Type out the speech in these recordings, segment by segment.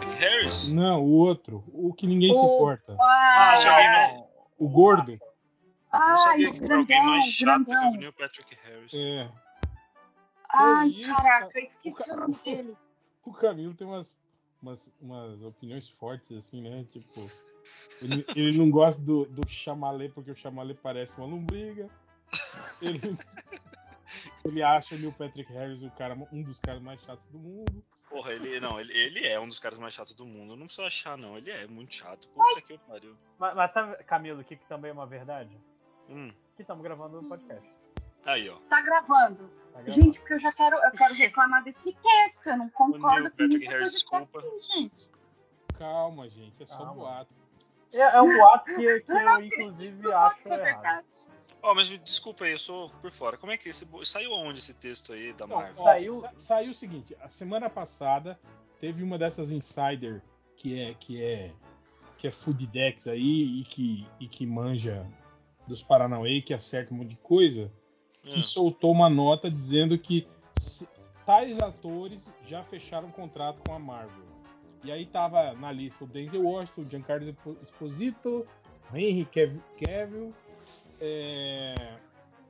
Depois. Não, o outro. O que ninguém O- suporta. Ah, Nossa, alguém não, O gordo. não ai, sabia o que era alguém grandão, mais chato que o grandão. Neil Patrick Harris. É. Ai, isso, caraca, cara. eu esqueci O o ca- nome dele. O Camilo tem umas, umas, umas opiniões fortes, assim, né? Tipo. Ele, ele não gosta do, do chamalê porque o chamalê parece uma lombriga. Ele, ele acha o Neil Patrick Harris o cara, um dos caras mais chatos do mundo. Porra, ele não, ele, ele é um dos caras mais chatos do mundo. Eu não preciso achar, não. Ele é muito chato. Puta que eu pariu. Mas, mas sabe, Camilo, o que, que também é uma verdade? Hum, Que estamos gravando o podcast. aí, ó. Tá gravando. Tá gravando. Gente, porque eu já quero, eu quero reclamar desse texto. Eu não concordo É. Neil com Patrick muita Harris, coisa que desculpa. tá aqui, gente. Calma, gente, é só Calma. boato. é, é um boato que, que Eu não eu, acredito, inclusive, Não pode acho ser errado. verdade. Ó, mas me desculpa aí, eu sou por fora. Como é que esse. bo- Saiu onde esse texto aí da Não, Marvel? Então, ó, Saiu- sa- saiu o seguinte, a semana passada teve uma dessas insider que é que é que é food decks aí e que e que manja dos Paranauê que acerta um monte de coisa, Ah, que soltou uma nota dizendo que se- tais atores já fecharam um contrato com a Marvel. E aí tava na lista o Denzel Washington, o Giancarlo Espo- Esposito, Henry Cav- Cavill, é,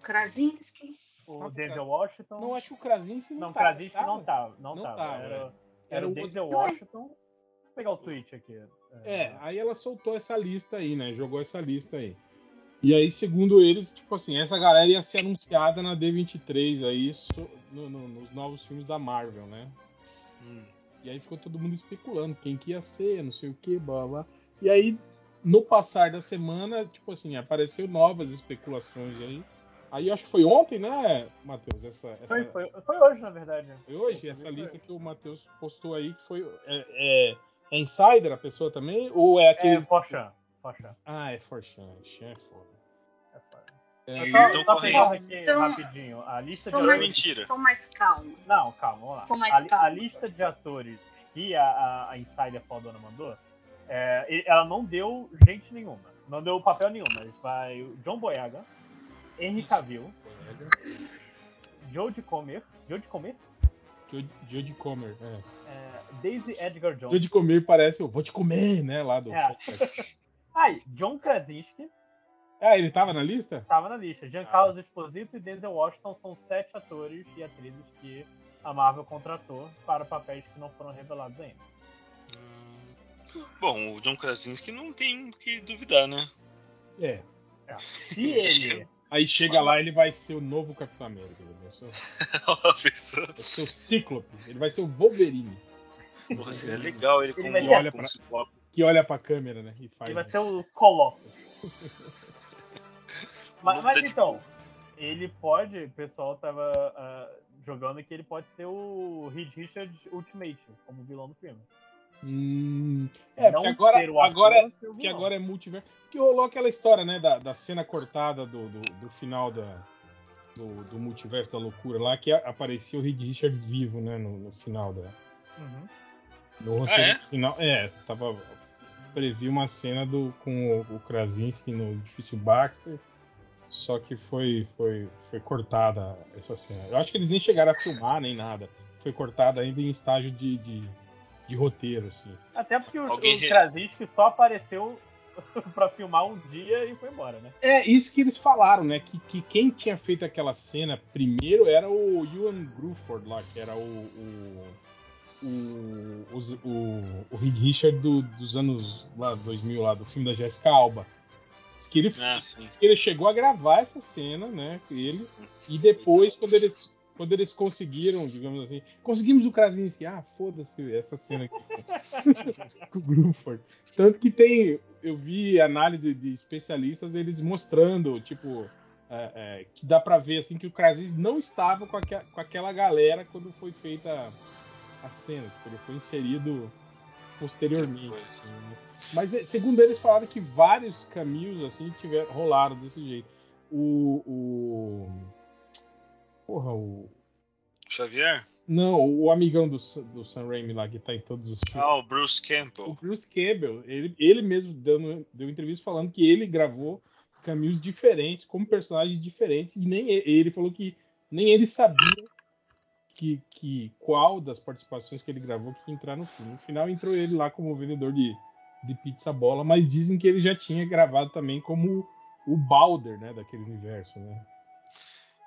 Krasinski. O Tá Denzel ficando. Washington. é, não acho que o Krasinski não Não, tava, Krasinski tava? não tava. Não, Não tava. tava, Era, é. era Era o o Denzel outro. Washington. Vou pegar o tweet aqui. É, aí ela soltou essa lista aí, né? Jogou essa lista aí. E aí, segundo eles, tipo assim, essa galera ia ser anunciada na D23 aí, so- no- no- nos novos filmes da Marvel, né? hum. E aí ficou todo mundo especulando quem que ia ser, não sei o que, blá blá. E aí, no passar da semana, tipo assim, apareceu novas especulações aí. Aí acho que foi ontem, né, Matheus? Essa, essa- Foi, foi, foi hoje, na verdade. foi hoje? Foi Essa hoje. lista que o Matheus postou aí, que foi. É, é- é insider a pessoa também? Ou é aquele. É, Forchan. Forchan. Ah, é Forchan. Chan é foda. É, Forchan. É, Eu e- só- então só corre aí. pegar aqui Então- rapidinho. A lista de Estou mais- mais, hoje. mentira. estou mais calma. Não, calma, vamos lá. Estou mais a, li- calmo. a lista de atores que a, a, a Insider Faldona mandou, é, e- ela não deu gente nenhuma. Não deu papel nenhum, mas vai o John Boyega, Henry Cavill, colega. Jodie Comer, Jodie Comer, Jo- Jodie Comer. É. é, Daisy Edgar Jones, Jodie Comer parece eu vou te comer, né? Lá do. É. ai, John Krasinski, Ah, ele tava na lista? estava na lista. Giancarlo Esposito e Denzel Washington são sete atores e atrizes que a Marvel contratou para papéis que não foram revelados ainda. Hum. Bom, o John Krasinski não tem o que duvidar, né? É. Se ele, Aí chega lá, ele vai ser o novo Capitão América. Ele vai ser, o- vai Ó, É pessoa. ser o Cíclope. Ele vai ser o Wolverine. Porra, seria legal ele um como vai ser- olha pra... Que olha pra câmera, né? E faz. ele vai ser o Colossus. Mas, Novo mas Deadpool. então, ele pode, o pessoal tava ah, jogando que ele pode ser o Reed Richards Ultimate, como vilão do filme. Hum, é, Não porque agora, ser o ator, agora, ser o Porque vilão. agora é multiverso. Que rolou aquela história, né? Da, da cena cortada do, do, do final da, do, do multiverso da loucura lá, que a- apareceu o Reed Richard vivo, né? No, no final da. Uhum. No roteiro é? final. É, tava. Previ uma cena do, com o, o Krasinski no edifício Baxter. Só que foi, foi, foi cortada essa cena. Eu acho que eles nem chegaram a filmar nem nada. Foi cortada ainda em estágio de, de, de roteiro, assim. Até porque o, Alguém o re- Krasinski só apareceu pra filmar um dia e foi embora, né? É isso que eles falaram, né? Que, que quem tinha feito aquela cena primeiro era o Ewan Gruford lá, que era o. o o, os- o- o Reed Richard do- dos anos lá 2000 lá do filme da Jessica Alba. Diz que, ele, Ah, sim. diz que ele chegou a gravar essa cena, né, com ele. E depois quando eles quando eles conseguiram, digamos assim, conseguimos o Krasinski, ah, foda-se essa cena aqui com o Gruford. Tanto que tem. Eu vi análise de especialistas eles mostrando, tipo, é, é, que dá pra ver assim que o Krasinski não estava com, aque- com aquela galera quando foi feita a cena. Tipo, ele foi inserido posteriormente. Depois. assim, né? Mas é, segundo eles falaram que vários caminhos assim tiveram, rolaram desse jeito. O. o... Porra, o. Xavier? Não, o amigão do, Sam- do Sam Raimi lá que tá em todos os filmes. Ah, o Bruce O Campbell. Bruce Campbell, ele, ele mesmo dando, deu entrevista falando que ele gravou caminhos diferentes, como personagens diferentes, e nem e- ele, falou que nem ele sabia que, que qual das participações que ele gravou que ia entrar no filme. No final entrou ele lá como vendedor de, de pizza bola, mas dizem que ele já tinha gravado também como o Balder, né, daquele universo, né?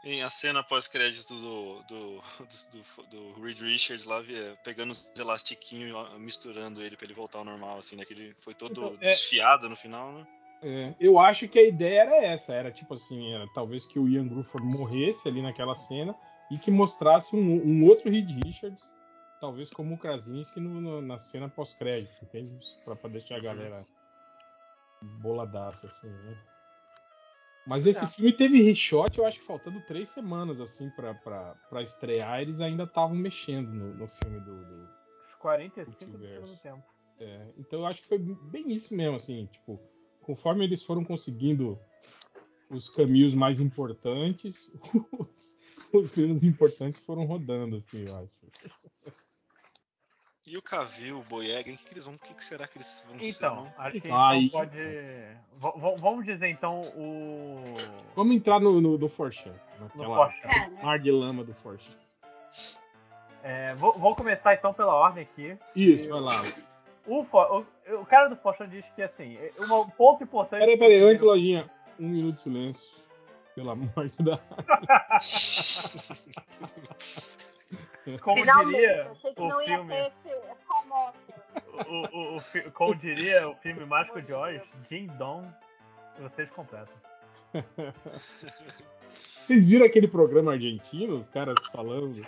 Em a cena pós-crédito do, do, do, do, do Reed Richards lá via- pegando os elastiquinhos e ó, misturando ele pra ele voltar ao normal, assim, né? Que ele foi todo Então, é- desfiado no final, né? É, eu acho que a ideia era essa, era tipo assim, era talvez que o Ian Gruffudd morresse ali naquela cena e que mostrasse um, um outro Reed Richards, talvez como o Krasinski no- no- na cena pós-crédito, entende? Pra, pra deixar a galera boladaça, assim, né? Mas esse É. filme teve reshot, eu acho que faltando três semanas, assim, pra, pra, pra estrear, eles ainda estavam mexendo no, no filme do- do, Os 45 do Multiverso. segundo tempo. é, então eu acho que foi bem isso mesmo, assim, tipo, conforme eles foram conseguindo os caminhos mais importantes, os, os menos importantes foram rodando, assim, eu acho. E o Cavill, o Boyega, hein? O que, que eles vão. O que, que será que eles vão Então, ser, acho que Ah, então e- pode. v- v- vamos dizer então o. Vamos entrar no, no do Forchan, né? No naquela Porsche. Cara, um mar de lama do Forchan. É, vou, vou começar então pela ordem aqui. Isso, vai lá. O, Fo- o- o cara do Forchan diz que assim, é- um ponto importante. Peraí, peraí, antes, Lojinha, um minuto de silêncio pela morte da... Como Finalmente, diria eu achei que o não ia filme. ter esse essa amostra. o, o, o fi- como diria o filme Mágico de Oz, Ding Dong, vocês completam. Vocês viram aquele programa argentino, os caras falando?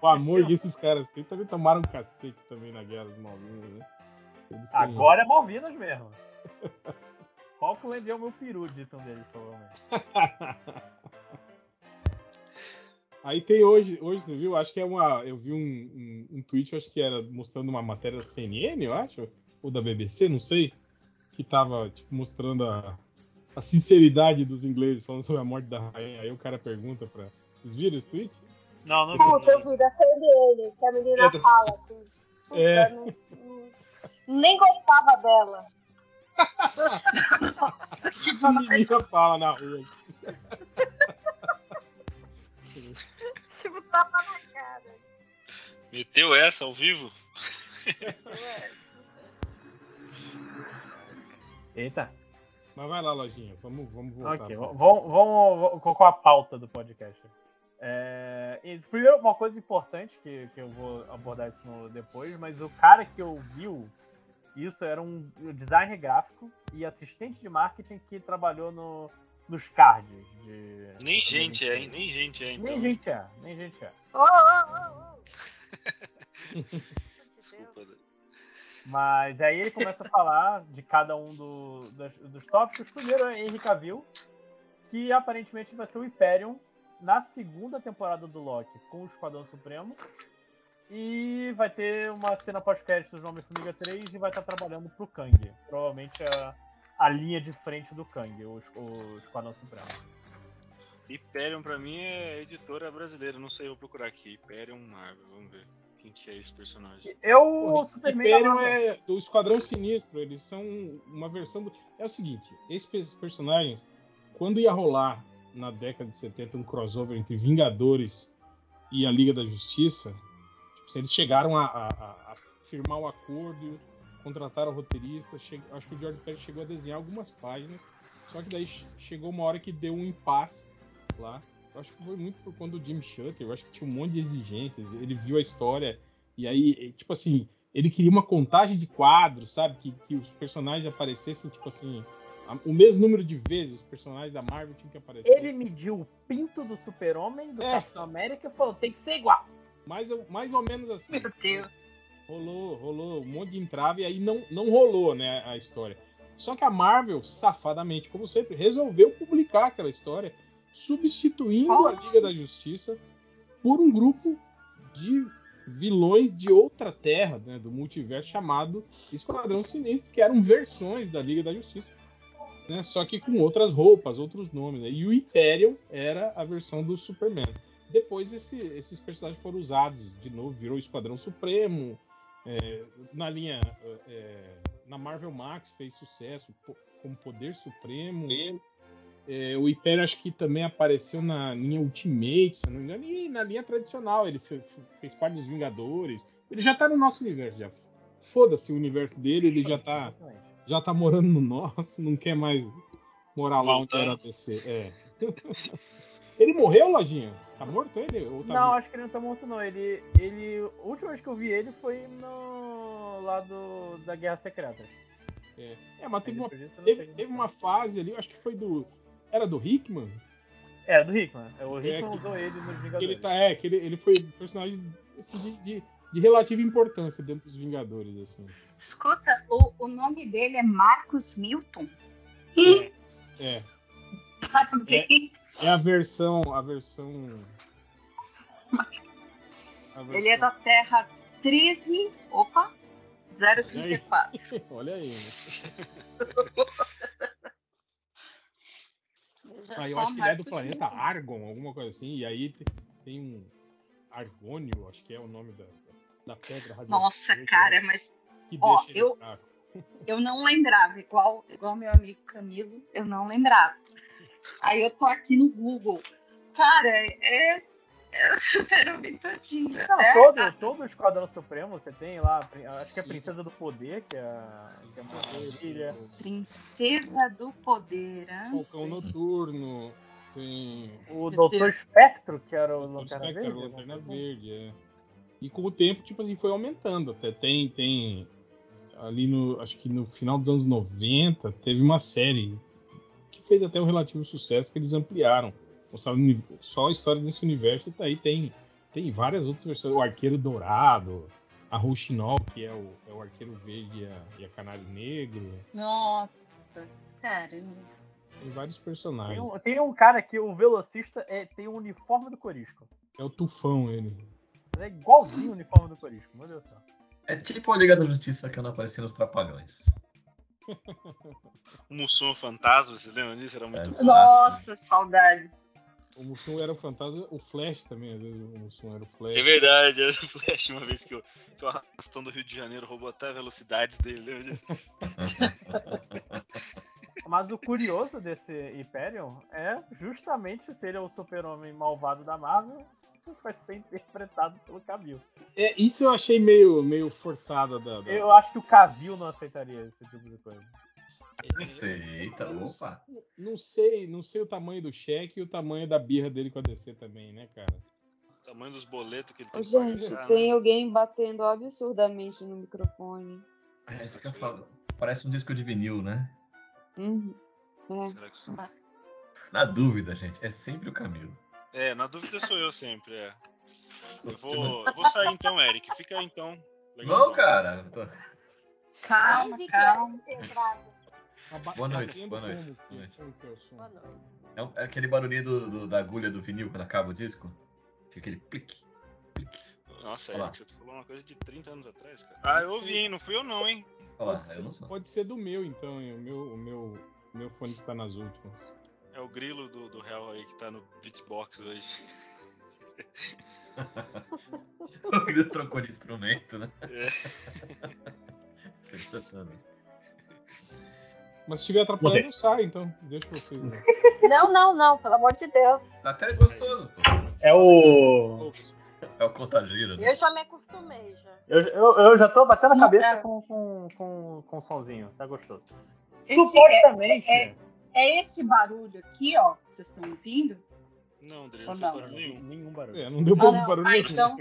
o amor que esses caras têm. Também tomaram um cacete também na guerra dos malvinhos, né? Eles têm- Agora é Malvinas mesmo. Falkland é o meu peru, disse um deles, provavelmente. Aí tem hoje, hoje você viu? Acho que é uma. Eu vi um, um, um tweet, eu acho que era mostrando uma matéria da CNN, eu acho, ou da BBC, não sei, que tava tipo, mostrando a, a sinceridade dos ingleses falando sobre a morte da rainha. Aí o cara pergunta pra. Vocês viram esse tweet? Não, não Puta, eu vi da CNN, que a menina É, da- fala assim. Puta, É. eu não- não- nem gostava dela. A menina fala na rua. Tipo, tapa na cara. Meteu essa ao vivo? Ué. Eita. Mas vai lá, lojinha, vamos, vamos voltar. Ok, pra- vamos, vamos, vamos com a pauta do podcast. É, e primeiro, uma coisa importante que, que eu vou abordar isso no- depois, mas o cara que ouviu isso era um designer gráfico e assistente de marketing que trabalhou no, nos cards. De, Nem gente é, hein? Nem gente é, então. Nem gente é, nem gente é. Ô, ô, ô, ô. Desculpa. Mas aí ele começa a falar de cada um do- dos, dos tópicos. Primeiro é Henry Cavill, que aparentemente vai ser o Hyperion na segunda temporada do Loki com o Esquadrão Supremo. E vai ter uma cena pós-crédito do Homem-Formiga 3 e vai estar trabalhando pro Kang. Provavelmente a, a linha de frente do Kang, o, es- o Esquadrão Supremo. Hyperion pra mim é editora brasileira, não sei, eu vou procurar aqui. Hyperion Marvel, vamos ver. Quem que é esse personagem? É o Superman. da Hyperion Marvel. é do Esquadrão Sinistro, eles são uma versão do. É o seguinte, esses personagens, quando ia rolar na década de 70 um crossover entre Vingadores e a Liga da Justiça, tipo, assim, eles chegaram a, a- a- a firmar o acordo, contrataram o roteirista, che- acho que o George Pérez chegou a desenhar algumas páginas, só que daí che- chegou uma hora que deu um impasse lá. Eu acho que foi muito por conta do Jim Shutter, eu acho que tinha um monte de exigências, ele viu a história e aí, eh, tipo assim, ele queria uma contagem de quadros, sabe? Que, que os personagens aparecessem, tipo assim, a- o mesmo número de vezes os personagens da Marvel tinham que aparecer. Ele mediu o pinto do Super-Homem, do É. Capitão América e falou: tem que ser igual. Mais, ou- mais ou menos assim. Meu Deus. Rolou, rolou um monte de entrave e aí não, não rolou, né, a história. Só que a Marvel, safadamente, como sempre, resolveu publicar aquela história, substituindo a Liga da Justiça por um grupo de vilões de outra terra, né, do multiverso chamado Esquadrão Sinistro, que eram versões da Liga da Justiça, né, só que com outras roupas, outros nomes. Né, e o Imperium era a versão do Superman. Depois esse- esses personagens foram usados de novo, virou Esquadrão Supremo, é, na linha eh, eh, na Marvel Max fez sucesso po- como Poder Supremo É, o Hyperion acho que também apareceu na linha Ultimate, se eu não me engano, e na linha tradicional. Ele fe- fe- fez parte dos Vingadores. Ele já tá no nosso universo, já. Foda-se o universo dele, ele já tá, Exatamente. já tá morando no nosso, não quer mais morar lá onde Voltando. era você. É. ele morreu, Lojinha? Tá morto ele? Ou tá Não, vivo? acho que ele não tá morto, não. Ele. ele a última vez que eu vi ele foi no. lá do. da Guerra Secreta. É, mas teve uma, Depois disso, eu não teve, sei. teve uma fase ali, eu acho que foi do. Era do Hickman? É, do Hickman. O É, Hickman que- usou ele nos Vingadores. Que ele tá, é, que ele, ele foi um personagem assim, de, de, de relativa importância dentro dos Vingadores, assim. Escuta, o, o nome dele é Marcos Milton. É. Parabéns. É a versão. A versão. a Ele é da versão- Terra 13. Opa! 034. Olha aí. né? Veja Ah, eu só, acho que ele é do Marcos planeta Milton. Argon, alguma coisa assim. E aí te- tem um. Argônio, acho que é o nome da, da pedra radioativa. Nossa, cara, mas Que ó, deixa ele eu- fraco. eu não lembrava, igual, igual meu amigo Camilo, eu não lembrava. Aí eu tô aqui no Google. Cara, é, é super todinho. Não, É, todo, todo o Esquadrão Supremo, você tem lá, a prin- acho que é a Princesa do Poder, que é, a- que é uma maravilha. Princesa do Poder, hã? Falcão Noturno, tem O Meu Doutor Deus. Espectro, que era o Doutor Lanterna Spectre, Verde. era Lanterna alguma coisa assim. Verde, é. E com o tempo, tipo assim, foi aumentando até. Tem, tem. Ali no. Acho que no final dos anos 90, teve uma série que fez até um relativo sucesso que eles ampliaram. Mostraram uni- só a história desse universo, e daí tem, tem várias outras versões. O Arqueiro Dourado, a Rouxinol, que é o, é o Arqueiro Verde e a, e a Canário Negro. Nossa, caramba. Tem vários Tem personagens. um, tem um cara que o velocista é, tem o uniforme do Corisco. um É o Tufão, ele. Mas é igualzinho o uniforme do Corisco, meu Deus do céu. É tipo a Liga da Justiça que anda aparecendo os trapalhões. O Mussum Fantasma, vocês lembram disso? Era muito É. bom. Nossa, Ah. saudade. O Mussum era o fantasma, o Flash também, às vezes o Mussum era o Flash. É verdade, era o Flash uma vez que o, que o arrastão do Rio de Janeiro roubou até velocidades dele, lembra disso? Mas o curioso desse Hyperion é justamente se ele é o super-homem malvado da Marvel, que vai ser interpretado pelo Cavill. É, isso eu achei meio, meio forçada da. da- Eu acho que o Cavill não aceitaria esse tipo de coisa. Aceita, tá, opa. Não sei, não sei o tamanho do cheque e o tamanho da birra dele com a DC também, né, cara? O tamanho dos boletos que ele tem Ô, que Gente, pagar. tem né? alguém batendo absurdamente no microfone. É, isso que eu falo. Parece um disco de vinil, né? Uhum. É. Será que isso- Na dúvida, gente, é sempre o Camilo. É, na dúvida sou eu sempre, é. Eu vou, eu vou sair então, Eric. Fica aí então. Não, cara. eu tô- Calma, calma. Tá ba- Boa noite, batendo boa noite, como? boa noite. Como que é o som? É, um- é aquele barulhinho do- do- da agulha do vinil quando acaba o disco. Fica aquele plique. Nossa, Olá. Eric, você falou uma coisa de 30 anos atrás, cara. Ah, eu ouvi, hein? Não fui eu não, hein? Olha lá, Pode ser- eu não sou. Pode ser do meu, então, hein? o meu, o meu, o meu fone que tá nas últimas. É o grilo do, do réu aí que tá no beatbox hoje. O Grilo trocou de instrumento, né? É. Sensacional. Mas se estiver atrapalhando, Mudei. eu saio, então. Deixa vocês. Né? Não, não, não, pelo amor de Deus. Tá até gostoso, pô. É o. É o contagiro, né? Eu já me acostumei já. Eu, eu, eu já tô batendo a Não, cabeça cara. com, com, com, com o somzinho, tá gostoso. Esse- Supostamente. é- É esse barulho aqui, ó. Vocês estão ouvindo? Não, Drilo, não Ou fez não? barulho nenhum. Nenhum barulho. É, não deu Ah, bom não. barulho Ah, nenhum. então,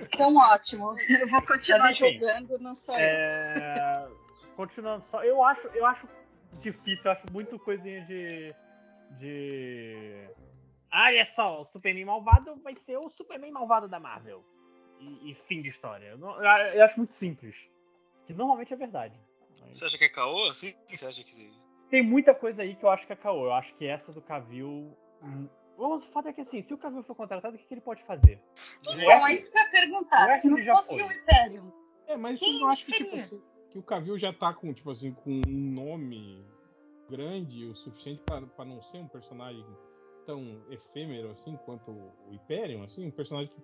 então ótimo. Eu vou continuar Mas, enfim. jogando, não sou eu. É, continuando só, eu acho, eu acho difícil, eu acho muito coisinha de. de. Ah, olha só, o Superman malvado vai ser o Superman malvado da Marvel. E, e fim de história. Eu, não- eu- eu acho muito simples. Que normalmente é verdade. Você acha que é caô assim? Você acha que. Tem muita coisa aí que eu acho que é caô. Eu acho que essa do Cavill. hum, O fato é que assim, se o Cavill for contratado, o que, que ele pode fazer? Então é isso que eu ia perguntar. Não é Se que não ele já fosse foi. o Império, É, mas Quem vocês não acham que, seria? tipo assim, que o Cavill já tá com, tipo assim, com um nome grande o suficiente pra pra não ser um personagem tão efêmero assim quanto o Hyperion, assim, um personagem que,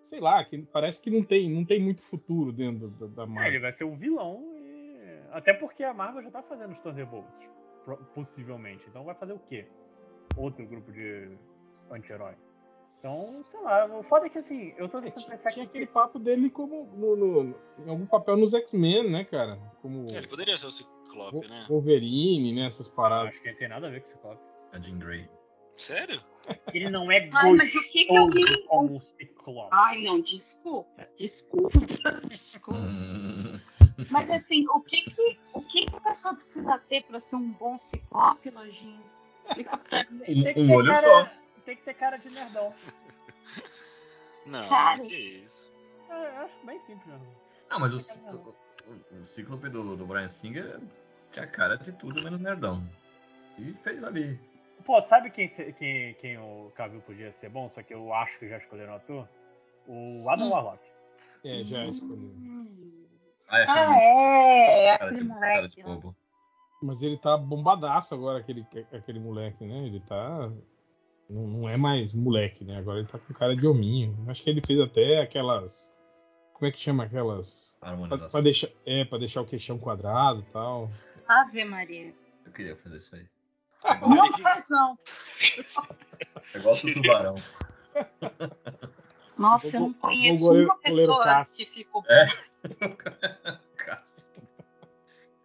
sei lá, que parece que não tem, não tem muito futuro dentro da, da É, ele Marvel. vai ser um vilão e. Até porque a Marvel já tá fazendo os Thunderbolts. pro- Possivelmente. Então vai fazer o quê? outro grupo de anti-herói. Então, sei lá, o foda é que assim, eu tô É, tentando tinha, pensar tinha que. aquele papo dele como no, no- em algum papel nos X-Men, né, cara? Como É, ele poderia ser o Ciclope, Wo- né? Wolverine, né? Essas Ah, paradas. acho que não tem nada a ver com esse Ciclope. A Jean Grey. Sério? Ele não é Ai, mas gostoso o que que alguém. Ah, como um Ciclope. Ai, não, desculpa. Desculpa. Desculpa. Hum, Mas assim, o que que, o que que a pessoa precisa ter pra ser um bom ciclope, Lojinho? Explica pra É, mim. Tem que um ter olho cara- só. Tem que ter cara de nerdão. Não, Cara. que isso. É, eu acho bem simples, né? meu irmão. Não, Tá mas o, o, o- o Cíclope do, do Brian Singer tinha cara de tudo menos nerdão. E fez ali. Pô, sabe quem, se- quem, quem o Cavill podia ser bom? Só que eu acho que já escolheram o ator? O Adam Hum. Warlock. É, já um escolheu. Ah, é, Ah, aquele é, é cara, aquele de, cara moleque. de lá. bobo. Mas ele tá bombadaço agora, aquele, aquele moleque, né? Ele tá. Não, não é mais moleque, né? Agora ele tá com cara de hominho. Acho que ele fez até aquelas. Como é que chama aquelas. Pra, pra Harmonização. deixar, é, pra deixar o queixão quadrado e tal. Ave Maria. Eu queria fazer isso aí. Não faz, não. É igual do tubarão. Nossa, eu Vou- não conheço vou goleiro- uma goleiro pessoa Cássio. que ficou. É. Cássio.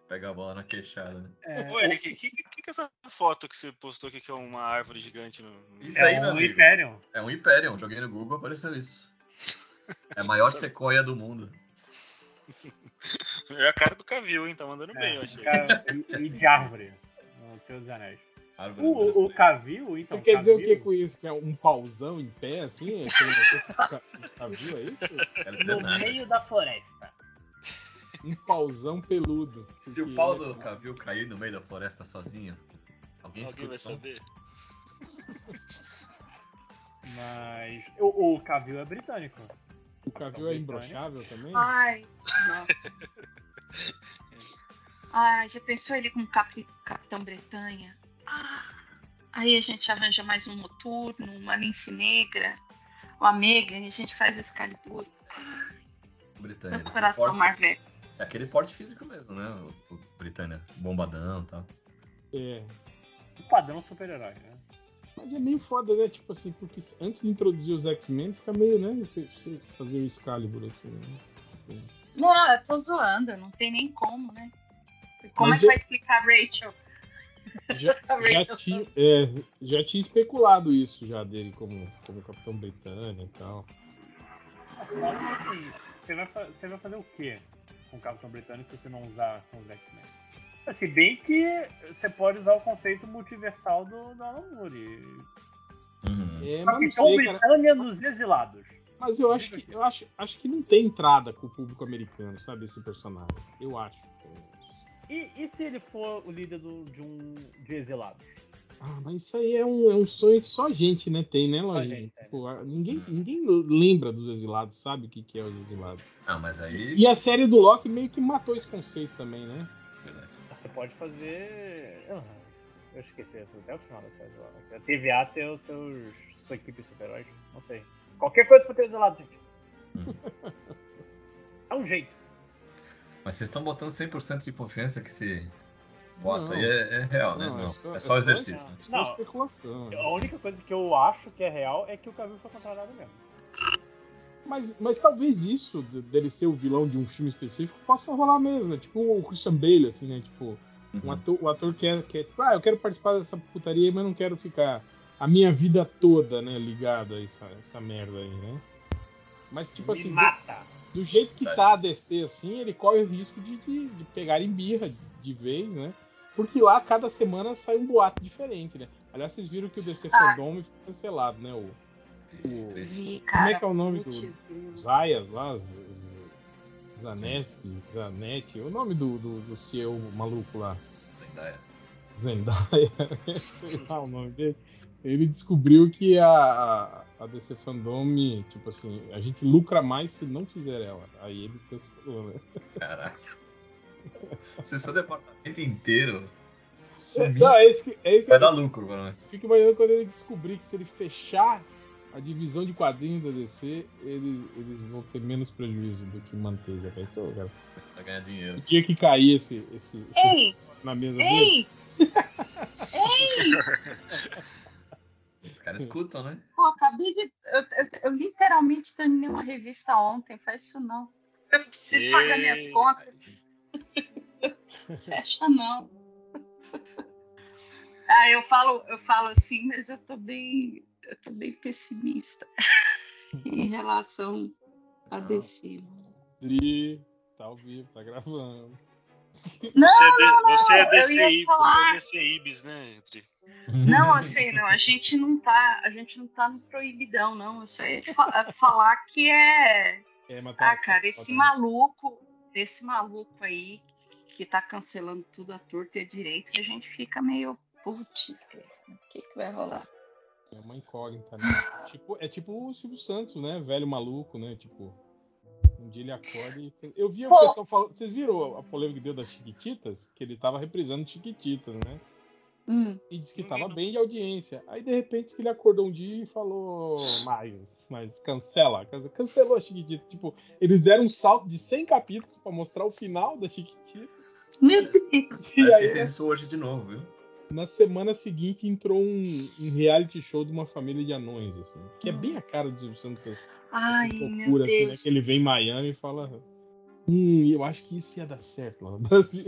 Pega a bola na queixada, né? É, Ô, Eric, o que, que, que é essa foto que você postou aqui que é uma árvore gigante no. no- Isso é aí, o meu amigo. Imperium. É um Imperium. Joguei no Google, apareceu isso. É a maior sequoia do mundo. É a cara do Cavil, hein? Tá mandando bem, eu É, achei. o cara- e- e de árvore. No Senhor dos Anéis. Árvore do O, o mundo. Cavill, Você então. tá quer dizer o que Cavill, com isso? Que é um pauzão em pé, assim? É, Você tá, viu aí? Quero dizer No nada. meio da floresta. Um pauzão peludo. Se o Porque- pau do Cavil cair no meio da floresta sozinho, Alguém alguém, escuta vai o som? saber? Mas. O, o Cavill é britânico. O Cavil é imbrochável também? Ai, nossa. Ai, já pensou ele com Capri- Capitão Bretanha? Ah, aí a gente arranja mais um noturno, uma lince negra, uma mega, e a gente faz o Excalibur. Britânia. É, Meu ele tem coração porte- Marvel. É aquele porte físico mesmo, né? O, o Britânia. Bombadão e tal. É. O padrão super-herói, né? Mas é meio foda, né? Tipo assim, porque antes de introduzir os X-Men, fica meio, né? Você, você fazer o Excalibur, assim, né? Não, eu tô zoando, não tem nem como, né? Como Mas é que eu- vai explicar a Rachel? Já, A já, Rachel tinha, é, já tinha especulado isso já dele como, como Capitão Britânia e tal. Afinal, assim, você vai, fa- você vai fazer o quê com o Capitão Britânico se você não usar com os X-Men? Se bem que você pode usar o conceito multiversal do, do Alan Moore. Uhum. É, mas não Capitão sei, cara. Britânia dos Exilados. Mas eu acho que eu acho, acho que não tem entrada com o público americano, sabe, esse personagem. Eu acho. pelo menos. E, e se ele for o líder do- de um de exilados? Ah, mas isso aí é um, é um sonho que só a gente, né, tem, né, Lojinha? gente, é. Tipo, a- ninguém, ninguém lembra dos exilados, sabe o que, que é os exilados. Ah, mas aí. E a série do Loki meio que matou esse conceito também, né? Você pode fazer. Eu, eu esqueci até o final da série lá. A TVA tem os seus sua equipe de super-heróis. Não sei. Qualquer coisa pro ter exilado, gente. Hum. É um jeito. Mas vocês estão botando 100% de confiança que se Não. bota aí é, é real, né? Não, Não, é é só- só, é só- exercício. né? Isso é Não. especulação. né? A única coisa que eu acho que é real é que o Cavill foi contratado mesmo. Mas, mas talvez isso, de- dele ser o vilão de um filme específico, possa rolar mesmo, né? Tipo o Christian Bale, assim, né? Tipo, um Uhum. ator, o ator quer, quer, tipo, ah, eu quero participar dessa putaria, aí, mas não quero ficar a minha vida toda, né, ligado a essa, essa merda aí, né? Mas, tipo Me assim, do, mata! do jeito que Tá. tá a DC, assim, ele corre o risco de, de, de pegar em birra de, de vez, né? Porque lá, cada semana, sai um boato diferente, né? Aliás, vocês viram que o DC Ah. Fandom foi cancelado, né? O, Triste. Vi, como cara. é que é o nome do, putz, grilo. Zayas lá, Z- Z- Zaneski, Zanetti, o nome do, do, do CEO maluco lá, Zendaya. Zendaya, sei lá o nome dele, ele descobriu que a, a, a DC Fandom, tipo assim, a gente lucra mais se não fizer ela. Aí ele cancelou, né? Caraca. Se seu departamento inteiro sumir, Não, é isso que, é isso que vai dar eu lucro pra nós. fico imaginando quando ele descobrir que se ele fechar a divisão de quadrinhos da DC, ele, eles vão ter menos prejuízo do que manter, já pensou, cara? Começar a ganhar O dinheiro. dia que cair esse, esse, esse Ei, na mesa dele. ei! Ei! caras escutam, né? Pô, acabei de. Eu, eu- eu literalmente terminei uma revista ontem, faz isso não. Eu preciso pagar minhas Ei. contas. Fecha não. Ah, eu falo, eu falo assim, mas eu tô bem. Eu tô bem pessimista em relação a Não. DC. Dri, tá ao vivo, tá gravando. Você é, de, você é não, eu ia DCI, você é falar. DCI Ibis, né, Tri? Não, assim, não, a gente não tá. A gente não tá no proibidão, não. Eu só ia te fa- falar que é. É, mas tá- Ah, cara, tá- esse tá- maluco, esse maluco aí que tá cancelando tudo à torta e à direita, a gente fica meio putz, cara, o que, que vai rolar? É uma incógnita, né? Tipo- é tipo o Silvio Santos, né? Velho maluco, né? Tipo, um dia ele acorda e. Eu vi o Pô. pessoal falando. Vocês viram a polêmica que deu das Chiquititas? Que ele tava reprisando Chiquititas, né? Hum, E disse que Não vi, tava não. bem de audiência. Aí, de repente, diz que ele acordou um dia e falou: Mas, mas cancela, cance- cancelou a Chiquitita. Tipo, eles deram um salto de 100 capítulos pra mostrar o final da Chiquitita. Meu Deus! E Parece que aí, fez na, isso hoje de novo, viu? na semana seguinte, entrou um, um reality show de uma família de anões, assim. Que é bem a cara do Silvio Santos, assim. Ai, essa meu loucura, Deus. assim, né? Que ele vem em Miami e fala. Hum, eu acho que isso ia dar certo lá no Brasil.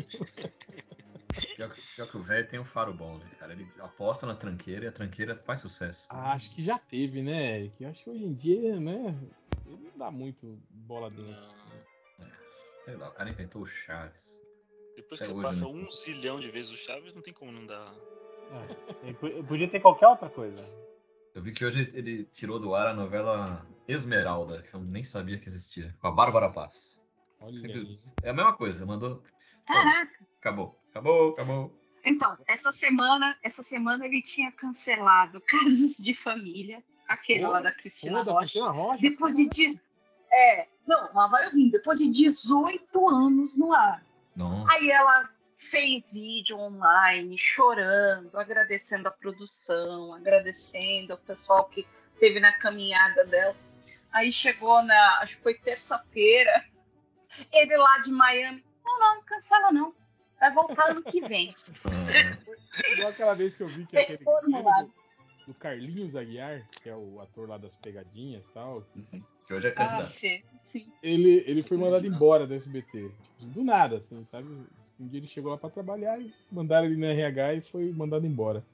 Pior que, pior que o velho tem um faro bom, né, cara? Ele aposta na tranqueira e a tranqueira faz sucesso. Ah, acho que já teve, né, Eric? Eu acho que hoje em dia, né? Ele não dá muito bola dentro. Não. Sei lá, o cara inventou o Chaves. Depois Até que você hoje, passa né? um zilhão de vezes o Chaves, não tem como não dar. É, p- podia ter qualquer outra coisa. Eu vi que hoje ele tirou do ar a novela Esmeralda, que eu nem sabia que existia, com a Bárbara Paz. Olha Sempre- aí. É a mesma coisa, mandou. Caraca! Acabou, acabou, acabou. Então, essa semana, essa semana ele tinha cancelado Casos de Família, aquele Pô, lá da Pô, Cristina da Rocha. Cristina Rocha. Depois de. dez- É, não, mas vai rindo. Depois de 18 anos no ar. Não. Aí ela fez vídeo online, chorando, agradecendo a produção, agradecendo ao pessoal que teve na caminhada dela. Aí chegou na, acho que foi terça-feira, ele lá de Miami, não, não, cancela não, vai voltar ano que vem. Igual tá aquela vez que eu vi que aquele Reformulado. lembra do, do Carlinhos Aguiar, que é o ator lá das pegadinhas e tal, Que hoje é Ah, candidato. Fê, sim. ele, ele foi mandado embora do SBT. Tipo, do nada, assim, sabe? Um dia ele chegou lá pra trabalhar e mandaram ele no RH e foi mandado embora.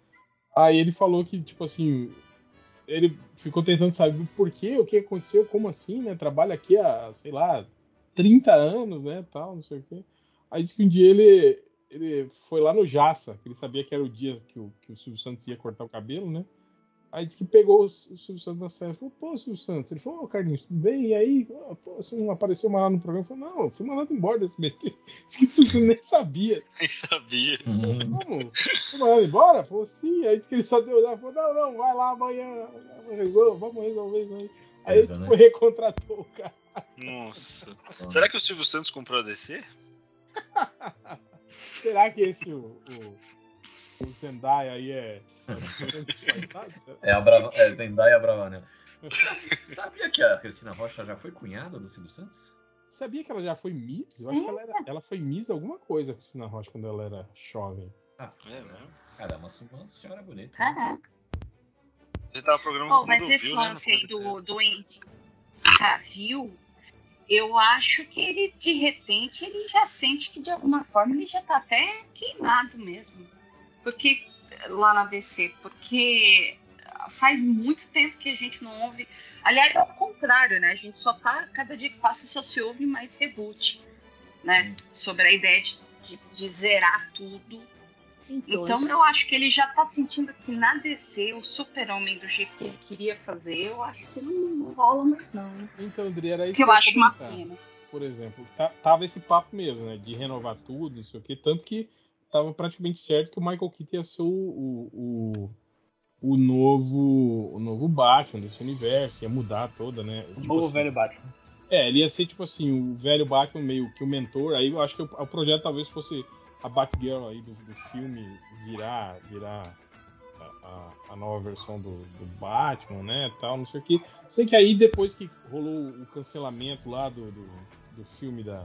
Aí ele falou que, tipo assim, ele ficou tentando saber o porquê, o que aconteceu, como assim, né? Trabalha aqui há, sei lá, 30 anos, né? Tal, não sei o quê. Aí disse que um dia ele, ele foi lá no Jaça, que ele sabia que era o dia que o, que o Silvio Santos ia cortar o cabelo, né? Aí disse que pegou o S- o Silvio Santos na série e falou, pô, Silvio Santos. Ele falou, ô Carlinhos, tudo bem? E aí, "Ô, pô, você não apareceu mais lá no programa? Ele falou, não, eu fui mandado embora desse BT. Diz que o Silvio Santos nem sabia. Nem sabia. Uhum. Como? Foi mandado embora? Falou, sim. Aí disse que ele só deu olhar, falou, não, não, vai lá amanhã, resolve, vamos resolver isso aí. Aí ele Beleza, tipo, né? recontratou o cara. Nossa. Será que o Silvio Santos comprou a DC? Será que esse, o, o, o Zendaya aí é... disfarçado? Será? É a Brava... é Zendaya Bravanel. Sabia que a Cristina Rocha já foi cunhada do Silvio Santos? Sabia que ela já foi Miss? Eu acho que ela, era, ela foi Miss alguma coisa com Cristina Rocha quando ela era jovem. Ah, É mesmo. Cara, é uma, uma senhora bonita. né? Caraca. Você tava programando Pô, mas né, esse lance aí do, do Henrique Cavill, eu acho que ele, de repente, ele já sente que de alguma forma ele já tá até queimado mesmo. Porque lá na DC, porque faz muito tempo que a gente não ouve. Aliás, ao contrário, né? A gente só tá, cada dia que passa, só se ouve mais reboot, né? Sobre a ideia de- de- de zerar tudo então eu acho que ele já tá sentindo que na DC, o super-homem do jeito que ele queria fazer, eu acho que não, não rola mais não. hein? Então, André, era isso Que eu ia acho uma comentar. pena. Por exemplo, tá- tava esse papo mesmo, né? De renovar tudo, não sei o quê. Tanto que tava praticamente certo que o Michael Keaton ia ser o, o, o, o novo, o novo Batman desse universo. Ia mudar toda, né? O Tipo novo assim, velho Batman. É, ele ia ser tipo assim, o velho Batman meio que o mentor. Aí eu acho que o, o projeto talvez fosse a Batgirl aí do, do filme virar, virar a, a- a nova versão do, do Batman, né, tal, não sei o que. Sei que aí depois que rolou o cancelamento lá do, do, do filme da,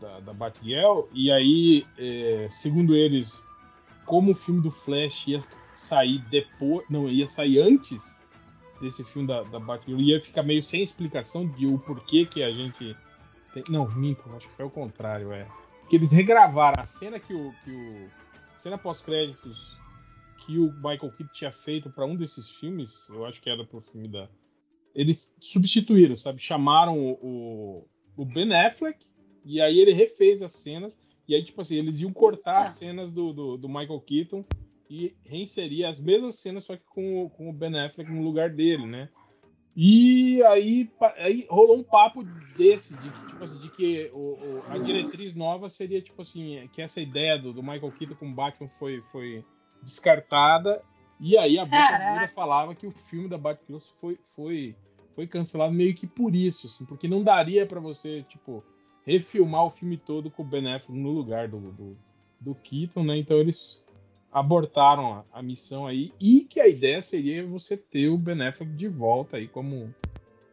da, da Batgirl, e aí, é, segundo eles, como o filme do Flash ia sair depois. Não, ia sair antes desse filme da, da Batgirl. Ia ficar meio sem explicação de o porquê que a gente. tem- Não, minto, acho que foi o contrário, é. Porque eles regravaram a cena que o. Que o cena pós-créditos que o Michael Keaton tinha feito para um desses filmes, eu acho que era pro filme da. Eles substituíram, sabe? Chamaram o, o, o Ben Affleck e aí ele refez as cenas. E aí, tipo assim, eles iam cortar as cenas do, do, do Michael Keaton e reinserir as mesmas cenas, só que com, o- com o Ben Affleck no lugar dele, né? E aí, pa- aí rolou um papo desse, de que, tipo assim, de que o- o- a diretriz nova seria, tipo assim, que essa ideia do, do Michael Keaton com Batman foi, foi descartada. E aí a Boca Caraca. Muda falava que o filme da Batgirl foi, foi, foi cancelado meio que por isso, assim, porque não daria pra você, tipo, refilmar o filme todo com o Ben Affleck no lugar do, do, do Keaton, né? Então eles abortaram a, a missão aí e que a ideia seria você ter o Ben Affleck de volta aí como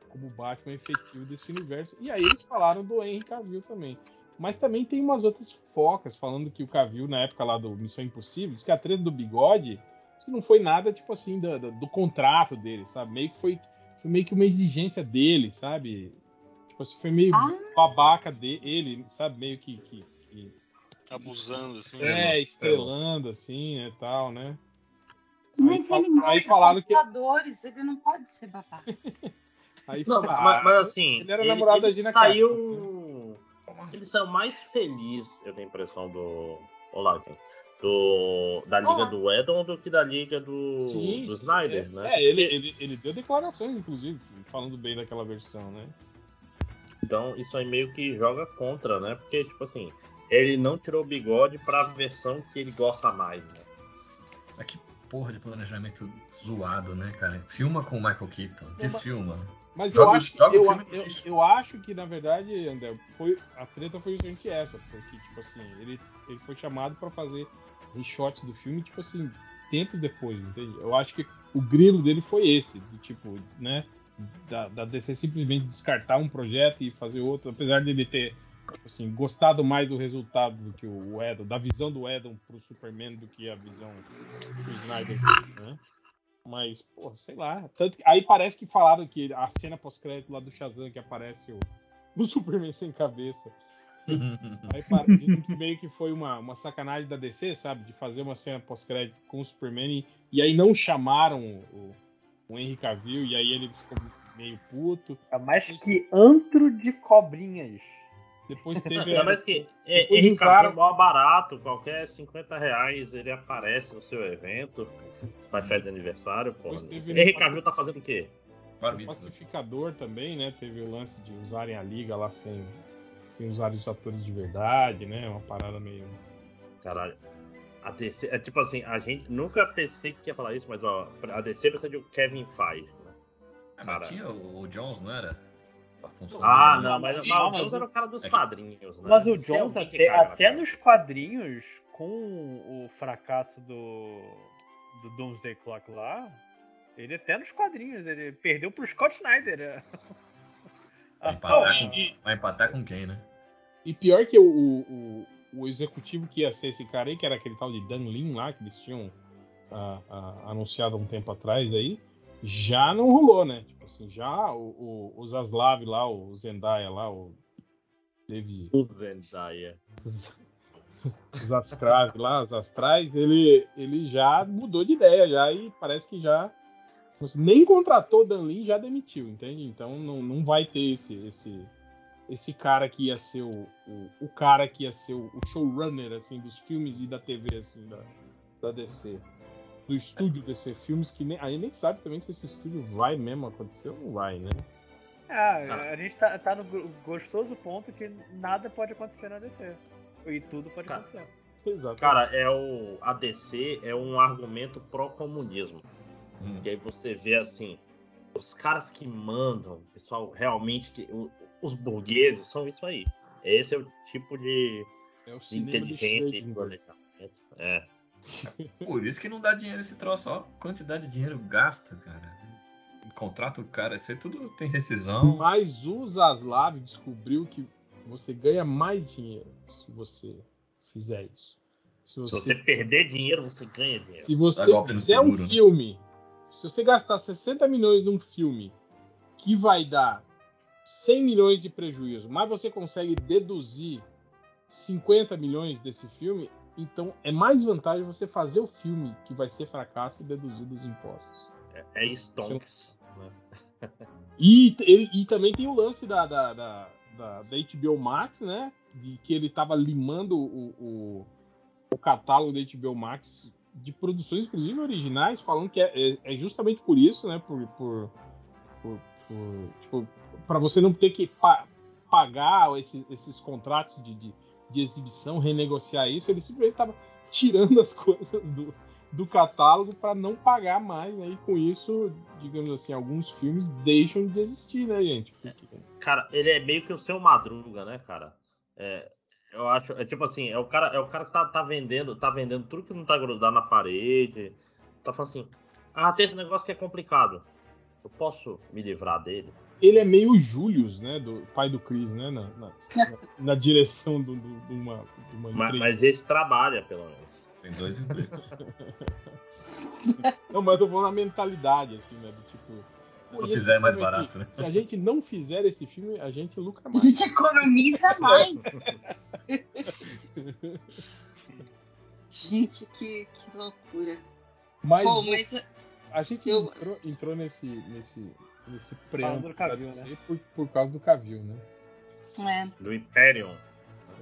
como Batman efetivo desse universo. E aí eles falaram do Henry Cavill também. Mas também tem umas outras fofocas falando que o Cavill na época lá do Missão Impossível, diz que a treta do bigode, isso não foi nada tipo assim da- da- do, contrato dele, sabe? Meio que foi, foi meio que uma exigência dele, sabe? Tipo assim, foi meio Ah. babaca dele, sabe? Meio que- que- que Abusando, assim. é, estrelando assim, né, tal, né? Aí, Mas fa- ele aí mata falaram que. computadores, ele não pode ser babaca. Aí Não, falaram, mas, mas assim. ele era namorado da Gina Carano, saiu. Ele saiu mais feliz, eu tenho a impressão, do. Olá, gente. Do, da Liga Olá. do Edon do que da Liga do, Sim, do sim, Snyder, é, né? É, ele, ele, ele deu declarações, inclusive, falando bem daquela versão, né? Então isso aí meio que joga contra, né? Porque, tipo assim, ele não tirou o bigode pra versão que ele gosta mais, né? Ah, que porra de planejamento zoado, né, cara? Filma com o Michael Keaton. Desfilma. Mas eu Joga- acho, que, joga o eu, filme no eu, lixo. eu acho que, na verdade, André, foi, a treta foi justamente essa. Porque, tipo assim, ele, ele foi chamado pra fazer reshots do filme, tipo assim, tempos depois, entende? Eu acho que o grilo dele foi esse, do tipo, né? Da, da DC simplesmente descartar um projeto e fazer outro, apesar dele ter, tipo assim, gostado mais do resultado do que o Edon, da visão do Edon pro Superman do que a visão do Snyder, né? Mas, pô, sei lá. Tanto que- aí parece que falaram que a cena pós-crédito lá do Shazam que aparece o, o Superman sem cabeça. Aí pa- dizem que meio que foi uma, uma sacanagem da DC, sabe? De fazer uma cena pós-crédito com o Superman e, e aí não chamaram o, o Henry Cavill e aí ele ficou meio puto. É mais que antro de cobrinhas. Depois teve. Ainda mais que é, Depois Henrique usaram- Cavill é mó barato, qualquer 50 reais ele aparece no seu evento, na festa de aniversário, pô. Depois teve- Henrique Cavill tá fazendo o quê? Bar O mitzvah. pacificador também, né? Teve o lance de usarem a liga lá sem, sem usar os atores de verdade, né? Uma parada meio. Caralho. A DC, é tipo assim, a gente nunca pensei que ia falar isso, mas ó, a DC precisa de um Kevin Feige. né? Ah, Cara. mas tinha o, o Jones, não era? A função Ah, dele, né? não, mas, mas- mas o mas- Jones era o cara dos é que- padrinhos, né? Mas o Tem Jones, alguém que até, caga na até cara. nos quadrinhos, com o fracasso do, do Doomsday Clock lá, ele até nos quadrinhos, ele perdeu pro Scott Snyder. é. Vai Ah, empatar, com, vai empatar com quem, né? E pior que o, o, o, o executivo que ia ser esse cara aí, que era aquele tal de Dan Lin lá, que eles tinham ah, ah, anunciado há um tempo atrás aí, já não rolou, né? Tipo assim, já o, o, o Zaslav lá, o Zendaya lá, o David O Zendaya. os astrais lá, os astrais, ele, ele já mudou de ideia já e parece que já nem contratou o Dan Lin, já demitiu, entende? Então não, não vai ter esse esse esse cara que ia ser o, o, o cara que ia ser o, o showrunner assim dos filmes e da TV assim da, da DC, do estúdio DC Filmes que nem, aí nem sabe também se esse estúdio vai mesmo acontecer ou não vai, né? Ah, a gente tá, tá no go- gostoso ponto que nada pode acontecer na DC. E tudo pode Cara. acontecer. Exato. Cara, é o a DC é um argumento pró-comunismo. Hum. E aí você vê assim, os caras que mandam, o pessoal realmente que o- os burgueses são isso aí. Esse é o tipo de, é o de cinema do inteligência né? e Schrödinger. planejamento. É. Por isso que não dá dinheiro esse troço, ó. a Quantidade de dinheiro gasto, cara. Contrata o cara, isso aí tudo tem rescisão. Mas o Zaslav descobriu que você ganha mais dinheiro se você fizer isso. Se Se você você, perder dinheiro, você ganha dinheiro. se você Dá golpe no fizer um seguro, né? filme, se você gastar 60 milhões num filme que vai dar 100 milhões de prejuízo, mas você consegue deduzir 50 milhões desse filme, então é mais vantagem você fazer o filme que vai ser fracasso e deduzir dos impostos. É stonks. né? E, t- ele- e também tem o lance da, da, da, da- da HBO Max, né? De que ele tava limando o, o, o catálogo da HBO Max de produções, inclusive originais, falando que é, é- é justamente por isso, né? Por, por, por, por- tipo, pra você não ter que pa- pagar esse- esses contratos de, de, de exibição, renegociar isso, ele simplesmente tava tirando as coisas do, do catálogo para não pagar mais, né? E com isso, digamos assim, alguns filmes deixam de existir, né, gente? Porque- Cara, ele é meio que o seu madruga, né, cara? É, eu acho, é tipo assim, é o cara, é o cara que tá, tá vendendo, tá vendendo tudo que não tá grudado na parede. Tá falando assim, ah, tem esse negócio que é complicado. Eu posso me livrar dele? Ele é meio Julius, né? Do pai do Chris, né? Na, na, na- na direção do- do- de uma, de uma Mas, empresa. mas esse trabalha, pelo menos. Tem dois empregos. Não, mas eu vou na mentalidade, assim, né? Do tipo. Se "Pô, não e esse fizer, é mais filme aqui? barato, né? Se a gente não fizer esse filme, a gente lucra A mais. gente economiza mais. gente, que, que loucura. Mas, Pô, mas a gente eu- entrou, entrou nesse, nesse, nesse preâmbulo do Cavill, da DC por, por causa do Cavil, né? é, Do Imperium.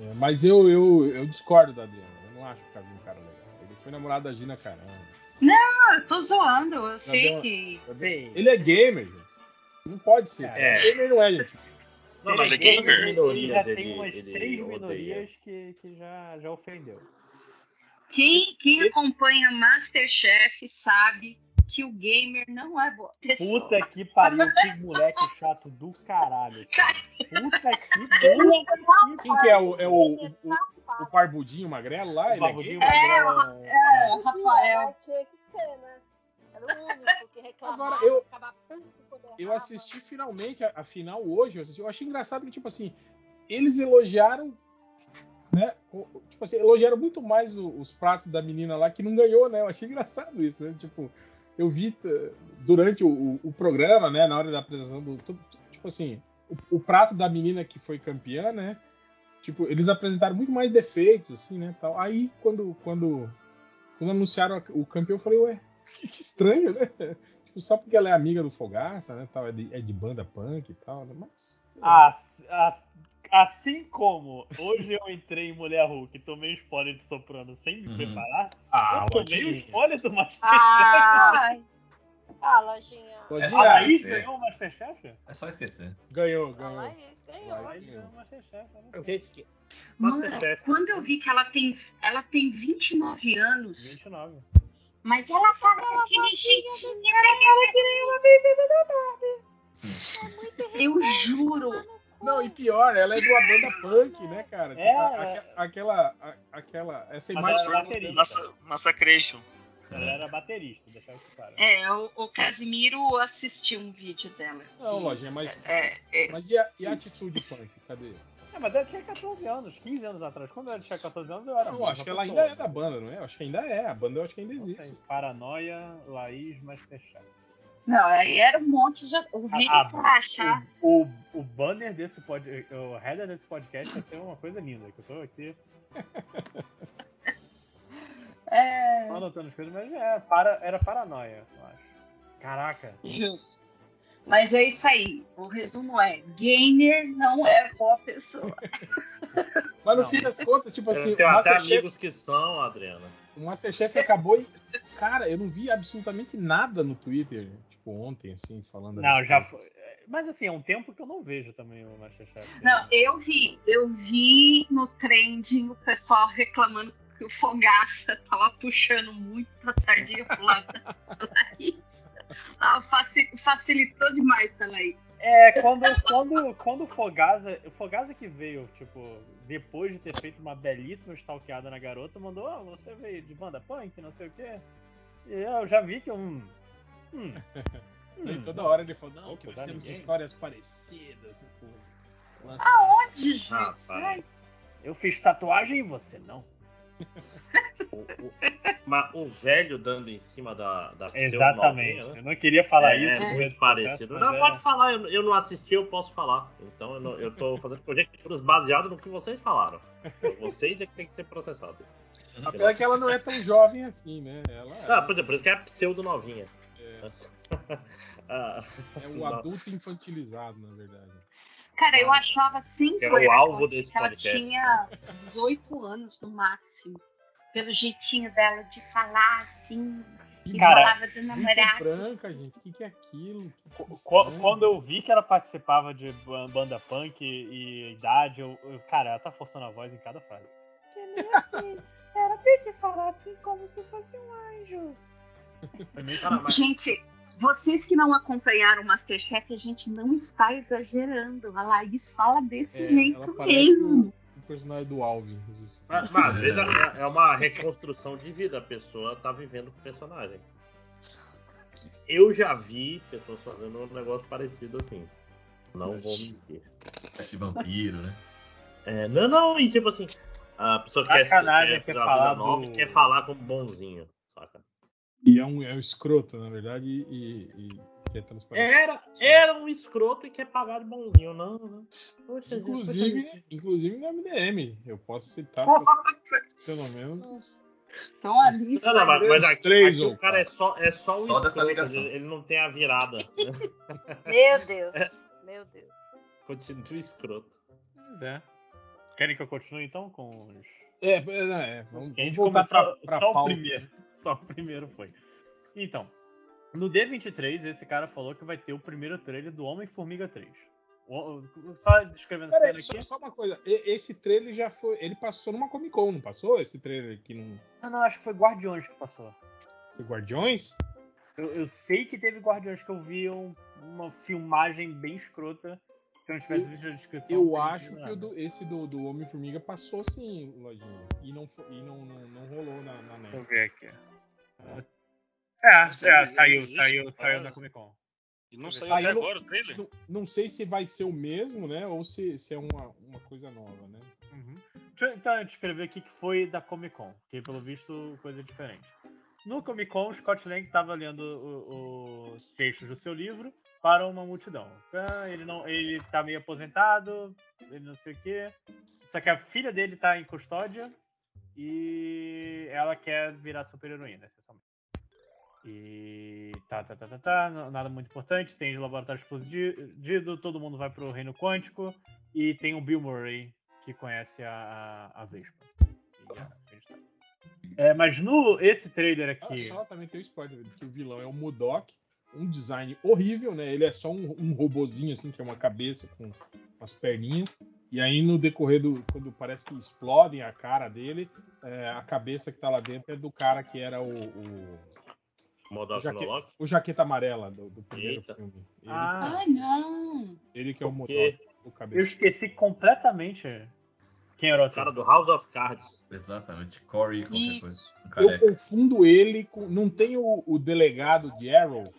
É, mas eu, eu, eu discordo da Adriana. Eu não acho que o Cavil é um cara legal. Ele foi namorado da Gina Carano. Ah, eu tô zoando, eu sei deu- que. Sim. Ele é gamer, gente. Não pode ser. É. Gamer não é, gente. Não, mas Ele é tem gamer? umas Ele já minorias, tem umas ele- três ele odeia. minorias que, que já, já ofendeu. Quem, quem acompanha Masterchef sabe que o gamer não é boa pessoa. Puta que pariu, que moleque chato do caralho. Cara. Puta que pariu. Quem que é o, é o, o, o- o barbudinho magrelo lá? Ele é gamer? É, o Rafael. Tinha que ser, né? Era o único que reclamava. Agora, eu- ficava puto quando errava. Eu assisti finalmente a, a final hoje. Eu, assisti, eu achei engraçado que, tipo assim, eles elogiaram. Né? o- o- Tipo assim, elogiaram muito mais o- os pratos da menina lá que não ganhou, né? Eu achei engraçado isso, né? Tipo, eu vi t- durante o, o- o programa, né? Na hora da apresentação do. tu- tu- Tipo assim, o, o prato da menina que foi campeã, né? Tipo, eles apresentaram muito mais defeitos, assim, né? Tal. Aí, quando, quando, quando anunciaram a- o campeão, eu falei, ué, que, que estranho, né? Tipo, só porque ela é amiga do Fogaça, né? Tal, é, de, é de banda punk e tal, né? Mas. sei lá. As- as- assim como hoje eu entrei em Mulher Hulk e tomei um spoiler de Soprano sem me Uhum. preparar, Ah, eu tomei um Lojinha. spoiler do Masterchef. Ah, Ai. né? Ah, lojinha. Ah, a Lojinha Laís sim. ganhou o Masterchef? É só esquecer. ganhou, Fala ganhou. aí, ganhou. A Laís Ganhou. ganhou o né? Masterchef. olha só. Gente, que- mano, Masterchef. quando eu vi que ela tem, ela tem 29 anos, 29. mas ela fala daquele jeitinho né? É Eu juro. Não, e pior, ela é de uma banda punk, né, cara? Tipo, É. a- a- aquela, a- aquela. Essa Mas imagem. ela é baterista. Massa, Massacration. É. Ela era baterista, deixava isso claro. É, o, o Casimiro assistiu um vídeo dela. Não, Lojinha, mas. É, é, Mas e a, e a atitude punk? Cadê? É, mas ela tinha 14 anos, 15 anos atrás. Quando ela tinha 14 anos, eu era. Não, uma acho que ela pessoa. ainda é da banda, não é? Eu acho que ainda é. A banda eu acho que ainda Não sei. existe. Paranoia, Laís, Masterchef. não, aí era um monte de. O vídeo Ah, você vai achar. O, o banner desse podcast, o header desse podcast vai ser uma coisa linda, que eu tô aqui É, só anotando as coisas, mas é, para, era paranoia, eu acho. Caraca, justo. Mas é isso aí. O resumo é: gamer não é boa pessoa. Mas no Não. fim das contas, tipo assim, Eu o tenho é, até Masterchef amigos que são, Adriana. O Masterchef acabou e. Cara, eu não vi absolutamente nada no Twitter, tipo, ontem, assim, falando. a Não, já respeito. foi. Mas assim, é um tempo que eu não vejo também o Masterchef. Não, eu vi. Eu vi no trending o pessoal reclamando que o Fogaça tava puxando muito a sardinha pro lado da Laís. Ah, faci- facilitou demais pra Laís. É, quando, quando, quando o Fogasa. O Fogasa que veio, tipo, depois de ter feito uma belíssima stalkeada na garota, mandou, ah, você veio de banda punk, não sei o quê. E eu já vi que eu. Hum. Hum. E hum. toda hora ele falou, não, Vou que nós cuidar temos ninguém. histórias parecidas, né? com o lance- Aonde, gente? Ah, para. Ai, Eu fiz tatuagem e você não. O, o- mas o velho dando em cima da, da pseudo Exatamente. novinha, né? Eu não queria falar é, isso. é medo muito do parecido. processo, Não, mas é- pode falar, eu, eu não assisti, eu posso falar. Então eu, não, eu tô fazendo conjecturas baseadas no que vocês falaram. Vocês é que tem que ser processado. Apesar que ela não é tão jovem assim, né? Ah, Tá, Ela por exemplo, por isso que é pseudo novinha. é, Ah, é o adulto infantilizado, na verdade. Cara, eu achava sem Que era o zoeira, alvo ela- desse que ela podcast. tinha 18 anos no máximo. Pelo jeitinho dela de falar assim. E Cara, falava do Muito namorado. branca, gente. O que, que é aquilo? Que Qu- estranho. Quando eu vi que ela participava de ban- banda punk e, e idade, eu, eu- Cara, ela tá forçando a voz em cada frase. Que nem assim. Ela tem que falar assim como se fosse um anjo. Foi meio É Cara, mas- Gente, vocês que não acompanharam o Masterchef, a gente não está exagerando. A Laís fala desse É, ela jeito parece um- mesmo. O personagem do Alvin. mas, mas às vezes é, é uma reconstrução de vida, a pessoa tá vivendo o personagem. Eu já vi pessoas fazendo um negócio parecido assim. Não vou mentir. Esse É, vampiro, né? É, não, não, e tipo assim, a pessoa quer, Sacanagem, quer, quer fazer uma falar vida nova e do- quer falar como bonzinho, saca? E é um, é um escroto, na verdade, e, e, e que é transparente. Era, era um escroto e quer pagar de bonzinho, não, não. Poxa, gente, poxa, Inclusive, inclusive no MDM. Eu posso citar pelo menos. uns- Então ali Não, não, mas, mas aqui, Três, aqui ou o cara é só, é só um Só dessa escroto, ligação. ele ele não tem a virada. né? Meu Deus. Meu Deus. Continua escroto. Pois é. Querem que eu continue então com os. É, é, não, é, vamos, Que vamos a gente voltar pra, começou- pra só o pauta. primeiro. Só o primeiro foi. Então, no D23, esse cara falou que vai ter o primeiro trailer do Homem-Formiga 3. O- o- Só descrevendo a Pera cena aí, só, aqui. só uma coisa. E- Esse trailer já foi. Ele passou numa Comic Con, não passou? Esse trailer aqui no Ah, não, acho que foi Guardiões que passou. no Guardiões? Eu, eu sei que teve Guardiões que eu vi um- uma filmagem bem escrota. Se eu não tivesse Eu- visto a descrição. Eu teria acho entendido que o nada. do- esse do, do Homem-Formiga passou sim, Lojinha. E não, fo- e não, não, não rolou na, na Deixa eu net. ver aqui. É, é, Nossa, mas saiu, existe, saiu, saiu cara. da Comic Con. E não Deixa eu saiu até ver. Ah, eu não- agora o trailer? Não, não sei se vai ser o mesmo, né? Ou se, se é uma, uma coisa nova, né? Uhum. Deixa eu então descrever aqui que foi da Comic Con, que pelo visto coisa diferente. No Comic Con, Scott Lang estava lendo o- os textos do seu livro para uma multidão. Ah, Ele não, ele tá meio aposentado, ele não sei o quê. Só que a filha dele tá em custódia e ela quer virar super-heroína, essencialmente. E tá, tá, tá, tá, tá, n- nada muito importante. Tem laboratório explodido, todo mundo vai pro reino quântico e tem o Bill Murray que conhece a, a Vespa. E a Vespa. É, mas no esse trailer Ah, aqui, Só também tem o spoiler, que o vilão é o Modok, um design horrível, né? Ele é só um, um robozinho, assim, que é uma cabeça com as perninhas. E aí, no decorrer do. Quando parece que explodem a cara dele, é, a cabeça que tá lá dentro é do cara que era o. o, Modok Já que- no Loki. o jaqueta amarela do, do primeiro Eita. filme. Ele, Ah. Ai, não. ele que é o Porque Modok, o eu cabeça. esqueci completamente quem era o o cara ator. do House of Cards. Exatamente. Corey, qualquer coisa. Isso. Um Eu careca. confundo ele com. Não tem o, o delegado de Arrow?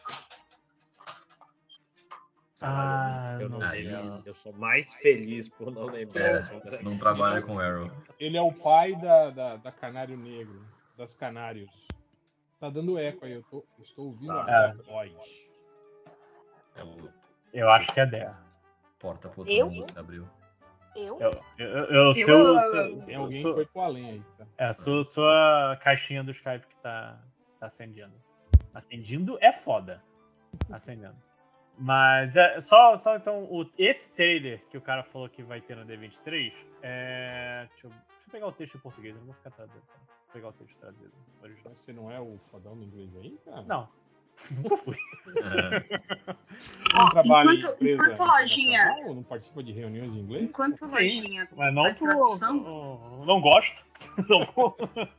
Ah, eu não não. lembro. Eu sou mais feliz por não lembrar. É, não trabalha com Arrow. Ele é o pai da, da, da Canário Negro, das Canários. Tá dando eco aí, eu tô, eu estou ouvindo Tá. a minha voz. É o Eu acho que é dela. porta pro outro Eu? mundo que abriu. Eu? É Eu, eu, eu, eu sou, Eu- sou- Tem alguém sou- que foi pro além aí, tá? é, sou- sou a caixinha do Skype que tá, tá acendendo. Acendendo é foda. Acendendo. Mas é, só, só então, o- esse trailer que o cara falou que vai ter no D23, é, deixa, eu, deixa eu pegar o texto em português, eu não vou ficar traduzindo. Vou pegar o texto traduzido, original. Mas Você não é o fodão do inglês aí, cara? Não, nunca fui. É, Você não Ó, trabalha em enquanto- empresa né? enquanto a lojinha- internacional? Não participa de reuniões em inglês? Enquanto Sim, lojinha Mas não faz por. tradução, por- Não gosto.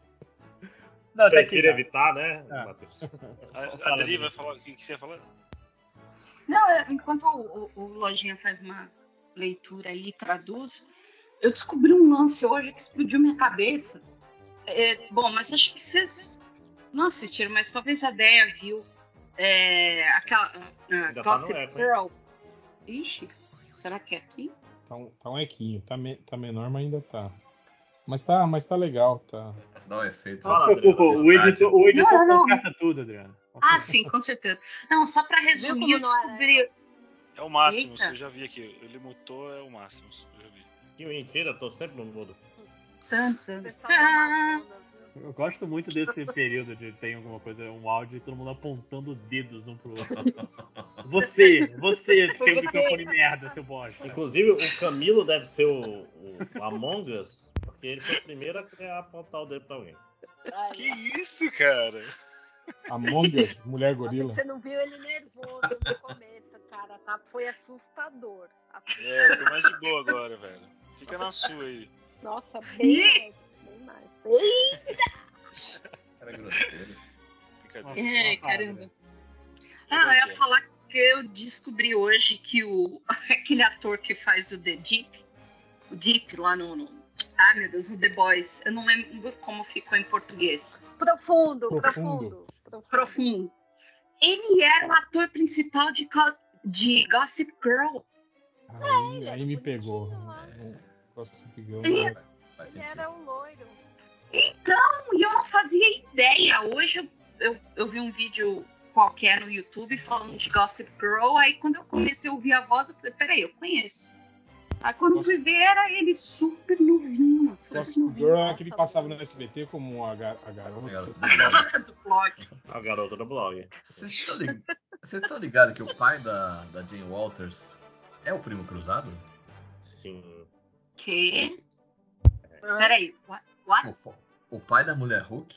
Não, não até que. Prefiro dá. evitar, né, Ah. Matheus? A, a fala, Adri Adri. vai falar o que, que você ia falar? Não, eu- enquanto o, o- o Lojinha faz uma leitura aí e traduz, eu descobri um lance hoje que explodiu minha cabeça. É, bom, mas acho que vocês não assistiram, mas talvez a Deia viu é, aquela ah, tá Gossip no eco, hein? Girl. Ixi, será que é aqui? Tá um, tá um equinho, tá, me- tá menor, mas ainda tá. Mas tá, mas tá legal, tá. Dá um efeito. Fala, Não se preocupa, Adriano, o editor, o editor Não, não, não. conserta tudo, Adriano. Ah, sim, com certeza. Não, só pra Viu resumir, como eu não era? descobri. É o máximo, Eita. eu já vi aqui. Ele mutou, é o máximo. Eu já vi. Que mentira, tô sempre no mundo. Tan, tan, Você tá tan. Eu gosto muito desse período de tem alguma coisa, um áudio e todo mundo apontando dedos um pro outro. Você, você, seu Foi você. É, microfone merda, seu bosta. Inclusive, o Camilo deve ser o, o- o Among Us, porque ele foi o primeiro a criar apontar o dedo pra alguém. Que isso, cara? Among Us, mulher gorila. Você não viu ele nervoso no começo, cara, tá? Foi assustador. É, eu tô mais de boa agora, velho. Fica na sua aí. Nossa, bem mais. Bem mais. Bem... Era é grosseiro. Brincadeira. é É, Fala, caramba. Adriano. Ah, eu Bom, ia falar que eu descobri hoje que o, aquele ator que faz o The Deep, o Deep lá no, no. Ah, meu Deus, no The Boys. Eu não lembro como ficou em português. Profundo, Profundo. profundo. Profundo. Ele era o ator principal de, Go- de Gossip Girl. tá Aí, aí me bonitinho pegou. lá. Não Gosto de pegou. Ele- Faz Ele sentido. era um loiro. Então, e eu não fazia ideia. Hoje eu, eu, eu vi um vídeo qualquer no YouTube falando de Gossip Girl. Aí quando eu comecei a ouvir a voz, eu falei, peraí, eu conheço. Aí quando eu fui ver, era ele super novinho. Super Gosto de novinho. Girl é aquele que nossa, passava no mano. SBT como a, gar a Agora, garota. tudo bem. Do blog. A garota do blog. Vocês estão lig- vocês estão ligados que o pai da, da Jane Walters é o primo cruzado? Sim. Que? Peraí, what? O, what? pa- o pai da mulher Hulk?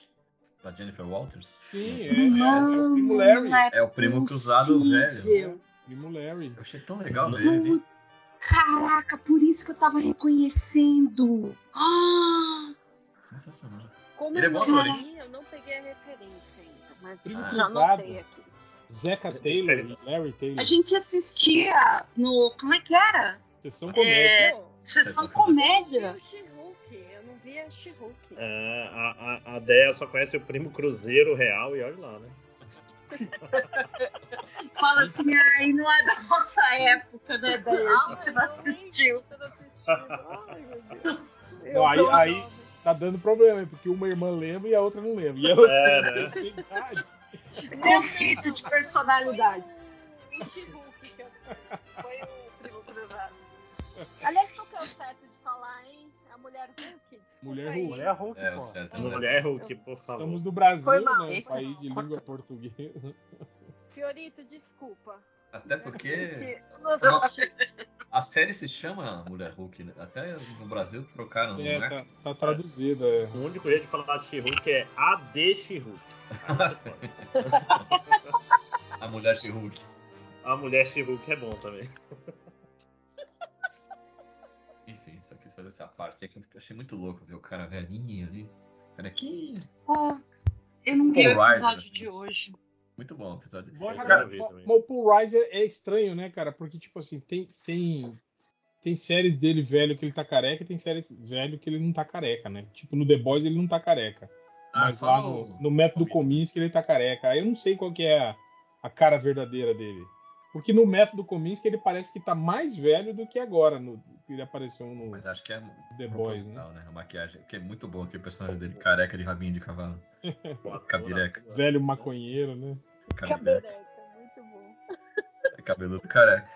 Da Jennifer Walters? Sim, é. Não, é o primo Larry. não é É o primo cruzado possível. velho. Primo Larry. Eu achei tão legal ver ele. Puta, Caraca, por isso que eu tava reconhecendo. Ah! Sensacional. Como Ele é eu bom não ator, vi, hein? eu não peguei a referência ainda, mas Primo já cruzado. anotei aqui. Zeca É, Taylor e Larry Taylor. A gente assistia no. Como é que era? Sessão comédia. Não, Sessão Sessão eu comédia. vi o She-Hulk, eu não vi a She-Hulk. É, a, a, a Déia só conhece o primo Cruzeiro Real e olha lá, né? Fala assim, ai, não é da nossa época, né, Daí Ah, a gente mas não eu assistiu. lembro, eu não assisti. Ai, meu Deus. Não, aí, aí tá dando problema, hein? porque uma irmã lembra e a outra não lembra. E elas É, têm né? a mesma idade. Conflito de personalidade. Foi é o- o She-Hulk que eu vi. Foi o primo cruzado. Aliás, qual que é o certo de falar, hein? A mulher Hulk? Mulher Aí. Hulk. Mulher Hulk, É, o pô. certo. é mulher. Mulher Hulk, por favor. Estamos no Brasil, Foi mal, né? hein? País de Foi mal. língua portuguesa. é? Fiorito, desculpa. Até porque Eu não Não. assisti. a série se chama Mulher Hulk, né? Até no Brasil trocaram, É, não é? tá, tá traduzida. é. O único jeito de falar de She-Hulk é AD She-Hulk. A mulher de Hulk. A mulher She-Hulk é bom também. Enfim, só quis fazer essa parte. É que eu achei muito louco ver o cara velhinho ali. Cara, que. Pô, eu não vi o né? Paul Reiser, episódio assim. de hoje. Muito bom o episódio. Bom, Eu Cara, já vi ma- também. mas o Paul Reiser é estranho, né, cara? Porque, tipo assim, tem, tem, tem séries dele velho que ele tá careca e tem séries velho que ele não tá careca, né? Tipo, no The Boys ele não tá careca. Ah, mas lá no, no método Kominsky ele tá careca. Aí eu não sei qual que é a, a cara verdadeira dele. Porque no método Kominsky ele parece que tá mais velho do que agora, no, que ele apareceu no Mas acho que é The Boys, né? proposital, né? A maquiagem. Que é muito bom aquele personagem dele, careca de rabinho de cavalo. Cabireca. tá né? Velho maconheiro, né? Cabireca. Cabereca, muito bom. é Cabeludo careca.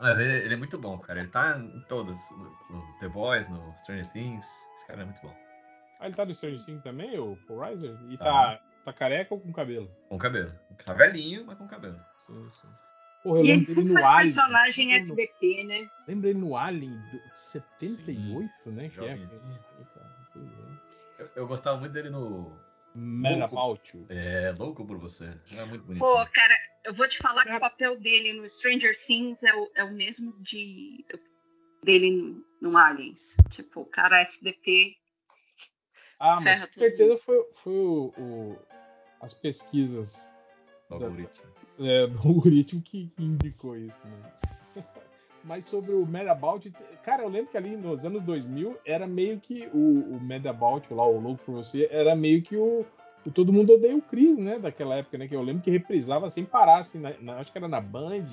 Mas ele, ele é muito bom, cara. Ele tá em todas. No, no The Boys, no Stranger Things. Esse cara é muito bom. Ah, ele tá no Stranger Things também, o Paul Reiser? E tá, tá careca ou com cabelo? Com cabelo. Tá velhinho, mas com cabelo. Sim, sim. Porra, eu E ele lembro tipo, dele sempre no faz Alien. personagem Eu não- FDP, né? Lembra ele no Alien do 78, né? Que é. Jovenzinho. Eita, pois é. Eu, eu gostava muito dele no. Man Louco. About You. É, louco por você. Era muito bonito. Pô, cara, eu vou te falar que Cara- o papel dele no Stranger Things é o, é o mesmo de dele no, no Aliens. Tipo, o cara FDP. Ah, mas Ferra com tudo. certeza foi, foi o- o- as pesquisas No algoritmo. é, do algoritmo que, que indicou isso, né? Mas sobre o Medabout, cara, eu lembro que ali nos anos 2000 era meio que o, o Medabout, lá, o Louco por Você, era meio que o, o Todo Mundo Odeia o Cris, né? Daquela época, né? Que eu lembro que reprisava sem parar, assim, na, na- acho que era na Band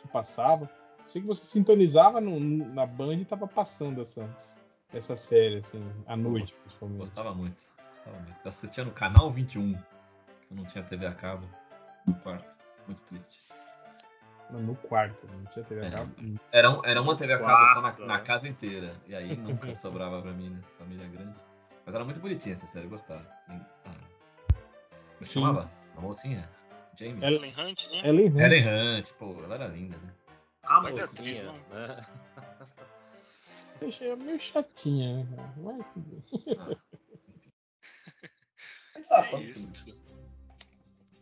que passava. Eu Sei que você sintonizava no- no- na Band e tava passando essa, essa série, assim, à noite, principalmente. Gostava muito. Gostava muito. Eu assistia no canal 21, que eu não tinha TV a cabo, no quarto. Muito triste. Não, no quarto, não tinha TV a É. cabo. Era, um- era uma TV a cabo só na, Quarto, na né? casa inteira. E aí nunca sobrava pra mim, né? Família grande. Mas era muito bonitinha essa série, eu gostava. E- ah, Como se Sim. chamava? A mocinha? Jamie? Ela- Ellen Hunt, né? É Ellen Hunt. Helen Hunt, pô, ela era linda, né? A Baita atriz, mocinha, não? né? Eu achei meio chatinha, né, cara? Mas tudo bem. Pensava, É assim. isso.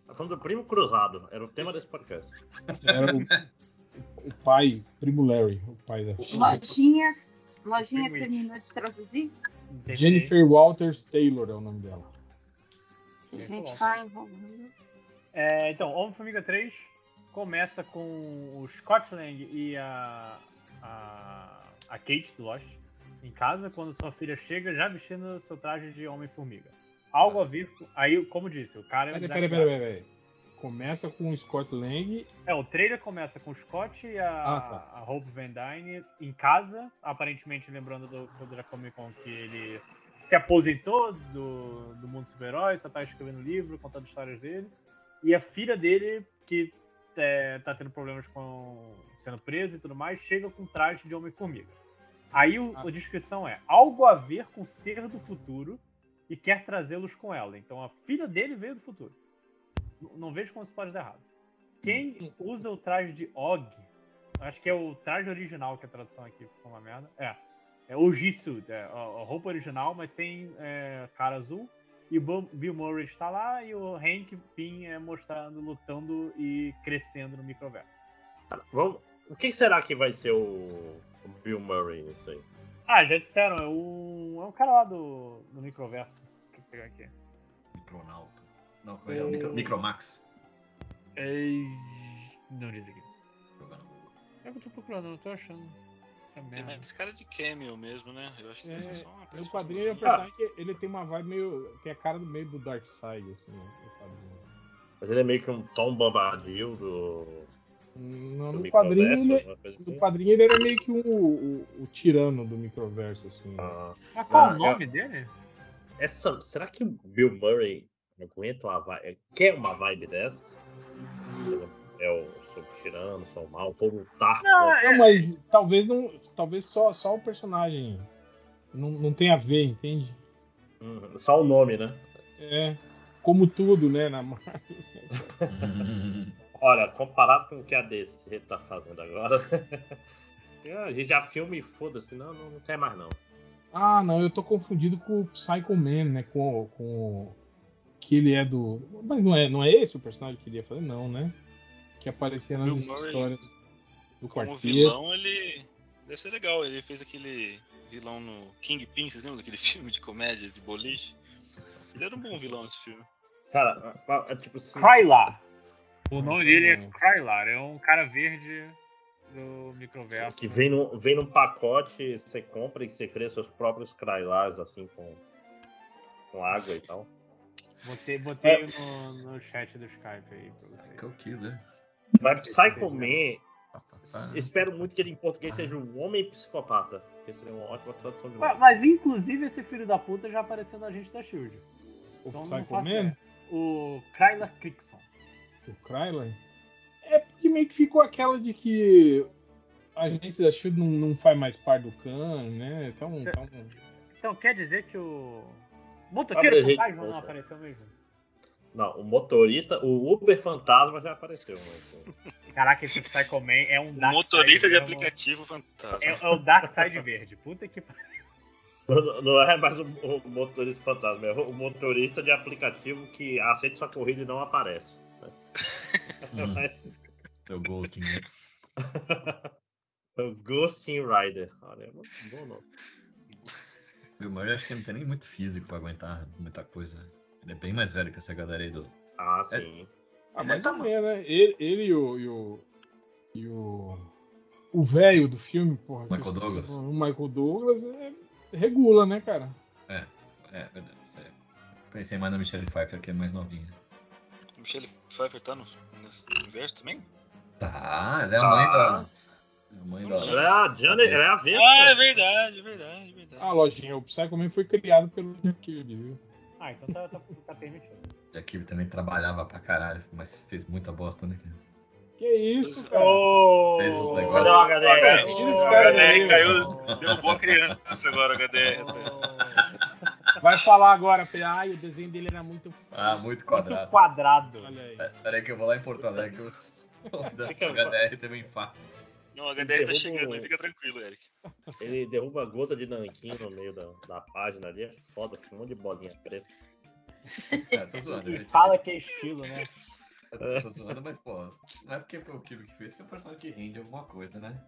Tá falando do primo cruzado. Era o tema desse podcast. era o, o pai, primo Larry, o pai da Lojinhas. Lojinha Entendi. terminou de traduzir? Entendi. Jennifer Walters Taylor é o nome dela. Que a É, gente coloca. vai enrolando. É, então, Homem-Formiga 3 começa com o Scott Lang e a, a, a Kate do Lost em casa, quando sua filha chega já vestindo seu traje de Homem-Formiga. Algo a ver com... Aí, como disse, o cara... é o Peraí, Zack peraí, Braff. peraí, peraí. Começa com o Scott Lang. É, o trailer começa com o Scott e a, Ah, tá. a Hope Van Dyne em casa, aparentemente lembrando do, do da Comic Con que ele se aposentou do, do mundo super-herói, só tá escrevendo livro, contando histórias dele. E a filha dele, que é, tá tendo problemas com sendo presa e tudo mais, chega com um traje de Homem-Formiga. Aí o- Ah. a descrição é algo a ver com o ser do futuro e quer trazê-los com ela. Então a filha dele veio do futuro. N- Não vejo como isso pode dar errado. Quem usa o traje de Og, acho que é o traje original que a tradução aqui ficou uma merda. É. É o G-Suit, é a a roupa original, mas sem é, cara azul. E o Bo- Bill Murray está lá e o Hank Pym é mostrando, lutando e crescendo no microverso. Cara, vamos... O que será que vai ser o, o Bill Murray nisso aí? Ah, já disseram, é um, é um cara lá do, do microverso. Deixa eu pegar aqui. Micronauta. Não, como é que é? Micro- Micromax. É... Não diz aqui. Jogando no Google. É o que eu tô procurando, não tô achando. Essa Tem merda. mais esse cara de cameo mesmo, né? Eu acho que É, isso é só uma O participação quadrinho é um assim. personagem que ele tem uma vibe meio. tem a cara do meio do Dark Side, assim, né? o quadrinho. Mas ele é meio que um Tom Bombadil do, Não, do no quadrinho microverso, ele, é, alguma coisa no assim. quadrinho ele era meio que o, o- o tirano do microverso, assim. né? Ah, Mas qual Ah, o nome dele? essa, será que o Bill Murray aguenta uma vibe? Quer uma vibe dessa? É o sou tirano, sou mal, vou lutar. Não, contra- é- Não, mas talvez não. Talvez só, só o personagem não, não tenha a ver, entende? Hum, Só o nome, né? É. Como tudo, né? Na... Olha, comparado com o que a DC tá fazendo agora, a gente já filma e foda-se, não, não, não quer mais não. Ah, não, eu tô confundido com o Psycho Man, né? Com, o- com o- que ele é do. Mas não é, não é esse o personagem que ele ia fazer, não, né? Que aparecia nas Bill Murray histórias do Como quarteto. vilão, ele. Deve ser legal. Ele fez aquele vilão no Kingpin, vocês lembram daquele filme de comédia, de boliche? Ele era um bom vilão nesse filme. Cara, é, é tipo assim. Krylar. O nome dele bom. é Krylar, é um cara verde do microverso. Que vem num, vem num pacote, você compra e você cria seus próprios Krylars, assim, com, com água e tal. Botei, É. botei no, no chat do Skype aí pra vocês. Psycho Killer. Mas é Psycho Man, né? Pá, pá, pá. s- espero muito que ele em português seja o Homem Psicopata. Porque seria uma ótima tradução de um Ma- Mas, nome. inclusive esse filho da puta já apareceu no agente da Shield. O Então, não Psycho é? faço Man? ideia. O Krylar Crickson. O Krylan? É porque meio que ficou aquela de que a agência da Shield não, não faz mais par do cano, né? Tá É. um, tá um- Então quer dizer que o. Abre a Motoqueiro rede, fantasma não poxa. apareceu mesmo? Não, o motorista, o Uber Fantasma já apareceu. né, Mas... Caraca, esse Psycho Man é um Dark Motorista Side de mesmo. aplicativo fantasma. É, é o Dark Side verde. Puta que pariu. Não, não é mais o, o motorista fantasma, é o motorista de aplicativo que aceita sua corrida e não aparece. Hum, Seu Ghost. né? É o Ghost in Rider. Olha, é muito bom nome. Bill Murray acho que não tem nem muito físico pra aguentar muita coisa. Ele é bem mais velho que essa galera aí do. Ah, sim. Ah, mais ou menos, né? Ele, ele e o. E o. E o. O velho do filme, porra. que eu Michael esqueci o Douglas. nome, O Michael Douglas é, regula, né, cara? É, verdade. isso é. Pensei mais na Michelle Pfeiffer, que é mais novinha. O Michelle Pfeiffer tá no, nesse universo também? Tá, ela é a Tá. mãe da. É a mãe da. Ela é a Janet, ela é a Vespa. Ah, é Ah, verdade, é verdade, é verdade. Ah, lojinha, o Psycho-Man foi criado pelo Jack Kirby, viu? Ah, então tá, tá, tá permitido. Já que ele também trabalhava pra caralho, mas fez muita bosta, né? cara? Que isso, cara? Ô, Fez os negócios. cadê o HDR? Tira esse O cara HDR daí. É, caiu, derrubou a criança agora, o HDR. até. Vai falar agora, Pe- ai, o desenho dele era muito Ah, é muito Muito quadrado. quadrado. Olha aí. Peraí que eu vou lá em Porto Alegre que eu vou dar Fica- pro HDR também fá. Não, o HDR tá Derrubou chegando o- aí, fica tranquilo, Eric. Ele derruba a gota de nanquim no meio da, da página ali. É foda, fica um monte de bolinha preta. É, tô zoando, E gente. fala que é estilo, né? Eu tô zoando, mas, pô, não é porque foi o Kirby que fez que é um personagem que rende alguma coisa, né?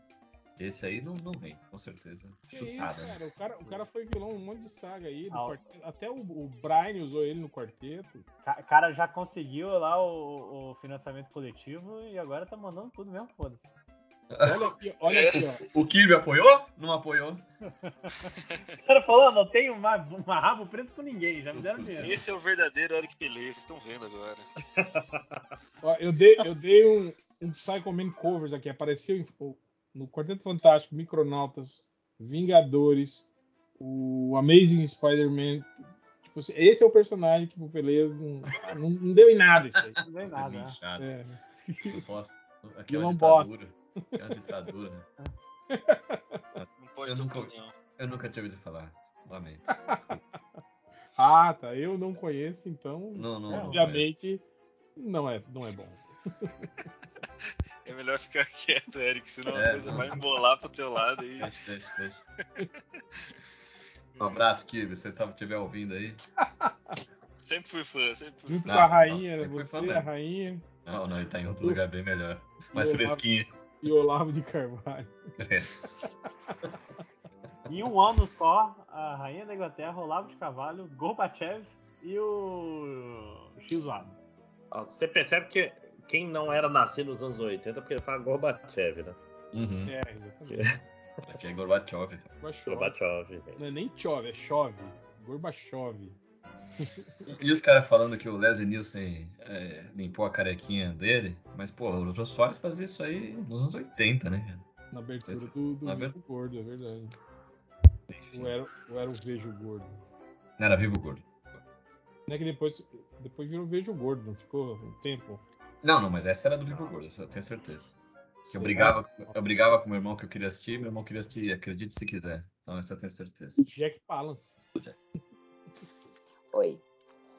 Esse aí não, não rende, com certeza. Que Chutada, isso, né? cara? O, cara? o cara foi vilão em um monte de saga aí. do Ah, o- quarteto. Até o, o Brian usou ele no quarteto. Ca- cara já conseguiu lá o, o financiamento coletivo e agora tá mandando tudo mesmo, foda-se. Olha aqui, olha aqui, ó. O Kirby apoiou? Não apoiou? O cara falou, "Ah, não tenho uma, uma rabo preso com ninguém, já me deram dinheiro. Esse é o verdadeiro Eric Pelé, vocês estão vendo agora. Ó, eu dei, eu dei um, um Psycho Man covers aqui. Apareceu em- o- no Quarteto Fantástico, Micronautas, Vingadores, o Amazing Spider-Man. Tipo assim, esse é o personagem que, por beleza, não, não, não deu em nada isso aí. Não deu em Nossa, é nada. bem né? chato. É. Eu posso. Aqui é Vilão uma bosta. ditadura. Aqui é uma ditadura. Não pode Eu ter nunca- opinião. Eu nunca tinha ouvido falar. Lamento. Ah, tá. Eu não conheço, então, Não, não. não obviamente, não é, não é bom. É melhor ficar quieto, Eric, senão a É, coisa não. vai embolar pro teu lado aí. conheço. Deixa, deixa, deixa. Um abraço, Kirby. Se você tá- estiver ouvindo aí. Sempre fui fã, sempre fui fã. Junto Não, com a não, rainha, você foi você, é falando. a rainha Não, não, ele tá em Uh. outro lugar bem melhor. Mais Eu- fresquinho. e Olavo de Carvalho. Em um ano só, a Rainha da Inglaterra, Olavo de Carvalho, Gorbachev e o Shinzo Abe. Ó, Você percebe que quem não era nascido nos anos 80, porque ele fala Gorbachev, né? Uhum. É, exatamente. Aqui é Gorbachev. Gorbachev. Gorbachev. Não é nem chove, é chove. Gorbachev. E os caras falando que o Leslie Nielsen é, limpou a carequinha dele. Mas, pô, o Jô Soares fazia isso aí nos anos 80, né, cara? Na abertura Esse- do, do na Vivo abertura. Gordo, é verdade. Eu era, eu era o Vejo Gordo. Era vivo gordo. Não é que depois, depois virou Vejo Gordo, não ficou um tempo? Não, não, mas essa era do vivo gordo, isso eu tenho certeza. Que Sei eu brigava, lá. eu brigava com meu irmão que eu queria assistir, meu irmão queria assistir, acredite se quiser. Então essa eu tenho certeza. Jack Palance. Oi.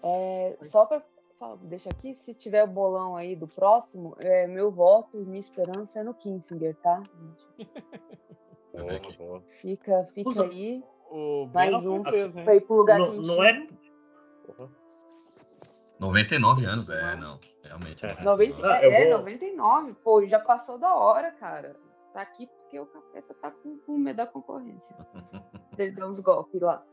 É, só pra fa- deixar aqui, se tiver o bolão aí do próximo, é, meu voto e minha esperança é no Kinsinger, tá? Eu Boa, aqui. boa. Fica, fica Usa- aí. O assim, Mais Brenner foi um. preso, hein? Pra ir pro lugar Não, quentinho. não é. 99 anos, é, não. Realmente. É. 90, Ah, eu é, vou- 99. Pô, já passou da hora, cara. Tá aqui porque o capeta tá com, com medo da concorrência. Ele deu uns golpes lá.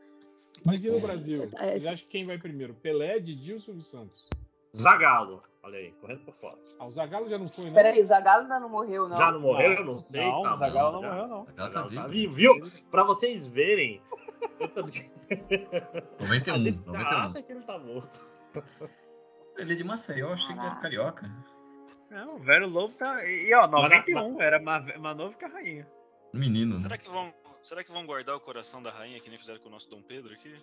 Mas e no Brasil? É, Vocês esse- acham que quem vai primeiro? Pelé, Didi ou Silvio Santos? Zagalo. Olha aí, correndo por fora. Ah, o Zagallo já não foi, não? Peraí, o Zagallo ainda não morreu, não. Já não morreu? Eu não sei. Não, tá, o Zagallo não mano, já- morreu, não. Ela tá Zagallo tá viva. vivo, viu? Pra vocês verem. Eu tô... A 91, gente já 91. acha que ele tá morto. Ele é de Maceió, achei que era Caraca. carioca. Não, É, o velho lobo tá. E ó, Mas- 91, era mais, mais novo que a rainha. Menino, né? Será que vão. Será que vão guardar o coração da rainha que nem fizeram com o nosso Dom Pedro aqui?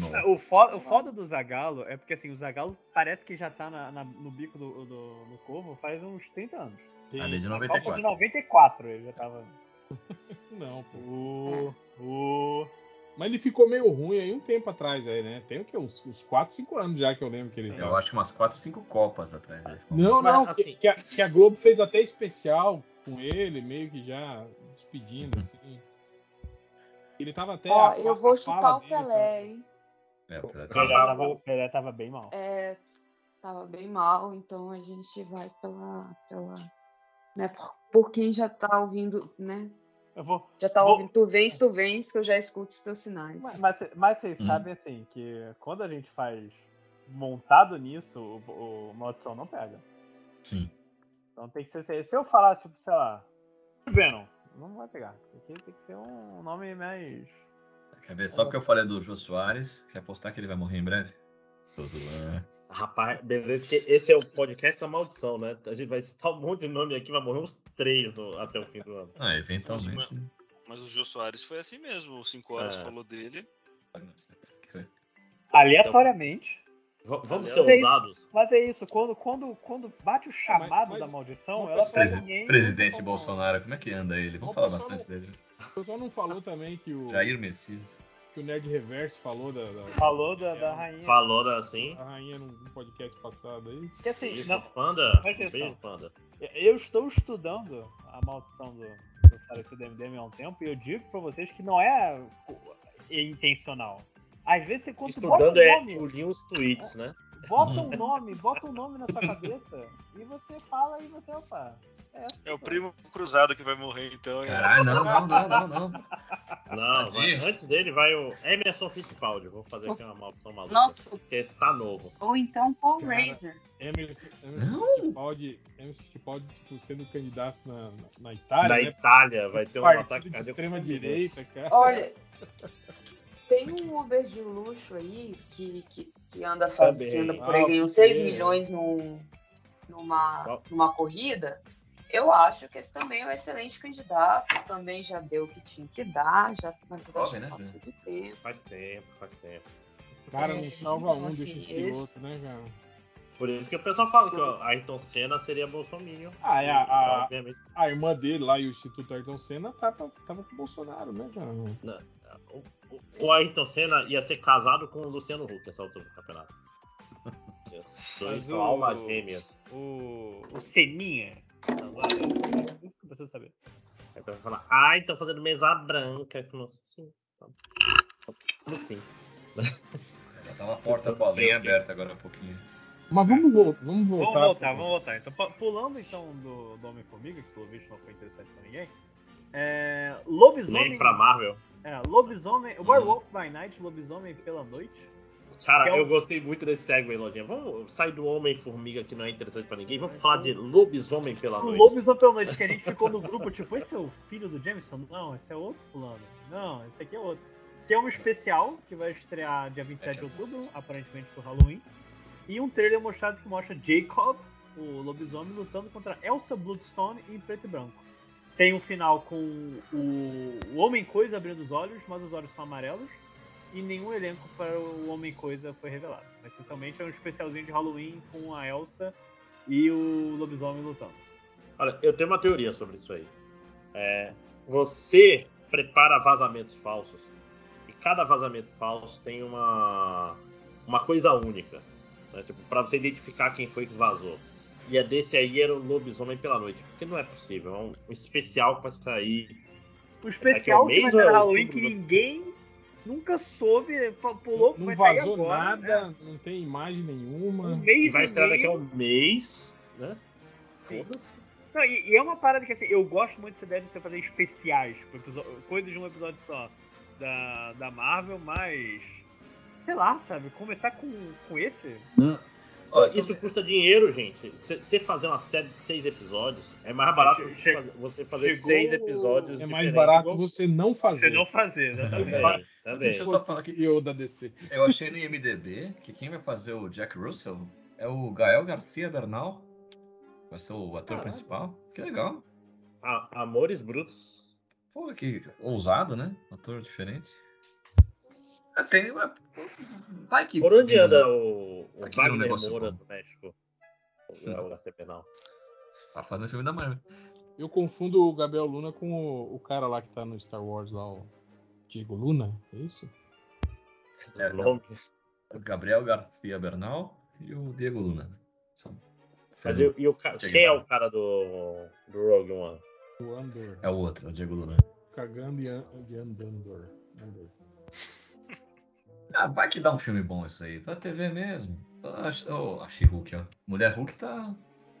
Nossa. O foda, o foda do Zagalo é porque assim, o Zagalo parece que já tá na- na- no bico do, do, do corvo faz uns 30 anos. Tem- Ali Ah, é de Na Copa de 94. 94 ele já tava. É. Não, pô. O. O. Mas ele ficou meio ruim aí um tempo atrás, aí, né? Tem o quê? Uns, uns 4, 5 anos já que eu lembro que ele. Eu acho que umas 4, 5 copas atrás. dele. Não, Mas, não, assim- que, que a, que a Globo fez até especial com ele, meio que já Uhum. despedindo, assim. Ele tava até. Ó, é, a fa- eu vou a fala chutar o dele tava- Pelé, então. hein? É, pela- Cara, Pelé Zagalo. tava, o Pelé tava bem mal. É, tava bem mal, então a gente vai pela. pela né, por, por quem já tá ouvindo, né? Eu vou. Já tá Vou- ouvindo. Tu vens, tu vens, que eu já escuto os teus sinais. Mas, mas- mas vocês Hum. sabem assim que quando a gente faz montado nisso, o, o maldição não pega. Sim. Então tem que ser. Se se eu falar, tipo, sei lá, Venom, não vai pegar. Tem que, tem que ser um nome mais. Quer ver? Só porque eu falei do Jô Soares, quer apostar que ele vai morrer em breve? Tô zoando. Rapaz, beleza, que esse é o podcast da maldição, né? A gente vai citar um monte de nome aqui, vai morrer uns três no- até o fim do ano. Ah, eventualmente. Mas o Jô Soares foi assim mesmo. O 5 horas É. falou dele. Aleatoriamente. V- vamos ser Valeu. ousados. Mas é isso, quando, quando, quando bate o Ah, chamado mas- da maldição, mas ela precisa- faz Presi- ninguém. presidente como- Bolsonaro, como é que anda ele? Vamos Vamos falar passar bastante dele. O pessoal não falou também que o, Jair Messias. que o Nerd Reverso falou da, da- Falou da, da rainha. Falou assim. da rainha no podcast passado aí. Porque assim, Beijo, não, Panda. Presta atenção. Beijo, Panda. eu estou estudando a maldição do, do falecido MDM há um tempo e eu digo pra vocês que não é intencional. Às vezes você quando tu Estudando bota um é nome, engolir os tweets, né? bota um nome, bota um nome na sua cabeça e você fala e você, opa. É, essa É o pessoa. primo cruzado que vai morrer, então. é. Caralho, não, não, não, não, não. Não, vai- Tadinho. antes dele vai o Emerson Fittipaldi. Vou fazer aqui uma maldição maluca. Nossa. Porque está novo. Ou então Paul Cara. Razer. Emerson, Emerson Não? Fittipaldi, Emerson Fittipaldi tipo, sendo candidato na, na, na Itália, Na né? Itália vai ter um ataque Partido de cardíaco. extrema direita, cara. Olha, tem um Uber de luxo aí que, que, que anda faz, que anda por aí, Ah, ganhou porque- 6 milhões num, numa, Qual? numa corrida. Eu acho que esse também é um excelente candidato, também já deu o que tinha que dar, já, na verdade, Jovem, já né, passou de tempo. Faz tempo, faz tempo. Cara, não É, salva um então, assim, desses esse- pilotos, né, cara? Por isso que o pessoal fala que ó, Ayrton Senna seria Bolsonaro. Ah, é a- a- Obviamente. A irmã dele lá e o Instituto Ayrton Senna tava, tava com o Bolsonaro, né, cara? O, o- o Ayrton Senna ia ser casado com o Luciano Huck essa altura do campeonato. Os Dois Mas são o- almas gêmeas. O, o Seninha. Agora, isso que eu preciso saber. Aí vai falar, ai, estão fazendo mesa branca. que não- Sim, tá bom. No fim. Já tava a porta bolinha aberta agora há pouquinho. Mas vamos, vol- vamos voltar. Vamos voltar, pro- vamos voltar. Então, pu- pulando então do, do Homem-Formiga, que pelo visto não foi interessante pra ninguém. É, lobisomem. Nem pra Hum. Marvel. É, lobisomem. Werewolf by Night, lobisomem pela noite. Que é Cara, um- eu gostei muito desse segue, Lojinha. Vamos sair do Homem-Formiga que não é interessante pra ninguém. Vamos falar de lobisomem pela O noite. Tipo, lobisomem pela noite, que a gente ficou no grupo, tipo, esse é o filho do Jameson? Não, esse é outro fulano. Não, esse aqui é outro. Que é um especial que vai estrear dia 27 de outubro, aparentemente por Halloween. E um trailer mostrado que mostra Jacob, o lobisomem, lutando contra Elsa Bloodstone em preto e branco. Tem um final com o, o Homem-Coisa abrindo os olhos, mas os olhos são amarelos. E nenhum elenco para o Homem-Coisa foi revelado. Mas, essencialmente é um especialzinho de Halloween com a Elsa e o lobisomem lutando. Olha, eu tenho uma teoria sobre isso aí. É, você prepara vazamentos falsos e cada vazamento falso tem uma uma coisa única, né? tipo para você identificar quem foi que vazou. E a desse aí era o lobisomem pela noite, porque não é possível. É um um especial que vai sair. O Daqui a especial um que vai mês ser ou é Halloween que outubro? ninguém nunca soube, pa- pulou, Não vai sair vazou agora, nada, né? não tem imagem Um nenhuma. é E mês vai e estrear daqui a meio. um mês, né? Sim. Foda-se. Não, e, e é uma parada que assim, eu gosto muito dessa ideia de você fazer especiais, tipo, episo- coisas de um episódio só da, da Marvel, mas. Sei lá, sabe? Começar com, com esse. Ó, então Isso custa dinheiro, gente. Você fazer uma série de seis episódios é mais barato do que Chega- fazer- você fazer chegou- seis episódios. É mais diferentes. barato você não Você fazer. É. não fazer, né? exatamente. Também, Deixa também. eu só falar aqui. CEO da DC. Eu achei no IMDB que quem vai fazer o Jack Russell é o Gael Garcia Bernal. Vai ser o ator Caralho. principal. Que legal. A- Amores Brutos. Pô, que ousado, né? Ator diferente. Ah, Tem uma... Vai que... Por onde anda o, o Aqui é um Wagner negócio Moura bom. do México? é O HC Penal. Tá fazendo filme da Marvel. Eu confundo o Gabriel Luna com o, o cara lá que tá no Star Wars lá, o Diego Luna, é isso? É, O nome. o Gabriel Garcia Bernal e o Diego Luna. São- Mas fez e, um- e o ca- Che quem é Guevara. o cara do, do Rogue One? O Andor. É o outro, é o Diego Luna. Cagando e, an, e andando. Andor. Ah, vai que dá um filme bom isso aí. Pra TV mesmo. Ah, oh, a She-Hulk, ó. Mulher Hulk tá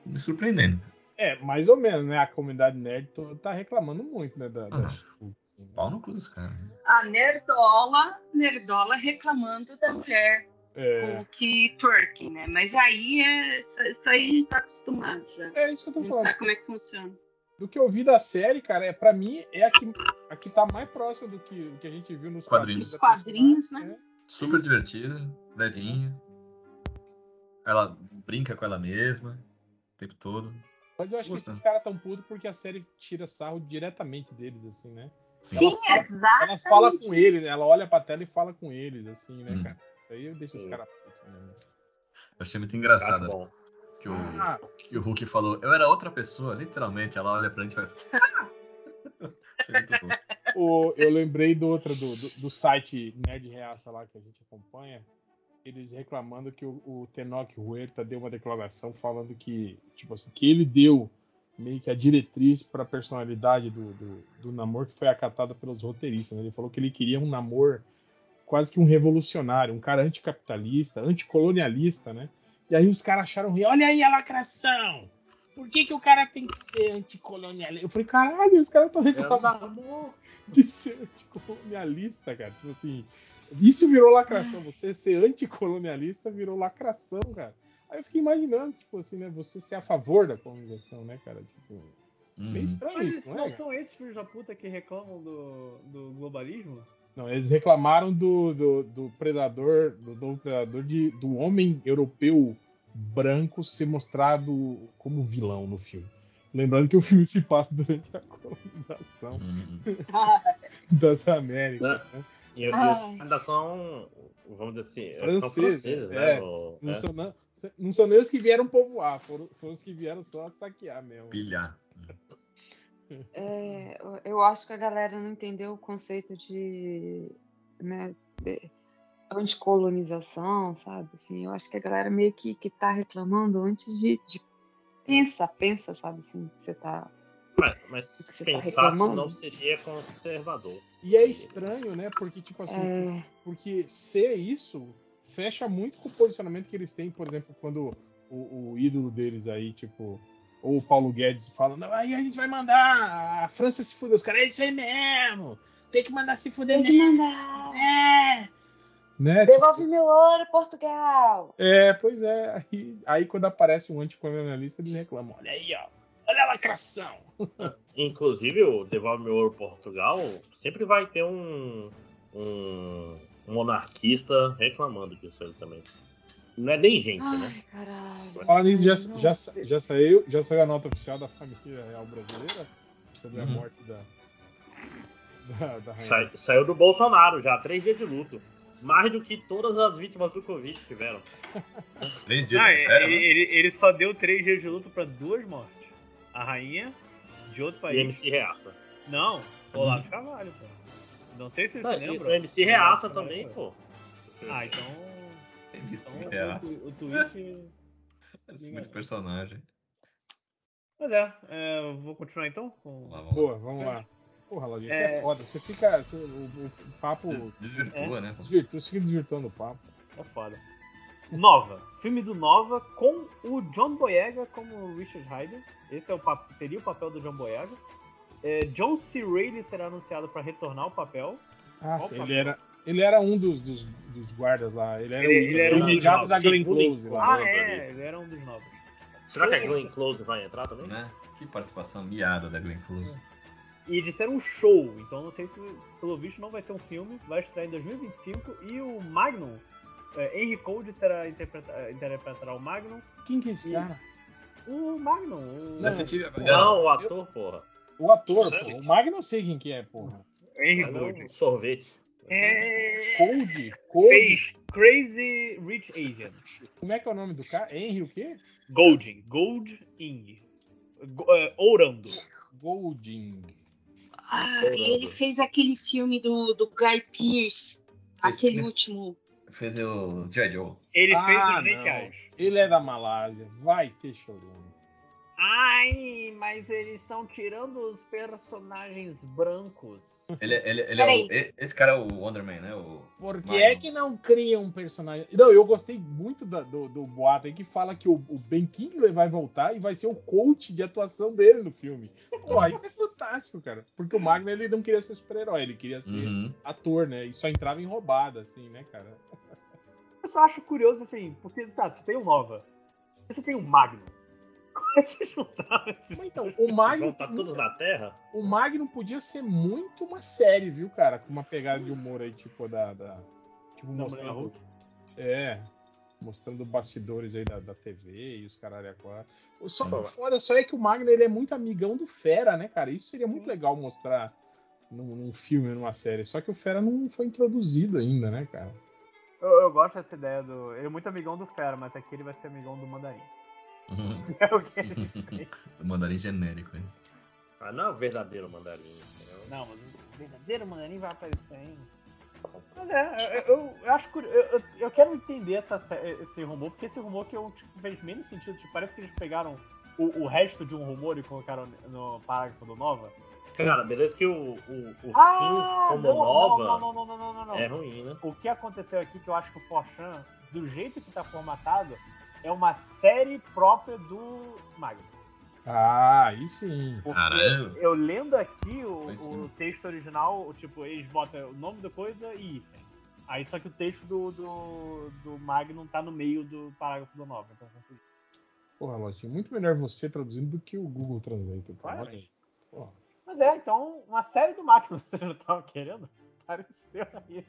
me surpreendendo. É, mais ou menos, né? A comunidade nerd to- tá reclamando muito, né? Da, da Ah. She-Hulk, assim, né? Pau no cu dos caras. A Nerdola, Nerdola reclamando da mulher É, com que twerk, né? Mas aí é. Isso, isso aí a gente tá acostumado já. é isso que eu A tô gente falando. sabe como é que funciona. Do que eu vi da série, cara, é, pra mim é a que, a que tá mais próxima do que, do que a gente viu nos É, Quadrinhos. da Os quadrinhos, personagem, Super divertida, levinha. Ela brinca com ela mesma o tempo todo. Mas eu acho que Puta. esses caras tão putos porque a série tira sarro diretamente deles, assim, né? Sim, exato. Ela fala com eles, né? ela olha pra tela e fala com eles, assim, né, Hum. cara? Isso aí deixa os caras putos mesmo. Eu achei muito Tá engraçado bom. que o, Ah, que o Hulk falou. Eu era outra pessoa, literalmente. Ela olha pra gente e faz. "Ah!" achei muito bom. o- eu lembrei do outra, do, do, do site Nerd Reaça lá que a gente acompanha. Eles reclamando que o, o Tenoch Huerta deu uma declaração falando que, tipo assim, que ele deu meio que a diretriz pra personalidade do, do, do Namor que foi acatada pelos roteiristas. Né? Ele falou que ele queria um Namor quase que um revolucionário, um cara anticapitalista, anticolonialista, né? E aí os caras acharam ruim. Olha aí a lacração! Por que, que o cara tem que ser anticolonialista? Eu falei, caralho, os caras estão reclamando de ser anticolonialista, cara. Tipo assim, isso virou lacração. Você ser anticolonialista virou lacração, cara. Aí eu fiquei imaginando, tipo assim, né? Você ser a favor da colonização, né, cara? Tipo, meio Uhum. estranho Mas isso, isso não é? não cara? são esses filhos da puta que reclamam do, do globalismo? Não, eles reclamaram do, do, do predador, do novo predador, de, do homem europeu branco ser mostrado como vilão no filme. Lembrando que o filme se passa durante a colonização Uhum. das Américas, né? E, e os Ai. ainda são, vamos dizer assim, são Franceses, franceses, é. né? o- Não, é. são, não, não são nem os que vieram povoar, foram, foram os que vieram só saquear mesmo. Pilhar. É, eu- eu acho que a galera não entendeu o conceito de, né, de anticolonização, sabe? Assim, eu acho que a galera meio que, que tá reclamando antes de, de- pensa, pensa, sabe? Assim, que você tá. Mas, mas O que você tá pensar se reclamando? não seria conservador. E é estranho, né? Porque, tipo assim, É, Porque ser isso fecha muito com o posicionamento que eles têm, por exemplo, quando o, o ídolo deles aí, tipo, ou o Paulo Guedes fala, não, aí a gente vai mandar a França se fuder, os caras, é isso aí mesmo, tem que mandar se fuder tem que mesmo, mandar! é! Né? Devolve meu ouro, Portugal! É, pois é, aí, aí quando aparece um anticolonialista, eles reclamam, olha aí, ó, olha a lacração! Inclusive, o Devolve Meu Ouro Portugal sempre vai ter um, um monarquista reclamando disso aí também. Não é nem gente, né? Ai, caralho. Fala nisso, já, Ai, já, nossa. já, saiu, já saiu a nota oficial da família real brasileira sobre a Uhum. morte da, da, da rainha. Sai- saiu do Bolsonaro já, três dias de luto. Mais do que todas as vítimas do Covid tiveram. Três dias, Não, ele, sério? né? ele- ele só deu três dias de luto pra duas mortes. A rainha de outro E país. MC Reaça. Não, Olavo de Carvalho, pô. Não sei se vocês Não, e lembram. o MC Reaça também, pô. Ah, então. MC então Reaça. o, tu- o tweet. Parece muito personagem. Mas é, é, eu vou continuar então com. Lá, vamos lá. Boa, vamos lá. Porra, Lodinha, você é... foda. Você fica. você- o, o papo Des- Desvirtua, né? desvirtua, você fica desvirtuando o papo. É foda. Nova. Filme do Nova com o John Boyega como o Richard Hyder. Esse é o pap- seria o papel do John Boyega. É, John C. Reilly será anunciado para retornar o papel. Ah, Opa. sim, ele era. Ele era um dos, dos, dos guardas lá. Ele era, Ele- o, ele era o um imediato dos da Glenn segundo Close lá. Ah, Nova é, ele era um dos novos. Será que a Glenn Close vai entrar também? Né? Que participação miada da Glenn Close. E disseram um show, então não sei se, pelo visto, não vai ser um filme, vai estrear em 2025. E o Magnum, é, Henry Cold será interpreta- eh, interpretará o Magnum. Quem que é esse cara? O Magnum, o Detetive Não, o ator, porra. O ator, Sério? pô. O Magno eu sei quem que é, porra. Henry Mas Cold. é um sorvete. É... Cold? Cold? Fez Crazy Rich Asian. Como é que é o nome do cara? Henry o quê? Golding. Gold Ing. Go- eh, Ourando. Golding. Ah, e ele fez aquele filme do, do Guy Pearce, aquele último. Fez o G.I. Joe. Ele Ah, fez os Snake não. Eyes. Ele é da Malásia. Vai ter chorão. Ai, mas eles estão tirando os personagens brancos. Ele, ele, ele é o, e- esse cara é o Wonderman, né? O Por que Magnum. é que não cria um personagem? Não, eu gostei muito da- do, do boato aí que fala que o, o Ben Kingsley vai voltar e vai ser o coach de atuação dele no filme. Pô, isso é fantástico, cara. Porque o Magno ele não queria ser super-herói, ele queria ser Uhum. ator, né? E só entrava em roubada, assim, né, cara? Eu só acho curioso assim, porque tá, você tem o Nova. Você tem o Magnum. Como é que juntaram esse? Mas então, o Magno, Vão estar todos na Terra? o Magno podia ser muito uma série, viu, cara? Com uma pegada de humor aí, tipo, da. da- tipo, Mulher mostrando. Hulk? É. Mostrando bastidores aí da, da TV e os caralho a quatro. O Só, Uhum. o foda só é que o Magno ele é muito amigão do Fera, né, cara? Isso seria muito legal mostrar num, num filme, numa série. Só que o Fera não foi introduzido ainda, né, cara? Eu, eu gosto dessa ideia do. Ele é muito amigão do Fera, mas aqui ele vai ser amigão do Mandarim. É o que ele fez. Uhum. o mandarim genérico, hein? Ah, não é o verdadeiro mandarim. entendeu? Não, mas o verdadeiro mandarim vai aparecer ainda. Mas é, eu, eu- eu acho curioso. Eu, eu- eu quero entender essa sé- esse rumor, porque esse rumor que eu tipo, fez menos sentido. Tipo, parece que eles pegaram o, o resto de um rumor e colocaram no parágrafo do Nova. Cara, beleza que o, o, o fim como Ah, não, nova Não, não, não, não, não, não, não. é ruim, né? O que aconteceu aqui que eu acho que o Forchan, do jeito que tá formatado, é uma série própria do Magnus. Ah, aí sim. Porque Caralho. eu lendo aqui o, Foi sim. o texto original, o tipo, eles botam o nome da coisa e hífen. Aí só que o texto do, do, do Magnum tá no meio do parágrafo do Nova. Então, assim, Porra, Lotinho, muito melhor você traduzindo do que o Google Translate. Cara. Claro. Olha aí. Porra. mas é, então, uma série do Magnum, vocês não estavam querendo? Apareceu aí.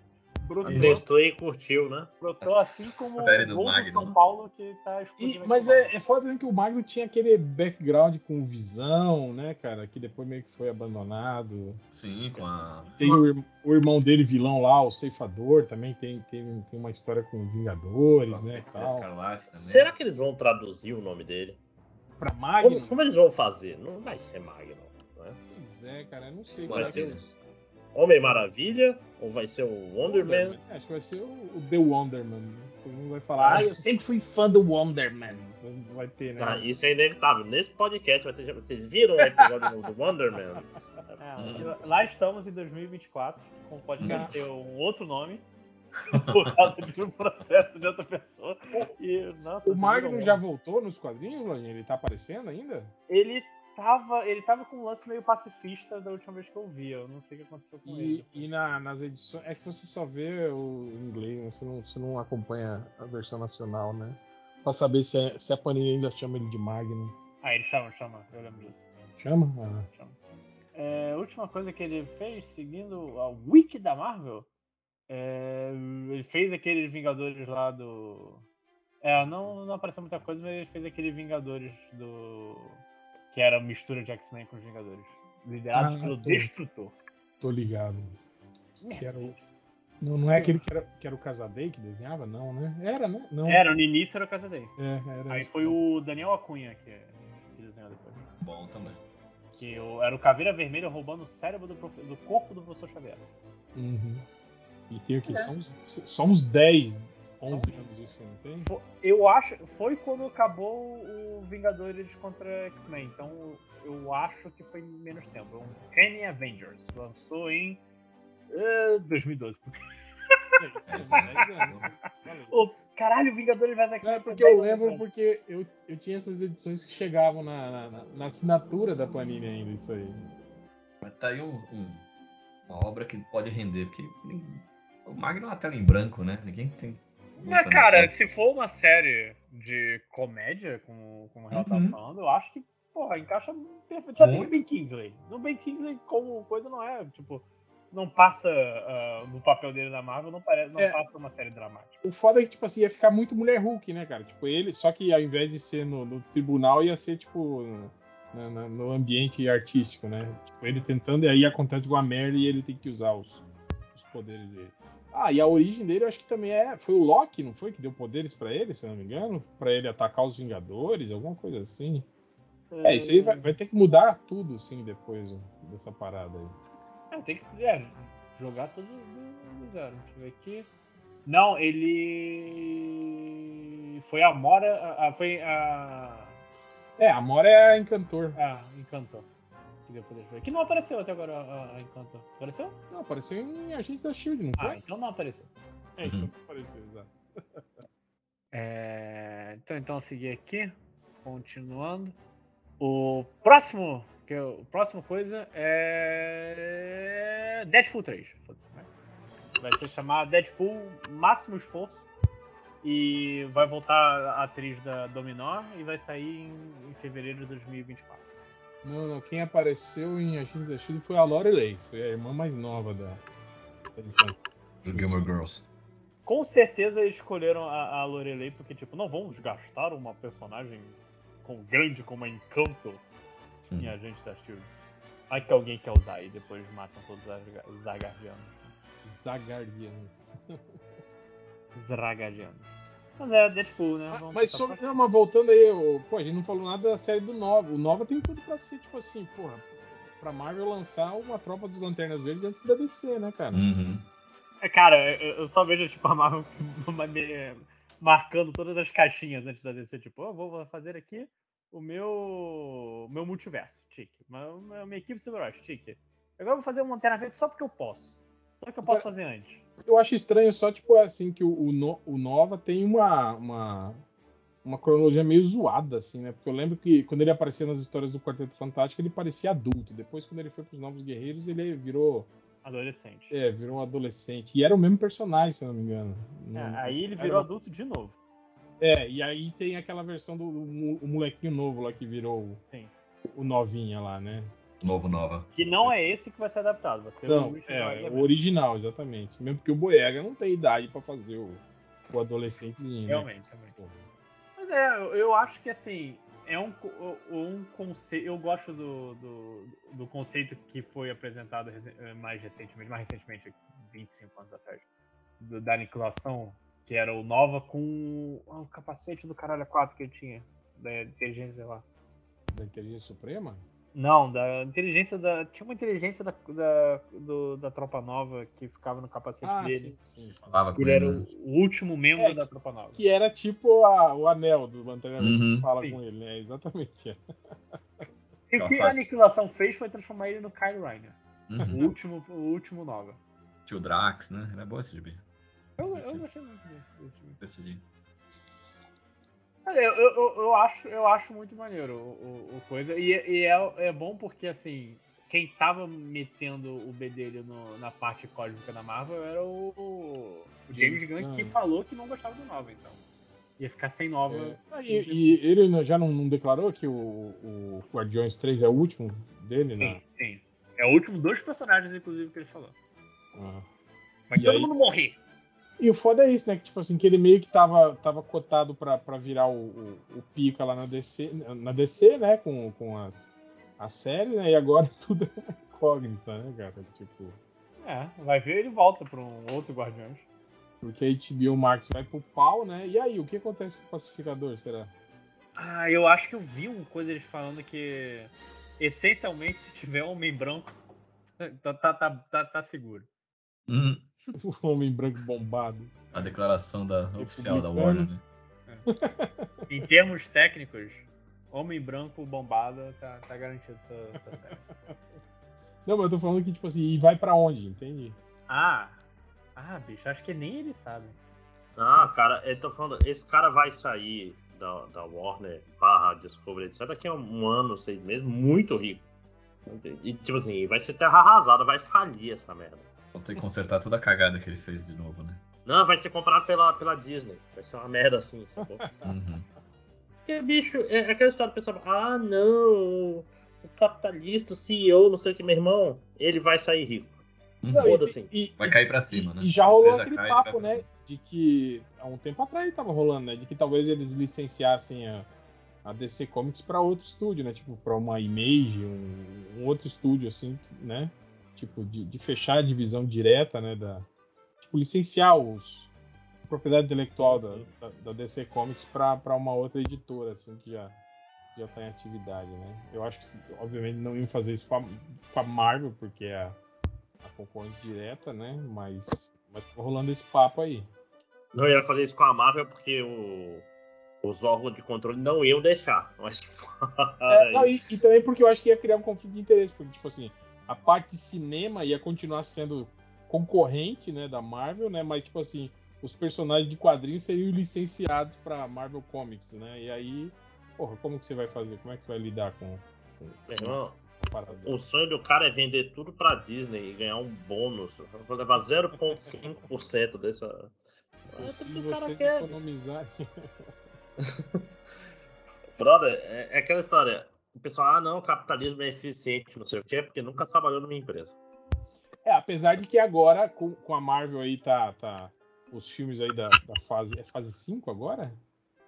Brotou, Testou e curtiu, né? brotou assim como A é série do o gol do Magnum. São Paulo que tá E- explodindo. aqui mas no é, é foda também que o Magno tinha aquele background com visão, né, cara? Que depois meio que foi abandonado. Sim, com a. Tem o, ir- o irmão dele, vilão lá, o Ceifador, também tem, tem, tem uma história com Vingadores, né? Feiticeira Tal. Escarlate também. Será que eles vão traduzir o nome dele? Pra Como, Magno? como eles vão fazer? Não vai ser Magno, né? Pois é, cara, eu não sei. Vai Cara, ser que- é. o Homem Maravilha? Ou vai ser o Wonder Man? Wonderman. É, Acho que vai ser o, o The Wonderman. Né? Todo mundo vai falar, ah, eu sempre fui fã do Wonderman. Vai ter, né? Ah, isso é inevitável. Nesse podcast vai ter. Vocês viram o episódio do Wonder Man? Uhum. É, lá estamos em 2024, com o podcast ter um outro nome, por causa de um processo de outra pessoa. E, nossa, tá o Magno já voltou nos quadrinhos, Lojinha? Ele tá aparecendo ainda? Ele tava, ele tava com um lance meio pacifista da última vez que eu vi, eu não sei o que aconteceu com E, ele. e na- nas edições. É que você só vê o inglês, né? Você não, você não acompanha a versão nacional, né? Pra saber se, é- se a Panini ainda chama ele de Magno. Ah, ele chama, chama, eu lembro disso. Chama? Ah. É, a última coisa que ele fez, seguindo a Wiki da Marvel, é, ele fez aqueles Vingadores lá do. É, não, não apareceu muita coisa, mas ele fez aquele Vingadores do. Que era a mistura de X-Men com os Vingadores. Liderado Ah, pelo tô. Destrutor. Tô ligado. É. Que era o- Não, não é aquele que era, que era o Casadei que desenhava? Não, né? Era, né? Não. Era, no início era o Casa Day. É, era É. Aí esse. foi o Daniel Acunha que, que desenhou depois. Bom também. Que o- era o Caveira Vermelha roubando o cérebro do, profe- do corpo do professor Xavier. Uhum. E tem o É. quê? Só uns, só uns 10, 11 Só uns- anos isso, não tem? Fo- Eu acho. Foi quando acabou o Vingadores contra X-Men. Então eu acho que foi menos tempo. Um Kenny Avengers. Lançou em. eh, 2012. É, isso É, mesmo, 10 anos. né? Falei. Ô, caralho, Vingadores vs X-Men. É porque foi eu 10 anos lembro atrás. porque eu, eu tinha essas edições que chegavam na, na- na- na assinatura da Panini ainda, isso aí. Mas tá aí um, um- uma obra que pode render, porque nem- o Magno é uma tela em branco, né? Ninguém tem. Mas, é, muita cara, noção. se for uma série de comédia, como, como o Real Uhum. tá falando, eu acho que, porra, encaixa perfeito. Já tem o Muito. Ben Kingsley. No Ben Kingsley, como coisa, não é, tipo, não passa ah, no papel dele na Marvel, não, parece, não É. passa uma série dramática. O foda é que, tipo assim, ia ficar muito mulher Hulk, né, cara? Tipo, ele, só que ao invés de ser no, no tribunal, ia ser, tipo, na- na- no ambiente artístico, né? Tipo, ele tentando, e aí acontece com a Mary e ele tem que usar os, os poderes dele. Ah, e a origem dele eu acho que também é. Foi o Loki, não foi? Que deu poderes pra ele, se eu não me engano? Pra ele atacar os Vingadores, alguma coisa assim. É, isso aí vai, vai ter que mudar tudo, sim, depois ó, dessa parada aí. É, tem que é, jogar todo do do zero. Deixa eu ver aqui. Não, ele. Foi a Mora. a- a- foi a. É, a Mora é a Encantor. Ah, Encantor. Que deu poder de ver. Que não apareceu até agora a, a Encantor. Apareceu? Não, Ah, apareceu em Agente da Shield, não Ah, foi? então não apareceu. É, então não apareceu, exato. É, Então, então seguir aqui. Continuando. O próximo. Que é o próximo coisa é. Deadpool 3. Foda-se, né? Vai ser chamado Deadpool Máximo Esforço. E vai voltar a atriz da Dominó e vai sair em, em fevereiro de 2024. Não, não, quem apareceu em Agente da Shield foi a Lorelei, foi a irmã mais nova da. da Encantor. Do Gilmore Girls. Com certeza eles escolheram a, a Lorelei, porque, tipo, não vamos gastar uma personagem com grande como a Encanto em Hum. Agente da Shield. Vai que alguém quer usar e depois matam todos os Zaga- os Zagardianos. Zagardianos. Zragadianos. Mas é Deadpool, né? Mas- Vamos Ah, Mas, passar sobre, pra- não, mas voltando aí, ô, pô, a gente não falou nada da série do Nova. O Nova tem tudo pra ser, tipo assim, porra, pra Marvel lançar uma tropa dos Lanternas Verdes antes da DC, né, cara? Uhum. É, Cara, eu eu só vejo tipo, a Marvel me- marcando todas as caixinhas antes da DC. Tipo, eu vou fazer aqui o meu, meu multiverso, tique. Ma- ma- Minha equipe de super-heróis, tique. Agora eu vou fazer uma lanterna verde só porque eu posso. Só que eu posso fazer antes. Eu acho estranho só, tipo, assim, que o, o No- o Nova tem uma, uma, uma cronologia meio zoada, assim, né? Porque eu lembro que quando ele aparecia nas histórias do Quarteto Fantástico, ele parecia adulto. Depois, quando ele foi pros Novos Guerreiros, ele virou, Adolescente. é, virou um adolescente. E era o mesmo personagem, se eu não me engano. É, Não- aí ele era virou uma- adulto de novo. É, e aí tem aquela versão do mo- o molequinho novo lá que virou o- Sim. o novinha lá, né? Novo, nova. Que não é esse que vai ser adaptado. Vai ser Não, o original é, o Eleven. original, exatamente. Mesmo porque o Boyega não tem idade pra fazer o, o adolescentezinho, né? Realmente, realmente. Mas é, eu, eu acho que assim, é um, co- um conceito. Eu gosto do, do, do conceito que foi apresentado rece- eh, mais recentemente, mais recentemente, 25 anos atrás, do- da aniquilação, que era o Nova com ah, o capacete do caralho 4 que ele tinha, da inteligência lá. Da Inteligência Suprema? Não, da inteligência da. Tinha uma inteligência da, da, do- da Tropa Nova que ficava no capacete Ah, dele. sim, sim. Falava com Ele ele. era né? o o último membro É, da Tropa Nova. Que era tipo a- o anel do Lanterna Verde Uhum. que fala Sim. com ele, né? Exatamente. é. E o que a Capaz. aniquilação fez foi transformar ele no Kyle Reiner. O Uhum. último, o último Nova. Tio Drax, né? Era boa esse gibi. Eu, eu Sim. gostei muito desse, desse filme. Esse gibi. Cara, eu, eu, eu- eu acho, eu acho muito maneiro o, o- o coisa. E, e é, é bom porque, assim, quem tava metendo o bedelho no- na parte cósmica da Marvel era o, o James James Gunn, que Gunn. falou que não gostava do Nova, então. Ia ficar sem Nova. É. Ah, e, e ele não- já não, não declarou que o, o Guardiões 3 é o último dele, né? Sim, sim. É o último dois personagens, inclusive, que ele falou. Ah. Vai E todo aí- mundo morrer. E o foda é isso, né? Que tipo assim, que ele meio que tava, tava cotado pra, pra virar o, o, o pica lá na DC, na DC, né? Com, com as, as séries, né? E agora tudo é incógnita, né, cara? Tipo, É, vai ver ele volta pra um outro Guardiões. porque a HBO Max vai pro pau, né? E aí, o que acontece com o pacificador, será? Ah, eu acho que eu vi uma coisa eles falando que essencialmente se tiver homem branco, tá, tá, tá, tá, tá seguro. Uhum. O homem branco bombado. A declaração da oficial da Warner, né? Em termos técnicos, homem branco bombada tá, tá garantido essa, essa série. Não, mas eu tô falando que, tipo assim, e vai pra onde, entende? Ah! Ah, bicho, acho que nem eles sabem. Ah, cara, eu tô falando, esse cara vai sair da, da Warner barra Discovery, etc. daqui a um ano, seis meses, muito rico. E tipo assim, vai ser terra arrasada, vai falir essa merda. Vou ter que consertar toda a cagada que ele fez de novo, né? Não, vai ser comprado pela, pela Disney. Vai ser uma merda assim, sacou? Uhum. Porque, bicho, é aquela história do pessoal, ah, não, o capitalista, o CEO, não sei o que, meu irmão, ele vai sair rico. Não, e- Foda-se. e- Hum, Vai e- cair pra E, cima, né? e já rolou Empresa aquele cai, papo, vai pra né? cima. De que há um tempo atrás tava rolando, né? De que talvez eles licenciassem a, a DC Comics pra outro estúdio, né? Tipo, pra uma Image, um, um outro estúdio, assim, né? Tipo, de, de fechar a divisão direta, né? Da, tipo, licenciar os a propriedade intelectual da, da, da DC Comics pra pra uma outra editora, assim, que já, já tá em atividade, né? Eu acho que, obviamente, não iam fazer isso com a, com a Marvel, porque é a a concorrente direta, né? Mas, mas tá rolando esse papo aí. Não ia fazer isso com a Marvel porque o- os órgãos de controle não iam deixar. Mas É, não, e, e também porque eu acho que ia criar um conflito de interesse, porque, tipo assim, a parte de cinema ia continuar sendo concorrente, né, da Marvel, né? Mas, tipo assim, os personagens de quadrinhos seriam licenciados pra Marvel Comics, né? E aí, porra, como que você vai fazer? Como é que você vai lidar com, com, com meu irmão, a parada? o sonho do cara é vender tudo pra Disney e ganhar um bônus. Vou levar 0,5% dessa. É Se porque o cara vocês quer. economizarem. Brother, é, é aquela história. O pessoal, ah, não, o capitalismo é eficiente, não sei o quê, porque nunca trabalhou numa empresa. É, apesar de que agora, com, com a Marvel aí, tá, tá. Os filmes aí da, da fase. É fase 5 agora?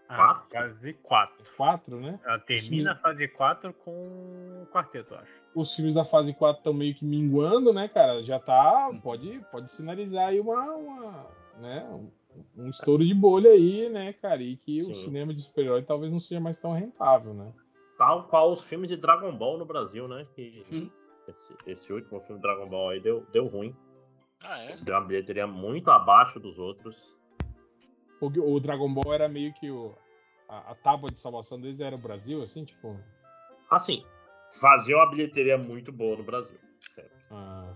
Ah, Quatro? fase 4. É 4, né? Ela termina a fase 4 com um quarteto, eu acho. Os filmes da fase 4 estão meio que minguando, né, cara? Já tá. Pode, pode sinalizar aí uma. uma né, um, um estouro de bolha aí, né, cara? E que Sim. o cinema de super-herói talvez não seja mais tão rentável, né? Tal qual os filmes de Dragon Ball no Brasil, né? Que Hum. esse, esse último filme de Dragon Ball aí deu, deu ruim. Ah, é? Deu uma bilheteria muito abaixo dos outros. Porque o Dragon Ball era meio que o. A, a tábua de salvação deles era o Brasil, assim, tipo. Assim, fazia uma bilheteria muito boa no Brasil. certo? ah,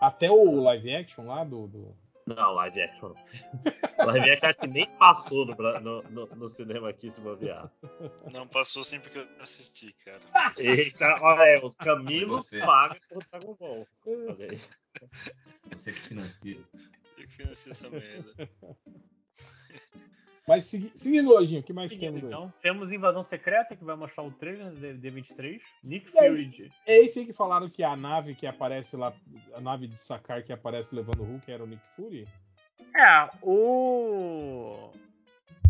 até o live action lá do. do- Não, live action. não. live action acho que nem passou no, Bra- no- no- no cinema aqui se bobear. Não passou sempre que eu assisti, cara. Eita, olha, é, o Camilo Você. paga por Dragon Ball. Hum. Olha aí. Tá Você que financia. Eu financei assim essa merda. Mas segui- seguindo, Lojinho, o que mais temos aí? Então, temos Invasão Secreta, que vai mostrar o trailer do D23. Nick E aí? Fury. de- É esse aí que falaram que a nave que aparece lá, a nave de sacar que aparece levando o Hulk era o Nick Fury? É, o...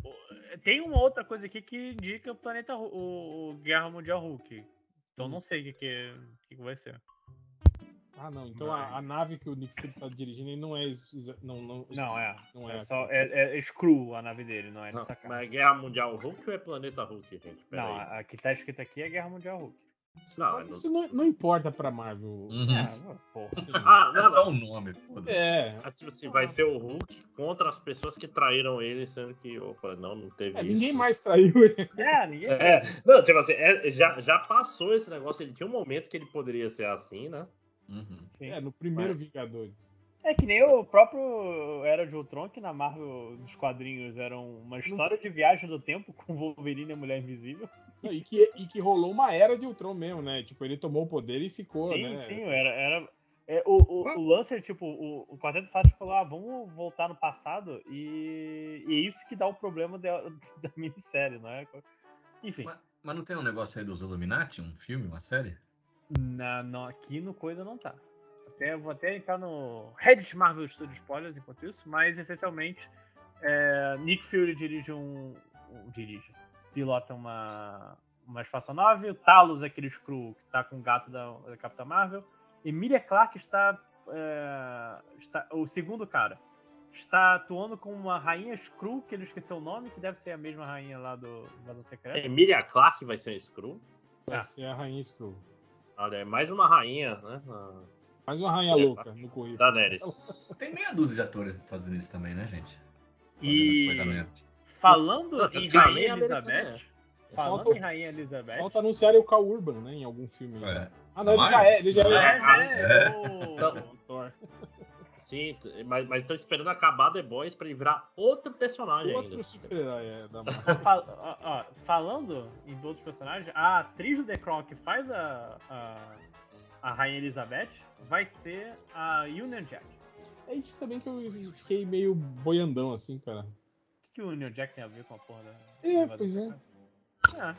o- Tem uma outra coisa aqui que indica o planeta Hu- o, o Guerra Mundial Hulk. Então não sei o que, que, é- o que que vai ser. Ah, não. Então a, a nave que o Nick Fury tá dirigindo ele não é. ex- exa- Não, não, Não, é. Não É, é. só, é, é Screw a nave dele, não é de Não, sacar. mas é Guerra Mundial Hulk ou é Planeta Hulk, gente? Pera Não, aí. a a que tá escrito aqui é Guerra Mundial Hulk. Não, Mas é no- isso não, não importa pra Marvel. Uhum. Ah, porra. assim. Ah, É não, só um nome, foda. É. não. Tipo assim, vai ser o Hulk contra as pessoas que traíram ele, sendo que, opa, não, não teve É, isso. ninguém mais traiu ele. É, ninguém... É, não, tipo assim, é, já, já passou esse negócio, ele tinha um momento que ele poderia ser assim, né? Uhum. Sim. É, no primeiro Vingadores. É que nem o próprio Era de Ultron, que na Marvel dos quadrinhos era um, uma história de viagem do tempo com Wolverine e a Mulher Invisível. Não, E que, e que rolou uma era de Ultron mesmo, né? Tipo, ele tomou o poder e ficou, sim, né? sim, era. era é, o, o, o lance é tipo, o, o Quarteto Fantástico falou, ah, vamos voltar no passado e, e é isso que dá o problema da, da minissérie, não é? Enfim, Mas, mas não tem um negócio aí dos Illuminati? Um filme, uma série? na, no- aqui no coisa não tá. Até, vou até entrar no Reddit Marvel Studios Spoilers enquanto isso, mas essencialmente é, Nick Fury dirige um, um- dirige, pilota uma uma espaçonave, o Talos é aquele Skrull que tá com o gato da, da Capitã Marvel, Emilia Clarke está, é, está o segundo cara está atuando com uma rainha Skrull que ele esqueceu o nome, que deve ser a mesma rainha lá do Invasão Secreta. Emilia Clarke vai ser um Screw. Ah. Vai ser a Rainha Skrull. Olha, é mais uma rainha, né? na- Mais uma Rainha É, Louca no Tá currículo. Daenerys. Tem meia dúzia de atores nos Estados Unidos também, né, gente? E- Fazendo coisa lenta. Falando Não, em que a Rainha rainha Elizabeth, americana falando Falta- em Rainha Elizabeth, Falta anunciarem o Cal Urban, né? Em algum filme. Olha, Ah, não, ele Marvel? já é. Ele já Não, é. É, né? É. o- Então- Sim, t- mas, mas tô esperando acabar The Boys pra ele virar outro personagem Outro ainda. super-herói é, da Marvel. fal- ó, ó, falando em outros personagens, a atriz do The Crown que faz a, a, a Rainha Elizabeth vai ser a Union Jack. O É isso também que eu fiquei meio boiandão, assim, cara. que, que o Union Jack tem a ver com a porra da. É, da- pois é. Ah,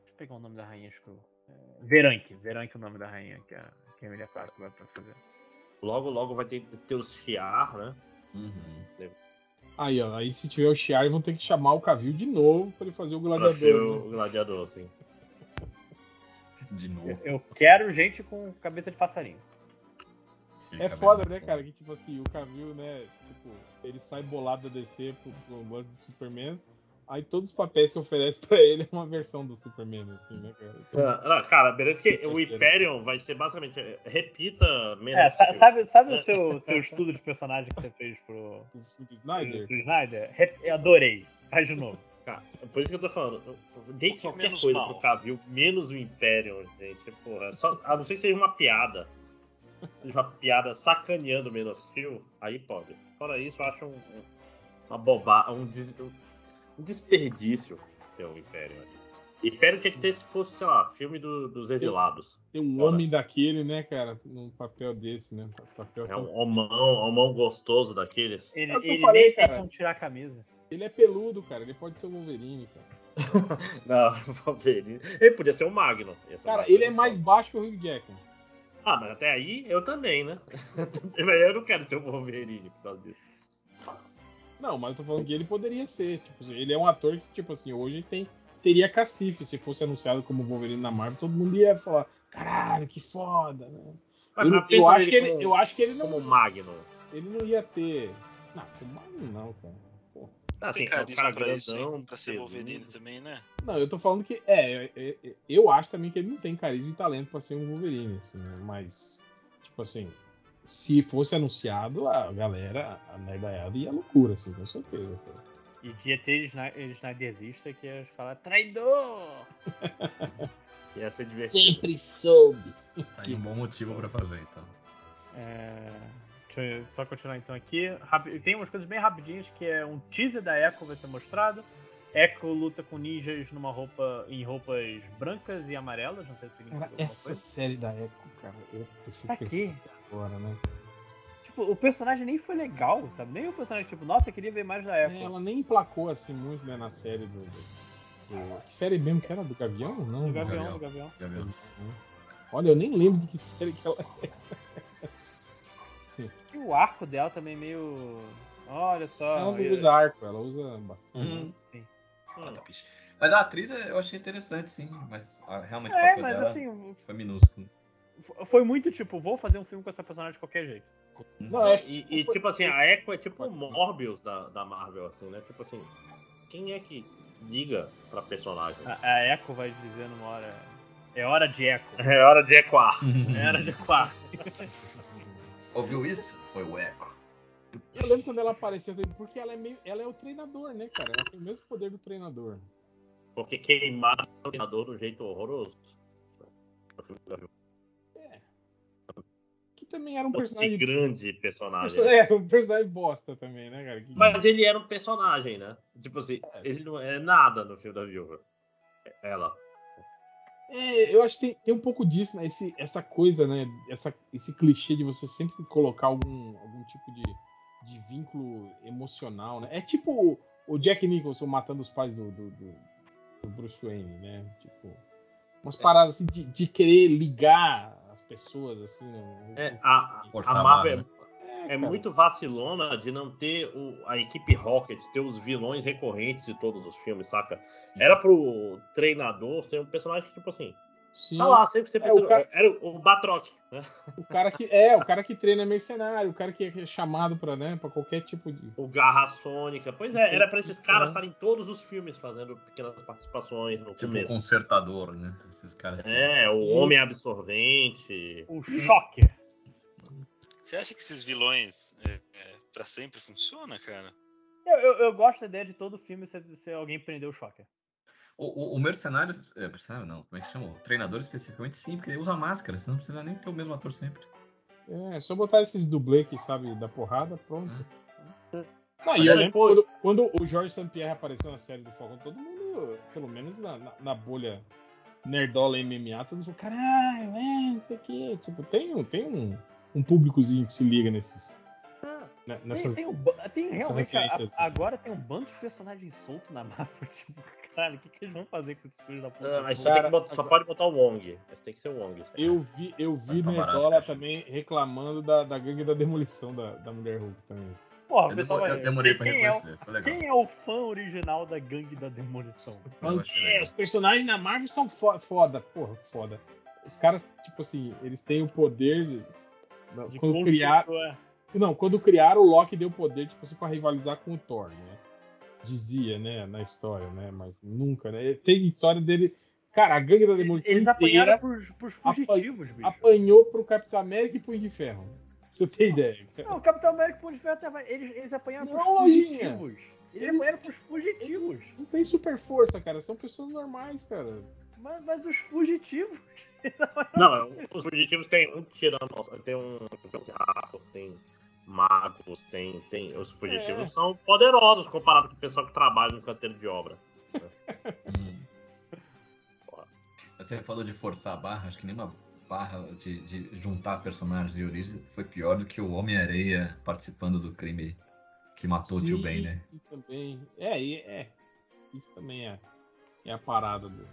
deixa eu pegar o nome da rainha, acho que eu. é, Veranque, Veranque é o nome da rainha que a, que a Emilia Clarke vai fazer. Logo, logo vai ter, ter os Shiar, né? Uhum. Aí, ó, aí se tiver o Shiar, vão ter que chamar o Cavil de novo pra ele fazer o Pra ser gladiador. né? o gladiador, assim. De Eu, novo. eu quero gente com cabeça de passarinho. né? É foda, né, cara? Que tipo assim, o Cavil, né, tipo, ele sai bolado da DC pro, pro lance do Superman. Aí todos os papéis que oferece pra ele é uma versão do Superman, assim, né, cara? Ah, ah, cara, beleza que o Terceiro. Hyperion vai ser basicamente. é, Repita menos. É, sa- sabe, sabe o seu, seu estudo de personagem que você fez pro, O filme do pro, Snyder. pro Snyder? Rep- eu adorei. Faz de novo. Cara, É por isso que eu tô falando. Dei Um pouquinho qualquer menos coisa mal. pro Cavill, menos o Imperium, gente. Porra, é só, a não ser que seja uma piada. Seja uma piada sacaneando o Man of Steel, aí pode. Fora isso, eu acho um, um- uma bobagem, um, des- um desperdício ter o Imperium ali. Império tinha que ter se fosse, sei lá, filme do- dos exilados. Tem um Fora. homem daquele, né, cara, num papel desse, né? Papel É tão um homão, homão gostoso daqueles. Ele, É o que eu ele falei, nem tem cara. como tirar a camisa. Ele é peludo, cara. Ele pode ser o Wolverine, cara. Não, Wolverine. Ele podia ser o Magno. Ia ser o Cara, Magno. ele é mais baixo que o Hugh Jackman. Ah, mas até aí eu também, né? Mas eu não quero ser o Wolverine por causa disso. Não, mas eu tô falando que ele poderia ser. Tipo, assim, ele é um ator que, tipo assim, hoje tem teria cacife. Se fosse anunciado como Wolverine na Marvel, todo mundo ia falar: Caralho, que foda, né? Mas Eu, pensa eu acho nele que ele, como- eu acho que ele Como não, Magno. ele não ia ter. Não, como Magno não, cara. Ah, assim, é um Carisma cara pra isso, grandão, hein? Pra ser peludo. Wolverine também, né? Não, eu tô falando que. É, é, é, eu, acho também que ele não tem carisma e talento pra ser um Wolverine, assim, né? Mas, tipo assim, se fosse anunciado, a galera, a nerdaiada ia à loucura, assim, com certeza. cara. E tinha ter Snyderzista que ia falar traidor! Ia ser divertido. Sempre soube. Tá aí um bom motivo pra fazer, então. É, Deixa eu só continuar então aqui. Rapi- Tem umas coisas bem rapidinhas que é um teaser da Echo vai ser mostrado. Echo luta com ninjas numa roupa em roupas brancas e amarelas, não sei se significa Cara, alguma essa coisa. série da Echo, cara, eu, eu fico Pra quê? pensando agora, né? Tipo, o personagem nem foi legal, sabe? Nem o personagem, tipo, nossa, eu queria ver mais da Echo. É, ela nem emplacou assim muito, né, na série do. do- do- Que série mesmo que era? Do Gavião? Não. Do né? Gavião, do Gavião. Já viu? Olha, eu nem lembro de que série que ela E o arco dela também é meio. Olha só. Ela não eu- usa arco, ela usa bastante. Uhum. Hum. Hum. tá, bicho. Mas a atriz é, eu achei interessante, sim. Mas ah, realmente o É, papel mas dela assim, foi minúsculo. f- foi muito tipo, vou fazer um filme com essa personagem de qualquer jeito. Uhum. Não, é que, E, e, tipo assim, a Echo é tipo o Morbius da, da Marvel, assim, né? Tipo assim, quem é que liga pra personagem? Ah. A, a Echo vai dizer numa hora. É hora de Echo. É hora de ecoar. É hora de Ecoar. Ouviu isso? Foi o eco. eu lembro quando ela apareceu, eu falei, porque ela é meio. Ela é o treinador, né, cara? Ela tem o mesmo poder do treinador. Porque queimar o treinador de um jeito horroroso. Um Que também era um Esse personagem. grande personagem. É, um personagem bosta também, né, cara? Que- Mas ele era um personagem, né? Tipo assim, É. ele não é nada no filme da viúva. Ela. É, eu acho que tem, tem um pouco disso, né? Esse, essa coisa, né? Essa, esse clichê de você sempre colocar algum, algum tipo de, de vínculo emocional, né? É tipo o, o Jack Nicholson matando os pais do, do, do- do Bruce Wayne, né? Tipo, umas É. paradas assim de, de querer ligar as pessoas, assim. né? É, a, a- Forçar a a Marvel barra, é- É, é, cara. muito vacilona de não ter o- a equipe Rocket, ter os vilões recorrentes de todos os filmes, saca? Era pro treinador ser um personagem que, tipo assim, Sim, tá lá, sempre, sempre É, o sendo- cara- era o, o Batroc, né? o cara que é o cara que treina é mercenário, o cara que é chamado pra né, para qualquer tipo de O Garra Sônica. Pois é, era pra esses caras É. estarem em todos os filmes fazendo pequenas participações no Tipo o começo. consertador, né? Esses caras. que- É, o Isso. Homem Absorvente. O Shocker. Você acha que esses vilões é, é, pra sempre funciona, cara? Eu, eu, eu gosto da ideia de todo filme ser, ser alguém prender o Shocker. O, o, o mercenário. é, mercenário não, como é que chama? O treinador especificamente sim, porque ele usa máscara, você não precisa nem ter o mesmo ator sempre. É, só botar esses dublê que sabe da porrada, pronto. Não, Mas e eu aí, lembro pô- quando, quando o Jorge Sampierre apareceu na série do Falcão, todo mundo, pelo menos na, na, na bolha nerdola MMA, todo mundo falou, caralho, é, não sei o quê. Tipo, tem, um- tem um, um públicozinho que se liga nesses. né, nessas... Tem, tem, um ba- tem nessas realmente. a- a- referências. agora tem um bando de personagens soltos na Marvel. Tipo, caralho, o que, que eles vão fazer com esses filhos da Ah, puta? Tipo, mas só, tem que Cara, botar- só agora- pode botar o Wong. Mas Tem que ser o Wong. isso aí. Eu vi, eu vi Vai pra barato, nerdola cara. também reclamando da, da gangue da demolição da, da Mulher Hulk também. Porra, Eu, o pessoal demo- eu vai- demorei pra quem é, o, reconhecer, foi legal. quem é o fã original da Gangue da Demolição? Eu achei legal. É, os personagens na Marvel são fo- foda. Porra, foda. Os caras, tipo assim, eles têm o poder. de- não, De quando quão criaram. difícil é. Não, quando criaram, o Loki deu poder, tipo assim, pra rivalizar com o Thor, né? Dizia, né, na história, né? Mas nunca, né? Tem história dele. Cara, a gangue da demolição Eles inteira apanharam pros, pros fugitivos, bicho. apanhou pro Capitão América e Punho de Ferro. Pra Você tem ideia? Não, o Capitão América e o Punho de Ferro tava- eles, eles apanharam pros Não, lojinha. fugitivos. Eles Eles- apanharam pros fugitivos. Não tem super força, cara. São pessoas normais, cara. Mas, mas os fugitivos. Não, é os fugitivos tem um tiranossauro, tem um rato, tem magos, tem. tem os fugitivos É. são poderosos comparado com o pessoal que trabalha no canteiro de obra. Hum. Você falou de forçar a barra, acho que nenhuma barra de, de juntar personagens de origem foi pior do que o Homem-Areia participando do crime que matou o tio Ben, né? Isso também. É, e- é. Isso também é, é a parada do-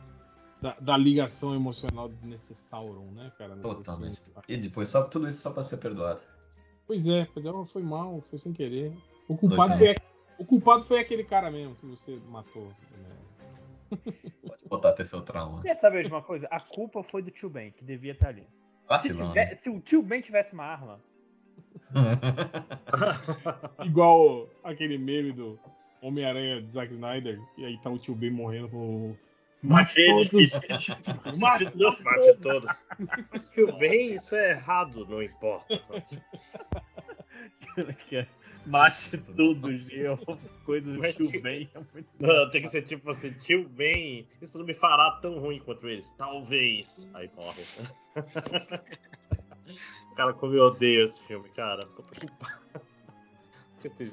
da, da ligação emocional desnecessauron, né, cara? Totalmente. E E... depois, só tudo isso só pra ser perdoado. Pois é, pois é, oh, foi mal, foi sem querer. O culpado Doidão. foi, a- o culpado foi aquele cara mesmo que você matou. né? Pode botar até seu trauma. Quer saber de uma coisa? A culpa foi do tio Ben, que devia estar ali. Ah, Se, Vacilão, tiver- né? se o tio Ben tivesse uma arma, Igual aquele meme do Homem-Aranha de Zack Snyder, e aí tá o tio Ben morrendo falou. Mate todos! Mate Não, mate todos. Tio Ben, isso é errado, não importa. que é mate todos. e É uma coisa do Mas tio que- Ben. É muito... Não, tem que ser tipo assim, tio Ben, isso não me fará tão ruim quanto eles. Talvez. Aí morre. cara, como eu odeio esse filme, cara. Tô preocupado.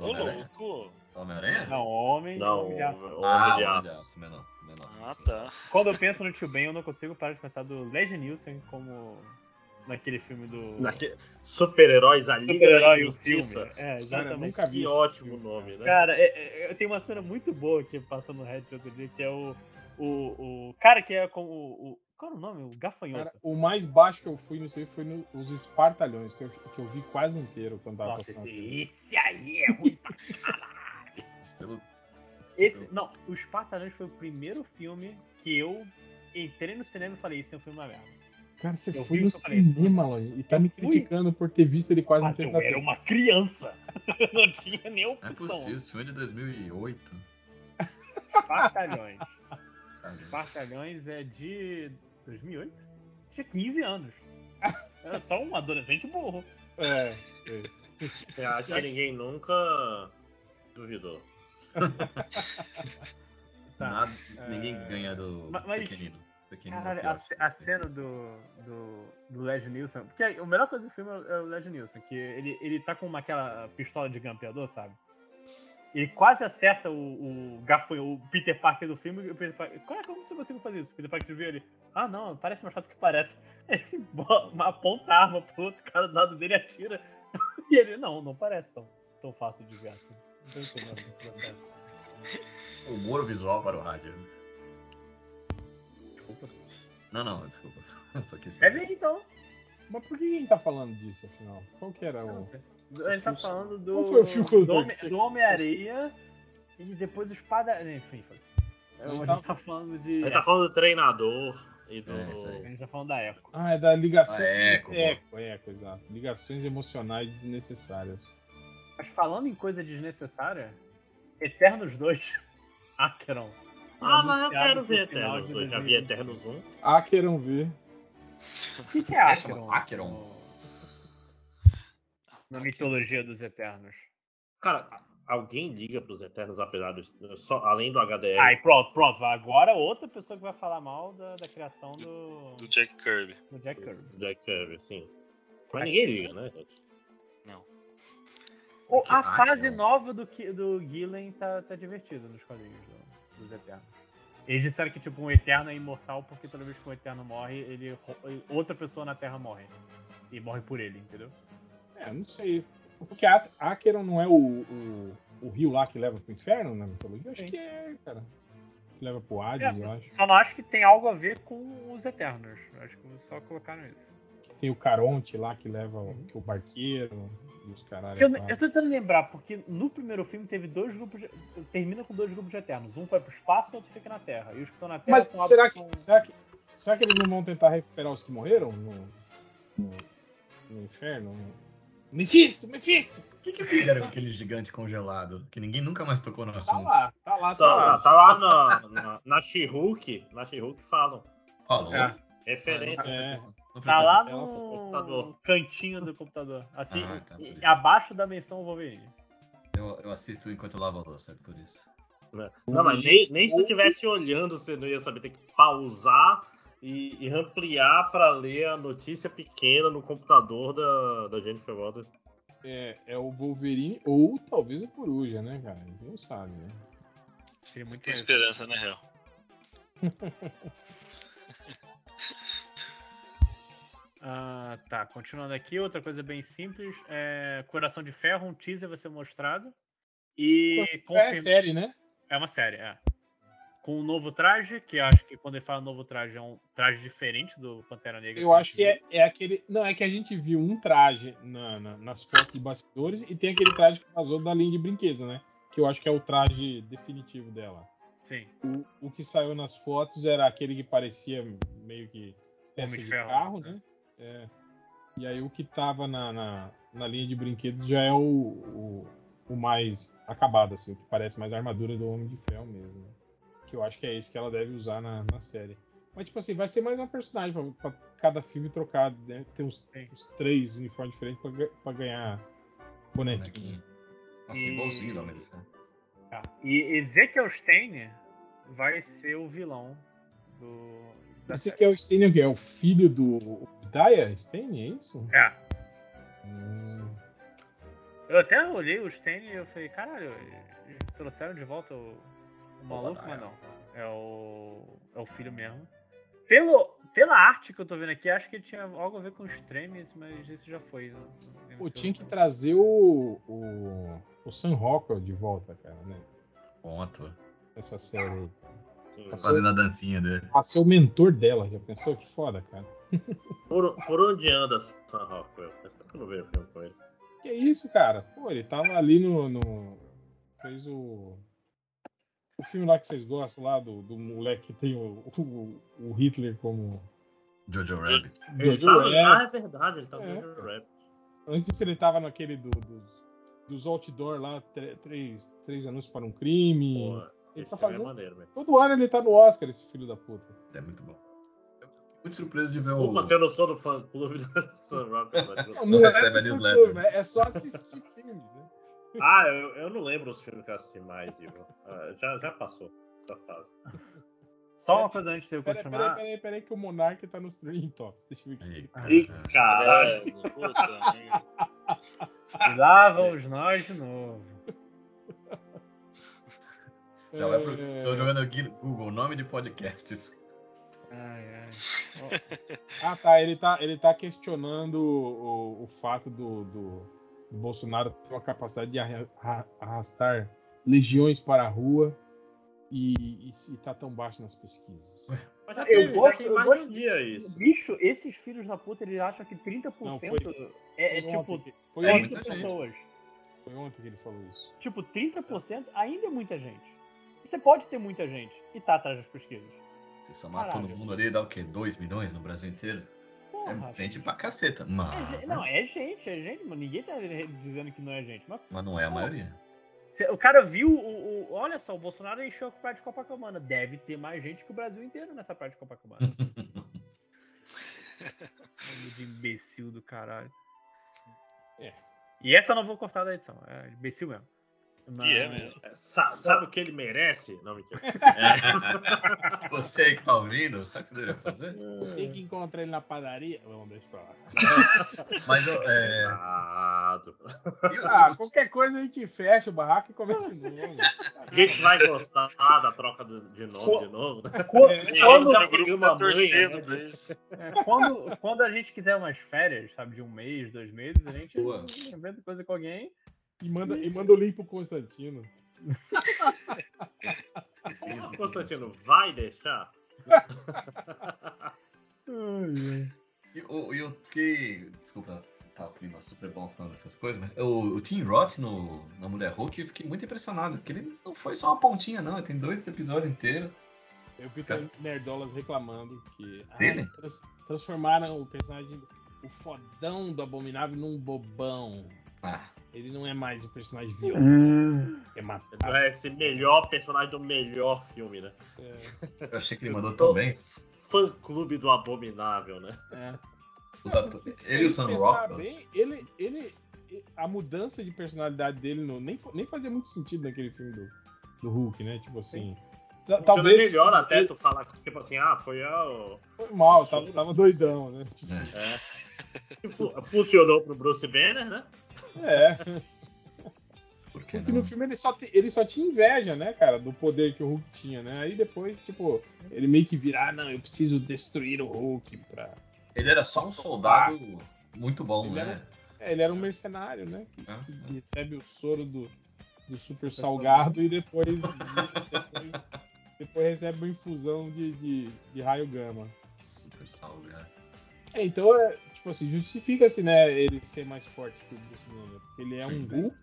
Ô, É. louco! Homem-Aranha? Não, homem. Não, homem o de aço. o Ah, Homem de Aço. Menor, menor. Ah, tá. Quando eu penso no tio Ben, eu não consigo parar de pensar do Legend Nielsen como naquele filme do. Naque- Super-heróis, a Liga da Super-herói, o Justiça. filme. É, Cara, eu exatamente. nunca vi. Que esse ótimo filme. nome, né? Cara, é- é- eu tenho uma cena muito boa que passou no Reddit outro dia, que é o. O, o cara que é com o. o- qual é o nome? O Gafanhoto. Cara, o mais baixo que eu fui, não sei, foi nos Espartalhões, que eu, que eu vi quase inteiro quando tava Nossa, passando. esse, esse aí é ruim. pra- Mas pelo- é esse, não, o Espartanões foi o primeiro filme que eu entrei no cinema e falei, esse é um filme da merda. Cara, você Eu foi vi no o que eu falei. né? cinema, Lojinha, e tá me fui. criticando por ter visto ele quase Mas inteiro Ah, eu na era tela. uma criança. não tinha nem Não é opção. possível, esse filme é de 2008. Espartalhões. Ah, Cara, Espartalhões é de 2008? Tinha 15 anos. Era só um adolescente burro. É. Eu acho que ninguém nunca duvidou. Tá. nada- É, Ninguém ganha do ma- mas- pequenino. pequenino é o Caralho, pior a, de ce- todos a os tempos. cena do, do, do Led Nilson. Porque a melhor coisa do filme é o- é o Led Nilson, que ele, ele tá com uma, aquela pistola de grampeador, sabe? Ele quase acerta o, o gafanhoto, o Peter Parker do filme. e o Peter Parker, como é como você conseguiu fazer isso? O Peter Parker viu ele. Ah, não, parece mais chato que parece. Ele bo- aponta a arma pro outro cara do lado dele e atira. E ele, não, não parece tão, tão fácil de ver assim. Não tô entendendo esse processo. Humor visual para o rádio. Não, não, desculpa. Só quis É bem então. Mas por que a gente tá falando disso, afinal? Qual que era Eu não o. sei. A gente tá falando do. Qual foi o fio condutor? do Homem- Do Homem-Areia e depois o Espada. Enfim, foi. Não, a gente então- tá falando de. Ele tá falando do treinador e do. É, isso A aí. gente tá falando da Echo. Ah, é da ligação. Ah, é, eco, é, eco, é, eco, exato. Ligações emocionais desnecessárias. Mas falando em coisa desnecessária, Eternos 2, Acheron. ah, mas eu anunciado quero pro ver final Eternos de 2. Já vi 2021. Eternos 1. Ah, queiram ver. O que, que é É, chama Acheron? Acheron. Na Hum. mitologia dos Eternos. Cara, alguém liga pros Eternos, apesar do. Só, além do HDR. Aí pronto, pronto. Agora outra pessoa que vai falar mal da, da criação do, Do Jack Kirby. do Jack Kirby. Jack Kirby, sim. Mas ninguém liga, né, gente? O- a Ah, fase cara. nova do, Ki- do Gillen tá, tá divertida nos quadrinhos do- dos Eternos. Eles disseram que, tipo, um Eterno é imortal porque toda vez que um Eterno morre, ele ro- outra pessoa na Terra morre. E morre por ele, entendeu? É, não sei. Porque a- Acheron não é o, o, o rio lá que leva pro inferno na mitologia? Eu Acho Sim. que é, cara. Que leva pro Hades, Ah, eu acho. É, Só não acho que tem algo a ver com os Eternos. Acho que só colocaram isso. Tem o Caronte lá que leva o, que o barqueiro e os caralho. Uhum. Eu, lá. eu tô tentando lembrar, porque no primeiro filme teve dois grupos. de- termina com dois grupos de Eternos. Um vai pro espaço, outro fica na Terra. E os que estão na Terra Mas são a- será que, são- será que. Será que eles não vão tentar recuperar os que morreram no, no, no inferno? Mefisto, Mefisto! Por que, que fizeram aquele gigante congelado? Que ninguém nunca mais tocou no Tá assunto. lá, tá lá, tá Tá, lá. lá- tá lá na, na, na She-Hulk. Na She-Hulk falam. Falou. É. Referência. É. Não Tá lá prestei atenção. no computador. cantinho do computador. Assim, Ah, tá, por isso. abaixo da menção Wolverine. Eu, eu assisto enquanto eu lavo a louça, é por isso. né? Não, mas nem, nem se tu estivesse olhando, você não ia saber. Tem que pausar e, e ampliar pra ler a notícia pequena no computador da, da Jennifer Walters. É, é o Wolverine ou talvez o Coruja, né, cara? Ninguém sabe, né? Seria muito é. Tem esperança, né, Real? Ah, tá, continuando aqui, outra coisa bem simples. É Coração de Ferro, um teaser vai ser mostrado. E É confirma- série, né? É uma série, é. Com um novo traje, que acho que quando ele fala novo traje, é um traje diferente do Pantera Negra. Eu acho que é, é aquele. Não, é que a gente viu um traje na- na- nas fotos de bastidores e tem aquele traje que vazou da linha de brinquedo, né? Que eu acho que é o traje definitivo dela. Sim. O, o que saiu nas fotos era aquele que parecia meio que peça Homem de de ferro, carro, né? né? É. E aí o que tava na, na, na linha de brinquedos já é o, o, o mais acabado, assim, o que parece mais a armadura do Homem de Ferro mesmo. né? Que eu acho que é esse que ela deve usar na, na série. Mas, tipo assim, vai ser mais uma personagem pra, pra cada filme trocar, né? Ter uns, uns três uniformes diferentes pra, ga- pra ganhar bonequinho. Bonequinho. Nossa, é E- igualzinho da Homem de Ferro. Tá. E Ezekiel Steiner vai ser o vilão do. da Esse série. que é o Stein, o quê? É o filho do Daya Stein, é isso? É. Hum. Eu até olhei o Stein e eu falei, caralho, eles trouxeram de volta o, o maluco, mas não. É o. É o filho mesmo. Pelo, pela arte que eu tô vendo aqui, acho que tinha algo a ver com os tremes, mas isso já foi. né? Pô, tinha que trazer o, o, o Sam Rockwell de volta, cara, né? Bom ator. Essa série aí. Pra ser, Fazendo a dancinha dele. pra ser o mentor dela, já pensou? Que foda, cara. Por, por onde anda Sam Rockwell? Eu que eu não vejo filme com ele. Que isso, cara? Pô, ele tava ali no. no- fez o. O filme lá que vocês gostam, lá do, do moleque que tem o, o, o Hitler como. Jojo Rabbit. Ele Jojo tá no- Rabbit. Ah, é verdade, ele tá no É. Jojo Rabbit. Antes disso, ele tava naquele do- dos, dos outdoor lá, tre- três, três anúncios para um crime. Pô, ele esse tá filme é fazendo. maneiro, velho. Todo ano ele tá no Oscar, esse filho da puta. É muito bom. Eu fiquei muito surpreso de ver o. Desculpa se eu não sou do fã clube do Sam Rockwell. mas eu Não, sou. não recebe é, a muito newsletter. novo, é é só assistir filmes, né? Ah, eu, eu não lembro os filmes que eu assisti mais, Ivo. Ah, já, já passou essa fase. Só uma coisa antes de eu Peraí, continuar. peraí, peraí, peraí, que o Monark tá nos trending top. Deixa eu ver aqui. Ih, Ih, cara. Ah. caralho. É, puta, merda. E lá vamos nós de novo. Já vai pro... É, Tô jogando aqui no Google, nome de podcasts. Ai, ai. Ah, tá. Ele tá, ele tá questionando o, o- o fato do, do- do Bolsonaro ter uma capacidade de arra- arra- arrastar legiões para a rua e, e, e tá tão baixo nas pesquisas. Mas já Eu teve, já gosto- tem eu mais gosto de um dia isso. Bicho, esses filhos da puta, eles acham que 30% Não, foi- é, é Foi tipo ontem que- foi, é 30 ontem, muita gente. pessoas. foi ontem que ele falou isso. Tipo, 30% ainda é muita gente. Você pode ter muita gente e tá atrás das pesquisas. Se somar todo Caralho. mundo ali, dá o quê? 2 milhões no Brasil inteiro? Porra. É gente pra caceta. Mas... É ge- não, é gente, é gente, mano. Ninguém tá dizendo que não é gente. Mas mas não é a maioria. cê- o cara viu o, o- Olha só, o Bolsonaro encheu a praia de Copacabana. Deve ter mais gente que o Brasil inteiro nessa praia de Copacabana. Bando de imbecil do caralho. É. E essa eu não vou cortar da edição. É imbecil mesmo. Mas... E é mesmo. Sa- sabe o que ele merece? Não, mentira. Você aí que tá ouvindo, sabe o que você deveria fazer? Você que encontra ele na padaria. Vamos deixar pra lá. Mas eu, é, Errado. eu- Ah, qualquer coisa a gente fecha o barraco e começa de novo. A gente vai gostar da troca do- de nome de novo. né? é, Tem Quando- gente já no pegou grupo uma tá manha, torcendo né, pra isso. É, quando, quando a gente quiser umas férias, sabe, de um mês, dois meses, a gente Boa. inventa coisa com alguém. E manda, e manda o link pro Constantino. Porra, Constantino, vai deixar? E o- e eu fiquei. Desculpa, tá o clima super bom falando essas coisas, mas o, o Tim Roth no, na Mulher Hulk eu fiquei muito impressionado, porque ele não foi só uma pontinha, não, ele tem dois episódios inteiros. Eu vi Cara. também nerdolas reclamando que ah, Dele? trans- transformaram o personagem, o fodão do Abominável, num bobão. Ah, Ele não é mais o personagem violento, Hum. é matado. É esse melhor personagem do melhor filme, né? É, eu achei que ele mandou tão bem. Fã clube do Abominável, né? é. Os atores- ele e o Se Sam pensar Rockwell. bem, ele, ele, a mudança de personalidade dele não, nem, fa- nem fazia muito sentido naquele filme do, do Hulk, né? Tipo assim. ta- Talvez Talvez. melhor até ele tu falar, tipo assim, ah, foi ao. foi mal, tava, tava doidão, né? Tipo, É. que fu- Tipo, Funcionou pro Bruce Banner, né? é. Por que Porque no não? filme ele só, te- ele só tinha inveja, né, cara, do poder que o Hulk tinha, né? Aí depois, tipo, ele meio que virar, ah, não, eu preciso destruir o Hulk pra. Ele era só um soldado muito bom, Ele né? era- É, ele era um mercenário, né? Que, Ah, que ah. recebe o soro do, do super salgado e depois. depois, depois recebe uma infusão de, de, de raio gama. ah, Super né? salgado. É, então, é, tipo assim, justifica-se, né, ele ser mais forte que o Bruce Banner, porque ele é Sim, um né? Hulk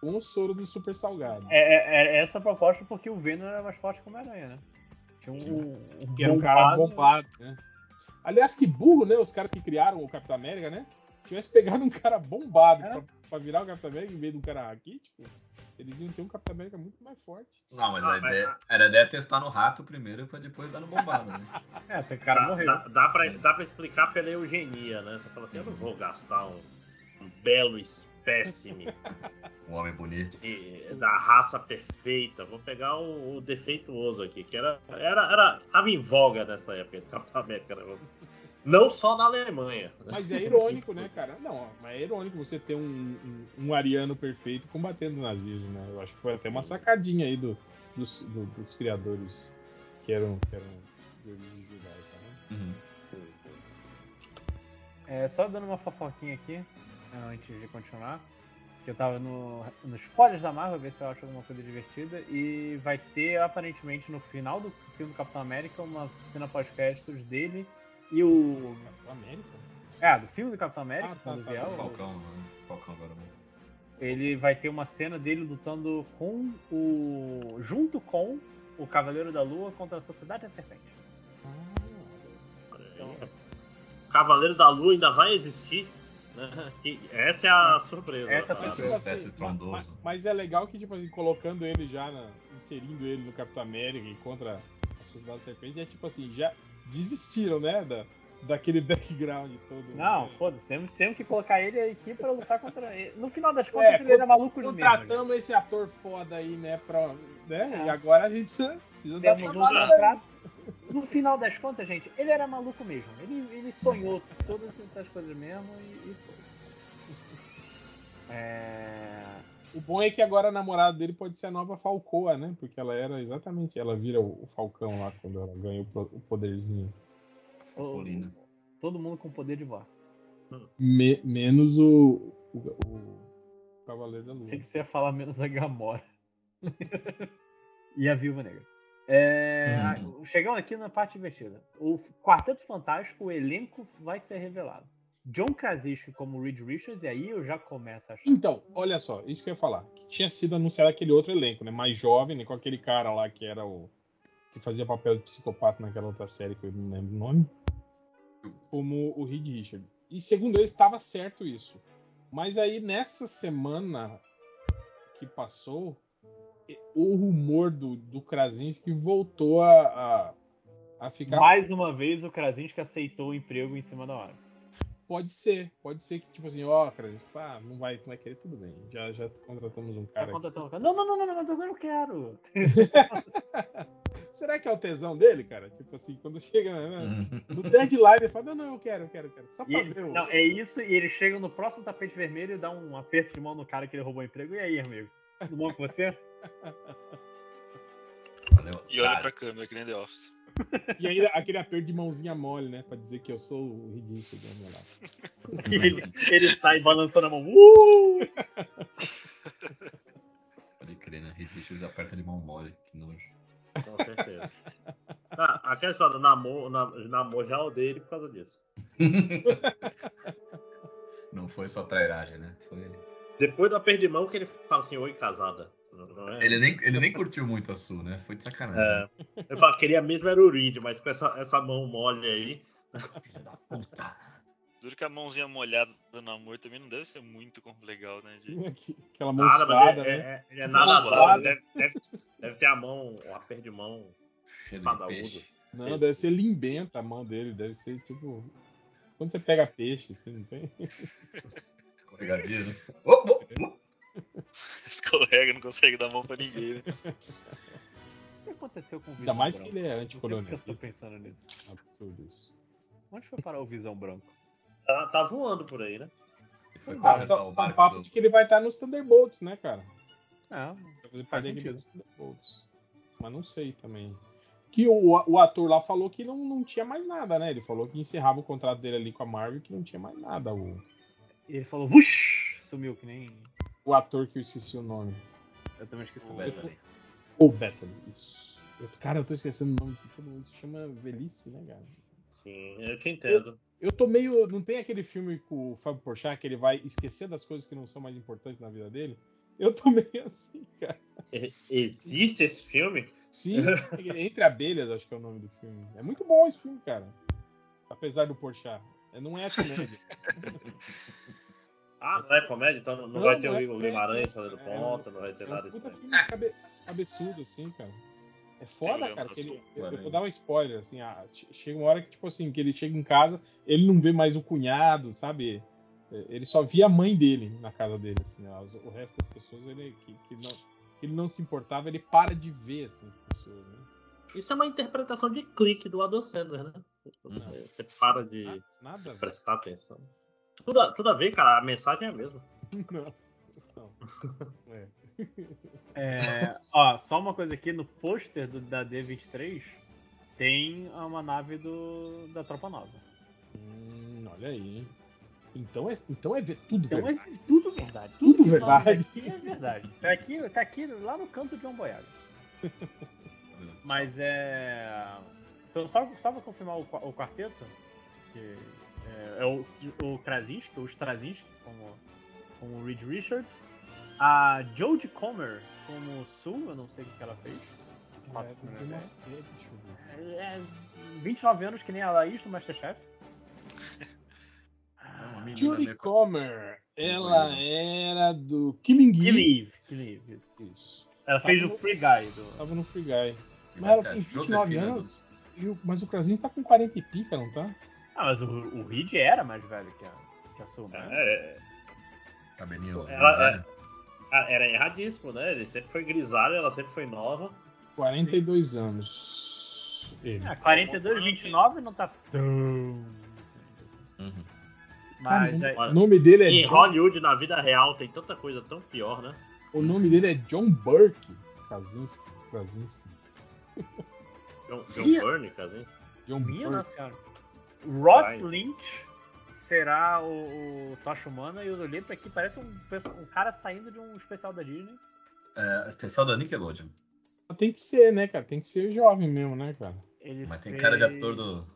Com o soro do super salgado. É, é- é essa a proposta porque o Venom era mais forte que o Homem-Aranha, né? Tinha um, um Que era um cara bombado, né? Aliás, que burro, né? Os caras que criaram o Capitão América, né? Tivesse pegado um cara bombado É. pra, pra virar o Capitão América em vez de um cara raquítico, eles iam ter um Capitão América muito mais forte. Não, mas Ah, a mas- ideia, era a ideia testar no rato primeiro pra depois dar no bombado, né? É, até que o cara Tá, dá, morreu. Dá, dá, pra, dá pra explicar pela eugenia, né? Você fala assim, eu não vou gastar um, um belo espécime Um homem bonito. de- da raça perfeita. Vou pegar o, o defeituoso aqui, que era, era, era. Tava em voga nessa época, Capitão América. né? Não só na Alemanha. né? Mas é irônico, né, cara? Não, ó, mas é irônico você ter um, um, um ariano perfeito combatendo o nazismo, né? Eu acho que foi até uma sacadinha aí do- dos, do- dos criadores que eram, que eram de origem judaica, né? Uhum. É, só dando uma fofoquinha aqui, né, antes de continuar. Que eu tava no, nos spoilers da Marvel, ver se eu acho alguma coisa divertida. E vai ter, aparentemente, no final do filme do Capitão América, uma cena pós-créditos dele e o. Capitão América? É, do filme do Capitão América, Ah, tá, quando tá, vier tá, O É o- Falcão, né? O Falcão agora. né? ele vai ter uma cena dele lutando com o. junto com o Cavaleiro da Lua contra a Sociedade da Serpente. Então, Cavaleiro da Lua ainda vai existir. Né? E essa é a surpresa. Essa da Ah, Mas, parada. surpresa. tipo assim, sucesso estrondoso. ma- ma- mas é legal que, tipo assim, colocando ele já, na- inserindo ele no Capitão América e contra a Sociedade da Serpente, é tipo assim, já desistiram, né? Da, daquele background todo. Não, né? foda-se, temos, temos que colocar ele aqui pra lutar contra ele. No final das contas, É, ele era maluco de mesmo. Contratamos esse ator foda aí, né? Pra, né? É. E agora a gente precisa, precisa gente. dar Temos um trabalho. contrato. No final das contas, gente, ele era maluco mesmo. Ele, ele sonhou todas essas coisas mesmo e. e foi. É. O bom é que agora a namorada dele pode ser a nova Falcoa, né? Porque ela era exatamente. Ela vira o, o Falcão lá quando ela ganha o, pro- o poderzinho. Todo, Colina. todo mundo com poder de voar. Me- menos o, o, o Cavaleiro da Lua. Sei que você ia falar menos a Gamora. e a Viúva Negra. É, Uhum. a- Chegamos aqui na parte divertida. O Quarteto Fantástico, o elenco vai ser revelado. John Krasinski como Reed Richards, e aí eu já começo a achar. Então, olha só, isso que eu ia falar. Que tinha sido anunciado aquele outro elenco, né? Mais jovem, né? Com aquele cara lá que era o. que fazia papel de psicopata naquela outra série que eu não lembro o nome. Como o Reed Richard. E segundo ele, estava certo isso. Mas aí, nessa semana que passou, e- o rumor do, do Krasinski voltou a, a, a ficar. Mais uma vez, o Krasinski aceitou o emprego em cima da hora. Pode ser, pode ser que, tipo assim, ó, Krasinski, pá, não vai, não vai querer, tudo bem. Já, já contratamos um Tá cara. aqui. contratando o cara. Não, não, não, não, não, mas agora eu quero. Será que é o tesão dele, cara? Tipo assim, quando chega né, Uhum. no deadline, ele fala: Não, não, eu quero, eu quero, eu quero. Só E pra ele- ver. o- não, é isso, e ele chega no próximo tapete vermelho e dá um aperto de mão no cara que ele roubou o emprego. E aí, amigo? Tudo bom com você? Valeu. E olha cara. pra câmera, que nem The Office. E aí, aquele aperto de mãozinha mole, né? Pra dizer que eu sou o ridículo né, meu lá. E ele, ele sai balançando a mão. Uh! Pode crer, né? Resistiu aperta de mão mole. Que nojo. Com certeza. Ah, aquela história, o namor, na- namor já odeia ele por causa disso. Não foi só trairagem, né? Foi... Depois da perda de mão que ele fala assim, oi casada. Não- não é? Ele, nem, ele nem curtiu muito a Su, né? Foi de sacanagem. É. Ele fala, queria mesmo era o Reed, mas com essa, essa mão mole aí. Filha da puta. Duro que a mãozinha molhada do namoro também não deve ser muito com- legal, né? Uhum. De... Ah, Aquela mão Cara, mas suada, ele, é, né? é- ele é nada Suada. mole. Deve, deve, deve ter a mão, a perda de mão. Cheiro de Padaúdo. peixe. é. Não, deve ser limbenta a mão dele. Deve ser tipo. Quando você pega peixe, assim, não tem? Escorregadia, né? Opa, opa. Escorrega, não consegue dar mão pra ninguém, né? O que aconteceu com o Visão Ainda mais que Branco? ele é Não sei porque eu tô anticolonialista. pensando nisso. Absurdo isso. Onde foi parar o Visão Branco? Tá, tá voando por aí, né? Ele foi Ah, consertar tá, o tá um barco. papo do- de que ele vai estar nos Thunderbolts, né, cara? Ah, Vai fazer Faz parte da equipe sentido. dos Thunderbolts. Mas não sei também. Que o, o ator lá falou que não, não tinha mais nada, né? Ele falou que encerrava o contrato dele ali com a Marvel que não tinha mais nada. O, e ele falou, vush! Sumiu que nem. o ator que eu esqueci o nome. Eu também esqueci O o Beto ali. O Bethany, isso. Eu- cara, eu tô esquecendo o nome de todo mundo. Se chama Velhice, né, cara? Sim, eu te entendo. Eu tô meio. Não tem aquele filme com o Fábio Porchat que ele vai esquecer das coisas que não são mais importantes na vida dele? Eu tô meio assim, cara. E- Existe esse filme? Sim, Entre Abelhas, acho que é o nome do filme. É muito bom esse filme, cara. Apesar do Porchat. É, Não é comédia. Ah, não é comédia? Então não, Não, vai ter não o é Igor comédia. Guimarães fazendo É, ponta, não vai ter É nada um disso. puta daí. filme cabe- cabeçudo, assim, cara. É Tem foda, o cara, Leandro que ele. Eu, eu vou Guimarães. dar um spoiler, assim, ah, che- chega uma hora que, tipo assim, que ele chega em casa, ele não vê mais o cunhado, sabe? É, Ele só via a mãe dele na casa dele, assim, ó. As- o resto das pessoas ele, que, que não, que ele não se importava, ele para de ver, assim, as pessoas, né? Isso é uma interpretação de clique do Adam Sandler, né? Não. Você para de Na- Nada, velho. prestar atenção. Tudo a, tudo a ver, cara, a mensagem é a mesma. Nossa, não. É. É, ó, só uma coisa aqui, no pôster do- da D23 tem uma nave do, da Tropa Nova. Hum, olha aí, hein? Então é, então é ver tudo, Então velho. é tudo verdade. Tudo que fala verdade. daqui É verdade. Tá aqui, tá aqui lá no canto de um boiado. Mas é. Então, só, só pra confirmar o, qua- o quarteto, que é, é o, o Krasinski, ou Strazinski, como, como o Reed Richards. A Jodie Comer como Sul, eu não sei o que ela fez. não faço a Cara, É, mínima tem uma ideia. série, deixa eu ver. É, 29 anos que nem é a Laís do Masterchef. Ah, Julie Comer, ela Comer. era do Killing Eve. Killing Eve. Killing Eve, isso. Isso. Ela fez Tava o no- Free Guy do. Tava no Free Guy. E Mas você ela acha tem 29 Josefina anos, e o- mas o Krasinski tá com 40 e pica, não tá? Ah, mas o, o Reed era mais velho que a, que a Sul, né? É, do Cabelinho. né? Ela- grisalho? é- era erradíssimo, né? Ele sempre foi grisalho, ela sempre foi nova. 42 anos. Ele. Ah, 42, 29 não tá tão. Uhum. Cara, o Mas nome- é, aí- o nome dele é Em John, Hollywood, na vida real, tem tanta coisa tão pior, né? o nome dele é John Burke. Krasinski. Krasinski. John, John Minha- Burney, Krasinski. John Burke. minha nossa senhora. Ross Vai. Lynch será o, o Tocha Humana e o Lolita aqui parece um, perso- um cara saindo de um especial da Disney. É, especial da Nickelodeon. Tem que ser, né, cara? Tem que ser jovem mesmo, né, cara? Ele Mas tem fez cara de ator do,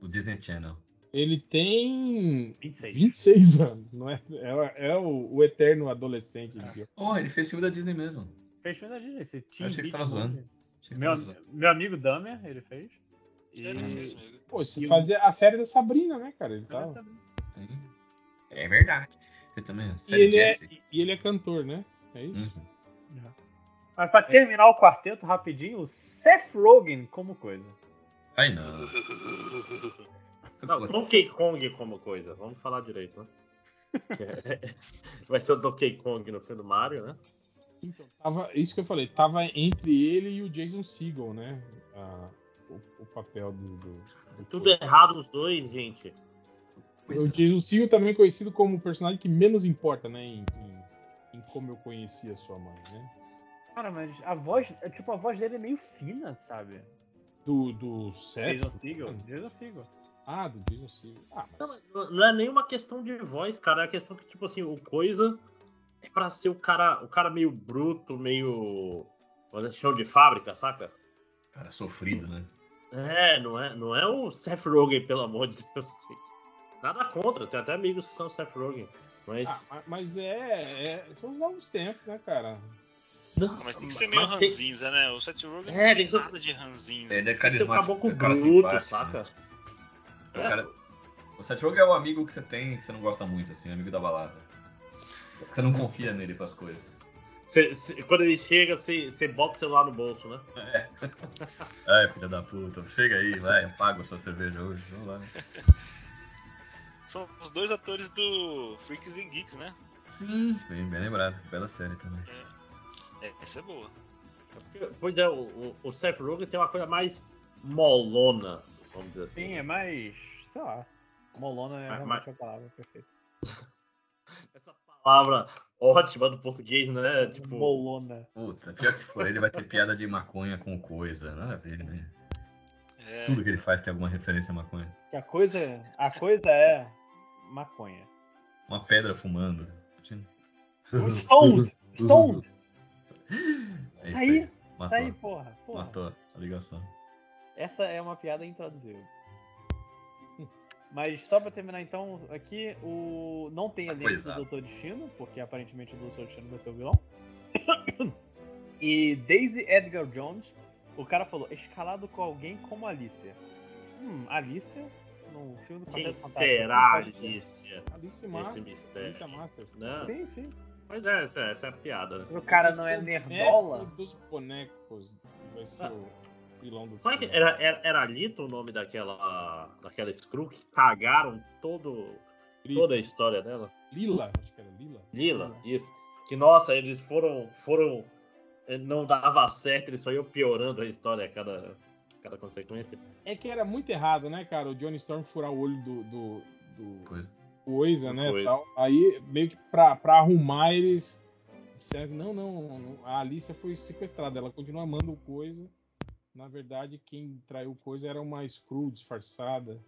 do Disney Channel. Ele tem 26. 26 anos, não é? É, é o, o eterno adolescente. É. de- Oh, ele fez filme da Disney mesmo. Fez filme da Disney. Esse Teen Achei que você Beach tava zoando. Movie. Achei que Meu, tava zoando. meu amigo Dahmer, ele fez. E... é Sério, sério, sério. Pô, se E o- fazer a série da Sabrina, né, cara? Ele tá... Sim. É verdade. Você também. E Série ele, é, Jesse. e ele é cantor, né? É Hum. isso? Uhum. Mas pra terminar o quarteto rapidinho, o Seth Rogen como coisa. Ai não. Não, Donkey Kong como coisa, vamos falar direito, né? Vai ser o Donkey Kong no filme do Mario, né? Então, tava, isso que eu falei, tava entre ele e o Jason Segel, né? A- o, o papel do. do- do Tudo coisa. errado os dois, gente. Pois O é. Jason Segel também é conhecido como o personagem que menos importa, né? Em, em- em como eu conheci a sua mãe, né? Cara, mas a voz, é, tipo, a voz dele é meio fina, sabe? Do, do Seth? Jason Segel. Jason Segel. Ah, do Jason Segel. Ah, Não, mas. mas não- não é nenhuma questão de voz, cara. É a questão que, tipo assim, o coisa é pra ser o cara, o cara meio bruto, meio. vamos dizer, chão de fábrica, saca? Cara sofrido, né? É, não é, não é o Seth Rogen, pelo amor de Deus. gente. Nada contra, tem até amigos que são Seth Rogen. Mas. Ah, ma- mas é, é. São os novos tempos, né, cara? não, Mas tem que ser meio mas tem- ranzinza, né? O Seth Rogen É, não tem tem que ser- nada de ranzinza. Ele é tem que ser um carismático. caboclo é um cara bruto, simpático, né? saca? É um cara- O Seth Rogen é o amigo que você tem que você não gosta muito, assim, amigo da balada. Você não confia nele pras coisas. Cê- cê- quando ele chega, você bota o celular no bolso, né? Ai, filha da puta, chega aí, vai, paga a sua cerveja hoje, vamos lá. né? São os dois atores do Freaks and Geeks, né? Sim, bem, bem lembrado, bela série também. É, essa é boa. Pois é, o, o- o Seth Rogen tem uma coisa mais molona, vamos dizer assim. Sim, é mais. sei lá. Molona é Mas- realmente mas- a palavra perfeita. Essa palavra ótima do português, né? Tipo, Molona. Puta, pior que se for ele, vai ter piada de maconha com coisa, nada a ver, né? É, Tudo que ele faz tem alguma referência a maconha. Que a coisa, a coisa é maconha. Uma pedra fumando. Stoned! Stoned! É isso Aí, aí. Tá aí, Matou, porra. porra. matou a ligação. Essa é uma piada intraduzível. Mas só pra terminar então, aqui o. Não tem Tá a lista do coisado. Doutor Destino, porque aparentemente o Doutor Destino vai ser o vilão. E Daisy Edgar Jones, o cara falou, escalado com alguém como Alicia. Hum, Alicia no filme do Quem Quarteto Fantástico. será, Não pode ser. Alicia? Alice Esse Masters. Alice mistério. Masters. Não. é Sim, sim. Pois é, essa, essa é a piada, né? O cara Vai não ser é o nerdola? mestre dos bonecos. Vai ser Ah. o vilão do Como é que era, era, era Lito o nome daquela, daquela Screw que cagaram todo, toda a história dela? Lila, acho que era Lila. Lila, isso. Que, nossa, eles foram. foram eh, não dava certo, eles só iam piorando a história a cada, a cada consequência. É que era muito errado, né, cara? O Johnny Storm furar o olho do, do, do Coisa. coisa, né? Coisa. Tal. Aí, meio que pra, pra arrumar, eles disseram: não, não, não, a Alicia foi sequestrada, ela continua amando o coisa. Na verdade, quem traiu o coisa era uma Screw disfarçada.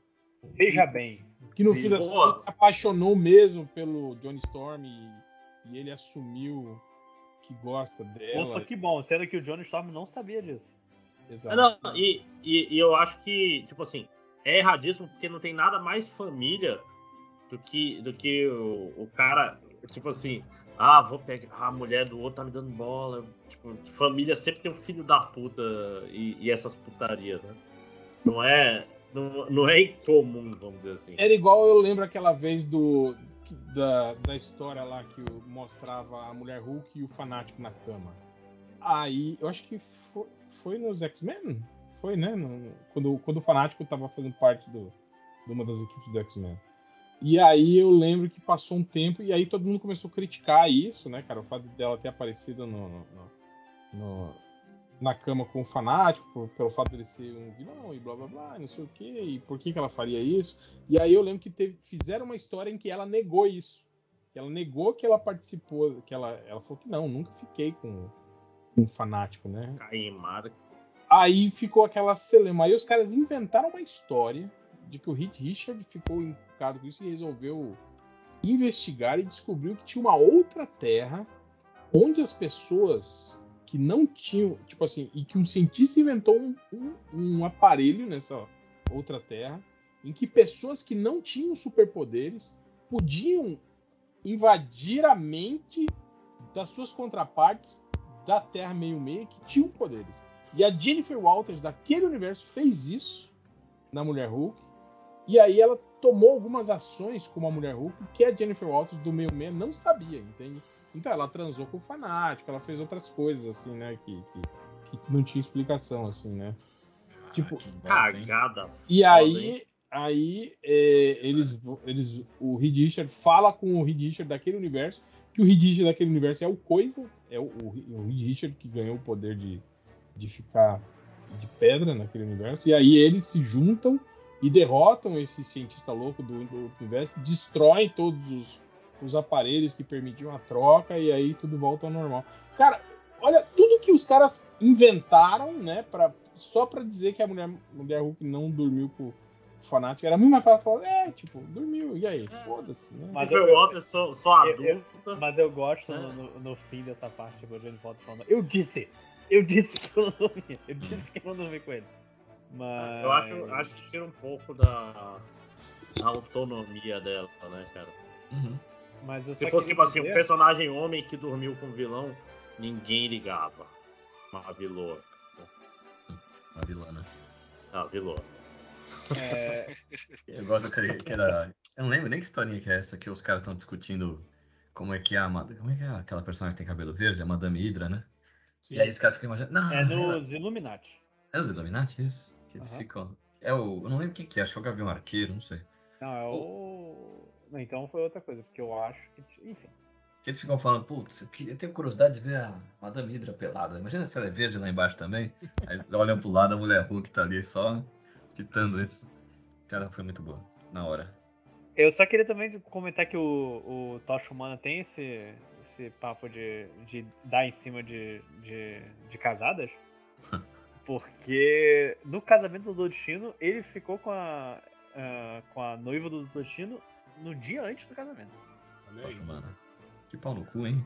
Veja bem. Que no Sim. fim das Boa. contas se apaixonou mesmo pelo Johnny Storm e, e ele assumiu que gosta dela. Ufa, que bom. Sendo que o Johnny Storm não sabia disso. Exato. Ah, Não, então. e, e, e eu acho que, tipo assim, é erradíssimo porque não tem nada mais família do que, do que o, o cara, tipo assim, ah, vou pegar, ah, a mulher do outro tá me dando bola. Tipo, família sempre tem um filho da puta e, e essas putarias, né? Não é, não, não é incomum, vamos dizer assim. É. Era igual eu lembro aquela vez do que- da, da história lá que o- mostrava a mulher Hulk e o fanático na cama. Aí, eu acho que foi, foi nos X-Men? Foi, né? No- quando, quando o fanático tava fazendo parte do, de uma das equipes do X-Men. E aí eu lembro que passou um tempo e aí todo mundo começou a criticar isso, né, cara? O fato dela ter aparecido no, no- no- no- na cama com o fanático, por- pelo fato dele ser um vilão e blá blá blá, e não sei o quê, e por que, que ela faria isso. E aí eu lembro que teve- fizeram uma história em que ela negou isso. Ela negou que ela participou, que ela, ela falou que não, nunca fiquei com um fanático, né? Caimara. Aí ficou aquela celema. Aí os caras inventaram uma história de que o Hit Richard ficou encucado com isso e resolveu investigar e descobriu que tinha uma outra terra onde as pessoas que não tinham, tipo assim, e que um cientista inventou um, um- um aparelho nessa outra terra em que pessoas que não tinham superpoderes podiam invadir a mente das suas contrapartes da Terra meio-meio que tinham poderes. E a Jennifer Walters daquele universo fez isso na Mulher Hulk. E aí ela tomou algumas ações com a Mulher Hulk que a Jennifer Walters do meio meio não sabia, entende? Então ela transou com o fanático, ela fez outras coisas assim, né, que, que, que não tinha explicação assim, né? Tipo, Ah, que ah, bosta, hein? Cagada. E foda, hein? aí, aí é, eles, vo- eles, o Reed Richard fala com o Reed Richard daquele universo, que o Reed Richard daquele universo é o coisa, é o, o, Reed- o Reed Richard que ganhou o poder de, de ficar de pedra naquele universo. E aí eles se juntam e derrotam esse cientista louco do, do outro universo, destroem todos os, os aparelhos que permitiam a troca e aí tudo volta ao normal. Cara, olha tudo que os caras inventaram, né, para só pra dizer que a mulher, mulher Hulk não dormiu com o fanático. Era muito mais fácil falar, é, tipo, dormiu, e aí? Foda-se, né? Mas Jennifer eu- Walters só, só eu- eu- adulta. Mas eu gosto no, no- no fim dessa parte, tipo, o Johnny Potter falando, eu disse! Eu disse que eu não dormia. Eu disse que eu não dormi com ele. Mas... Eu acho, acho que tira um pouco da, da autonomia dela, né, cara? Uhum. Mas eu Se só fosse, queria tipo assim, um dizer- personagem homem que dormiu com o vilão, ninguém ligava. A vilô. A vilã, né? A vilô. É, Eu gosto daquele que era. Eu não lembro nem que historinha que é essa que os caras estão discutindo como é que a Madame. Como é que é aquela personagem que tem cabelo verde? A Madame Hydra, né? Sim. E aí os caras ficam imaginando. Não, é ela- nos Illuminati. é os Illuminati, isso? Que eles Aham. ficam. É o. Eu não lembro quem que é, acho que é o Gavião Arqueiro, não sei. Não, é o... Não, então foi outra coisa, porque eu acho que... Enfim. Que eles ficam falando, putz, eu queria- eu tenho curiosidade de ver a Madame Hydra pelada. Imagina se ela é verde lá embaixo também. Aí eles olham pro lado, a mulher Hulk tá ali só quitando eles. Cara, foi muito boa. Na hora. Eu só queria também comentar que o, o Tocha Humana tem esse, esse papo de, de dar em cima de, de, de casadas. Porque no casamento do Dodotino, ele ficou com a, ah, com a noiva do Dodotino no dia antes do casamento. Olha aí. Poxa, mano. Que pau no cu, hein?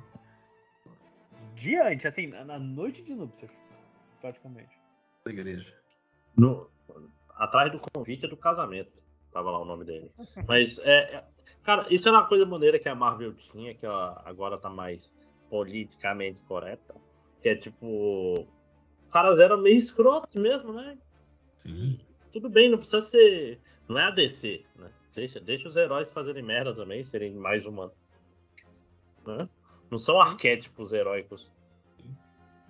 Dia antes, assim, na, na noite de núpcias, praticamente. Da igreja. No- atrás do convite do casamento. Tava lá o nome dele. Mas, é, é- cara, isso era uma coisa maneira que a Marvel tinha, que ela agora tá mais politicamente correta. Que é tipo. Os caras eram meio escrotos mesmo, né? Sim. Tudo bem, não precisa ser. Não é a DC, né? Deixa, deixa os heróis fazerem merda também, serem mais humanos. Né? Não são arquétipos heróicos.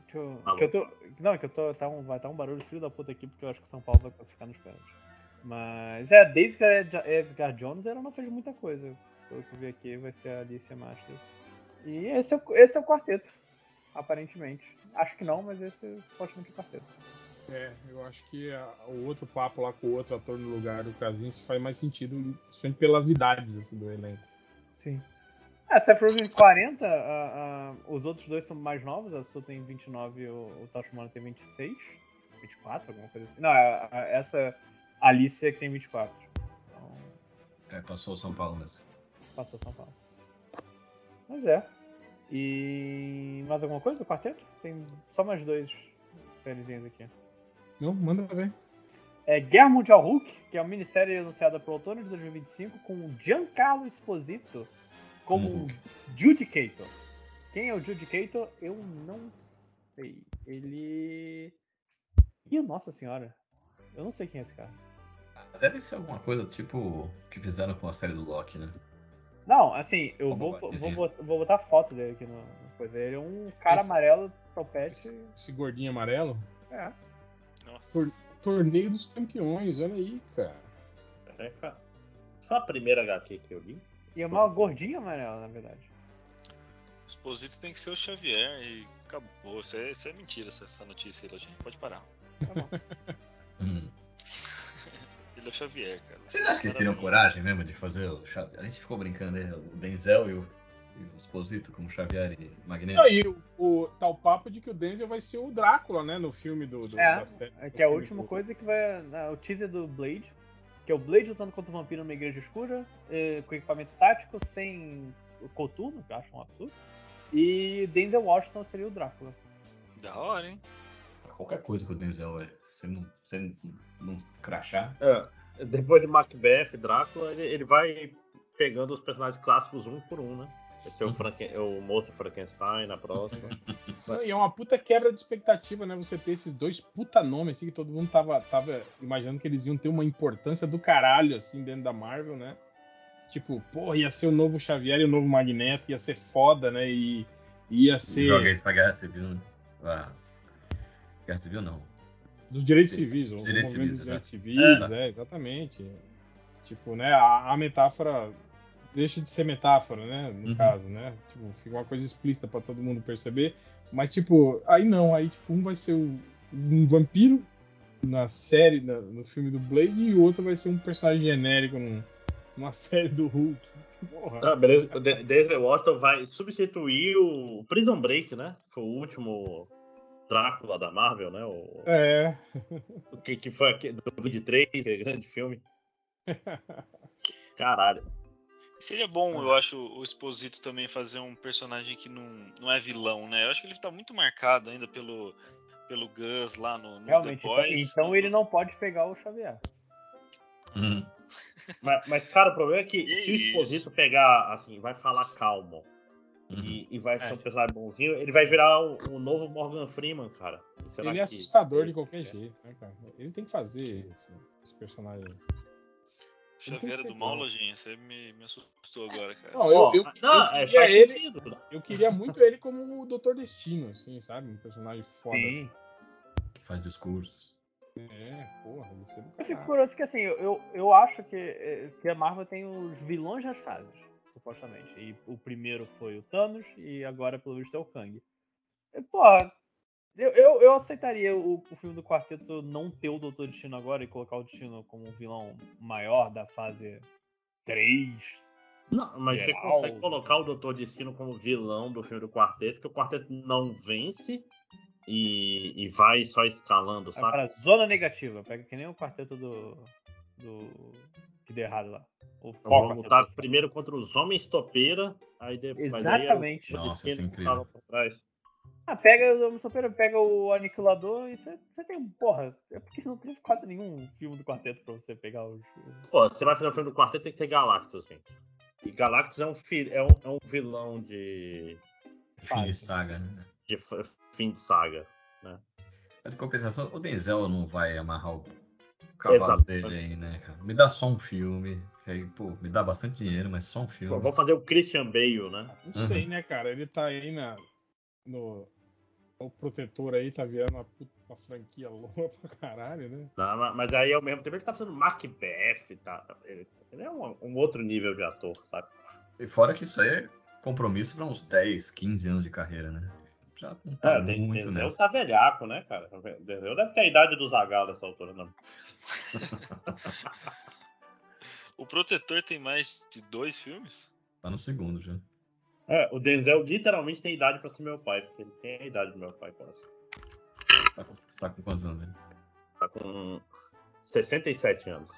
Deixa eu- Alô? que eu tô- não, que eu tô. Tá um, vai tá um barulho filho da puta aqui, porque eu acho que São Paulo vai classificar nos pênaltis. Mas é, desde que a Edgar- Edgar Jones ela não fez muita coisa. Pelo que eu vi aqui, vai ser a Alicia Masters. E esse é, o, esse é o quarteto, aparentemente. Acho que não, mas esse é supostamente o quarteto. É, eu acho que a- o outro papo lá com o outro ator no lugar do Krasinski faz mais sentido, principalmente pelas idades assim, do elenco. Sim. É, Seth Rogen 40, a- a- os outros dois são mais novos, a Sue tem 29 e o, o Tosh Humano tem 26, 24, alguma coisa assim. Não, é- é- essa Alicia que tem 24. Então, É, passou o São Paulo nessa. passou São Paulo. Mas é. E mais alguma coisa do quarteto? Tem só mais dois sériezinhas aqui. Não, manda ver. É Guerra Mundial Hulk, que é uma minissérie anunciada para outono de 2025 com Giancarlo Esposito como Como um Hulk. Judicator. Quem é o Judicator? Eu não sei. Ele. Ih, nossa senhora. Eu não sei quem é esse cara. Deve ser alguma coisa tipo que fizeram com a série do Loki, né? Não, assim, eu Como vou, vai vou, dizer? bot- vou botar foto dele aqui no, no coisa. Ele é um cara Esse- amarelo, topete. Esse, esse gordinho amarelo. É. Nossa. Tor- torneio dos campeões, olha aí, cara. É, cara. Foi a primeira HQ que eu li. E é uma gordinha amarela, na verdade. O Exposito tem que ser o Xavier e acabou. Isso é, isso é mentira, essa, essa notícia aí, Lojinha. Pode parar. Tá bom. Hum. Ele é o Xavier, cara. Vocês acham que eles teriam coragem mesmo de fazer o Xavier? A gente ficou brincando, né? O Denzel e o, e o Esposito como Xavier e É. Magneto. Aí, o, o tal papo de que o Denzel vai ser o Drácula, né? No filme do, do- É, da série. É do que é a filme última do- coisa que vai. na- O teaser do Blade, que é o Blade lutando contra o vampiro numa igreja escura, eh, com equipamento tático, sem o coturno, que eu acho um absurdo. E Denzel Washington seria o Drácula. Da hora, hein? Qualquer coisa com o Denzel, é. Se ele não, se ele não crachar. É, depois de Macbeth, Drácula, ele, ele vai pegando os personagens clássicos um por um, né? Vai ser o, Franken, o monstro Frankenstein na próxima. Não, e é uma puta quebra de expectativa, né? Você ter esses dois puta nomes, assim, que todo mundo tava, tava imaginando que eles iam ter uma importância do caralho, assim, dentro da Marvel, né? Tipo, porra, ia ser o novo Xavier e o novo Magneto, ia ser foda, né? E ia ser Joga eles pra Guerra Civil. né? Ah, Guerra Civil não. dos direitos civis, o Direitos movimento civis, dos direitos exato. civis, é, exatamente. Tipo, né, a, a metáfora deixa de ser metáfora, né, no Uhum. caso, né? Tipo, fica uma coisa explícita pra todo mundo perceber, mas tipo, aí não, aí tipo, um vai ser o- um vampiro na série, na- no filme do Blade e o outro vai ser um personagem genérico num- numa série do Hulk. Porra. Ah, beleza. O De- Denzel Washington vai substituir o Prison Break, né? Foi o último Drácula da Marvel, né? O, É. o que, que foi aquele do 23, aquele grande filme. Caralho. Seria é bom, eu acho, o Exposito também fazer um personagem que não, não é vilão, né? Eu acho que ele tá muito marcado ainda pelo, pelo Gus lá no, no The Realmente. Então, Boys. então ele não pode pegar o Xavier. Hum. Mas, mas, cara, o problema é que Que se o isso. Exposito pegar, assim, vai falar calmo Uhum. e, e vai É. ser um personagem bonzinho, ele vai virar o, o novo Morgan Freeman, cara. Será ele é que- assustador de qualquer é. jeito, né, cara? Ele tem que fazer esse, esse personagem. O Ele tem Xavier que é ser do mal, bom. Lojinha. Você me, me assustou agora, cara. Não, eu, Ó, eu, não, eu é, queria faz ele, sentido. Eu queria muito ele como o Doutor Destino, assim, sabe? Um personagem foda. Assim. Que faz discursos. É, porra, você nunca. Eu fico Ah. curioso que assim, eu- eu, eu acho que, eh, que a Marvel tem os vilões das fases, supostamente. E o primeiro foi o Thanos e agora, pelo visto, é o Kang. E, porra, eu, eu, eu aceitaria o, o filme do quarteto não ter o Doutor Destino agora e colocar o Destino como um vilão maior da fase 3. Não, mas Geral. você consegue colocar o Doutor Destino como vilão do filme do quarteto, que o quarteto não vence e, e vai só É escalando, Vai sabe? pra zona negativa. Pega que nem o quarteto do. do. que deu errado lá. O Então, vamos quarteto. lutar primeiro contra os homens topeira, aí depois mas aí é o Exatamente. Doutor Nossa, isso é Destino que incrível. tava por trás. Ah, pega o Homem Sopeiro, pega o Aniquilador e você um, tem. Porra, é porque não teve quase nenhum filme do quarteto pra você pegar os. Pô, você vai fazer o filme do quarteto, tem que ter Galactus, gente. E Galactus é um, fi- é um, é um vilão de. Fim de saga, né? de f- fim de saga. Mas de compensação, o Denzel não vai amarrar o cavalo Exato. dele aí, né, cara? Me dá só um filme. que Aí, pô, me dá bastante dinheiro, mas só um filme. Vou fazer o Christian Bale, né? Não Uhum. sei, né, cara? Ele tá aí na. No, o protetor aí tá virando uma, puta- uma franquia louca pra caralho, né? Não, Tá, ma- mas aí ao mesmo tempo ele tá fazendo Macbeth, tá? Ele, ele é um, um outro nível de ator, sabe? E fora que isso aí é compromisso pra uns 10, 15 anos de carreira, né? Já não tá É, o De- muito Denzel nessa. tá velhaco, né, cara? O Denzel deve ter a idade do Zagal nessa altura, não. O Protetor tem mais de dois filmes? Tá no segundo já. É, o Denzel literalmente tem idade pra ser meu pai, porque ele tem a idade do meu pai, quase. Tá com, tá com quantos anos ele? Tá com 67 anos.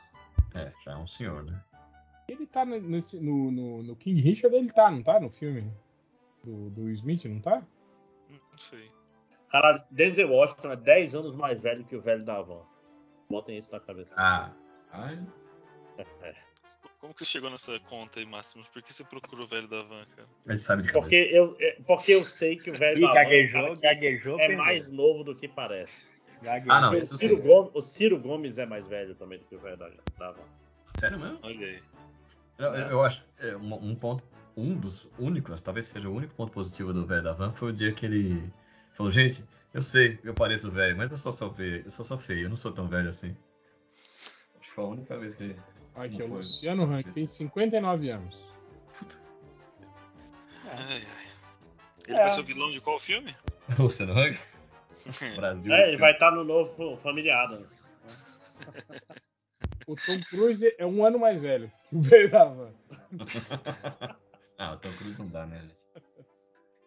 É, já é um senhor, né? Ele tá ne- nesse, no, no, no King Richard, ele tá, não tá? No filme do, do Will Smith, não tá? Não sei. Cara, Denzel Washington é 10 anos mais velho que o velho da Havan. Botem isso na cabeça. Ah, ai, Como que você chegou nessa conta aí, Máximo? Por que você procurou o velho da van, cara? ele sabe de cabeça. Porque eu, é, porque eu sei que o velho Ih, da Havan é, um gaguejou, cara que gaguejou. é perdeu. mais novo do que parece. Gaguejou. Ah, não, Porque isso o, sim. Ciro Gomes, o Ciro Gomes é mais velho também do que o velho da, da Havan. Sério mesmo? Olha aí. Eu, eu- eu acho é, um, um ponto, um dos únicos, talvez seja o único ponto positivo do velho da van foi o dia que ele falou, gente, eu sei, eu pareço velho, mas eu sou só feio, eu sou só feio, eu não sou tão velho assim. Acho que foi a única vez que ele. Aqui, Não é o foi. Luciano Huck, tem 59 anos. Ai, ai. Ele É. vai ser o vilão de qual filme? Luciano Huck? Brasil. É, ele vai estar no novo Family Adams. O Tom Cruise é um ano mais velho que o velho da van. ah, o Tom Cruise não dá, né, gente?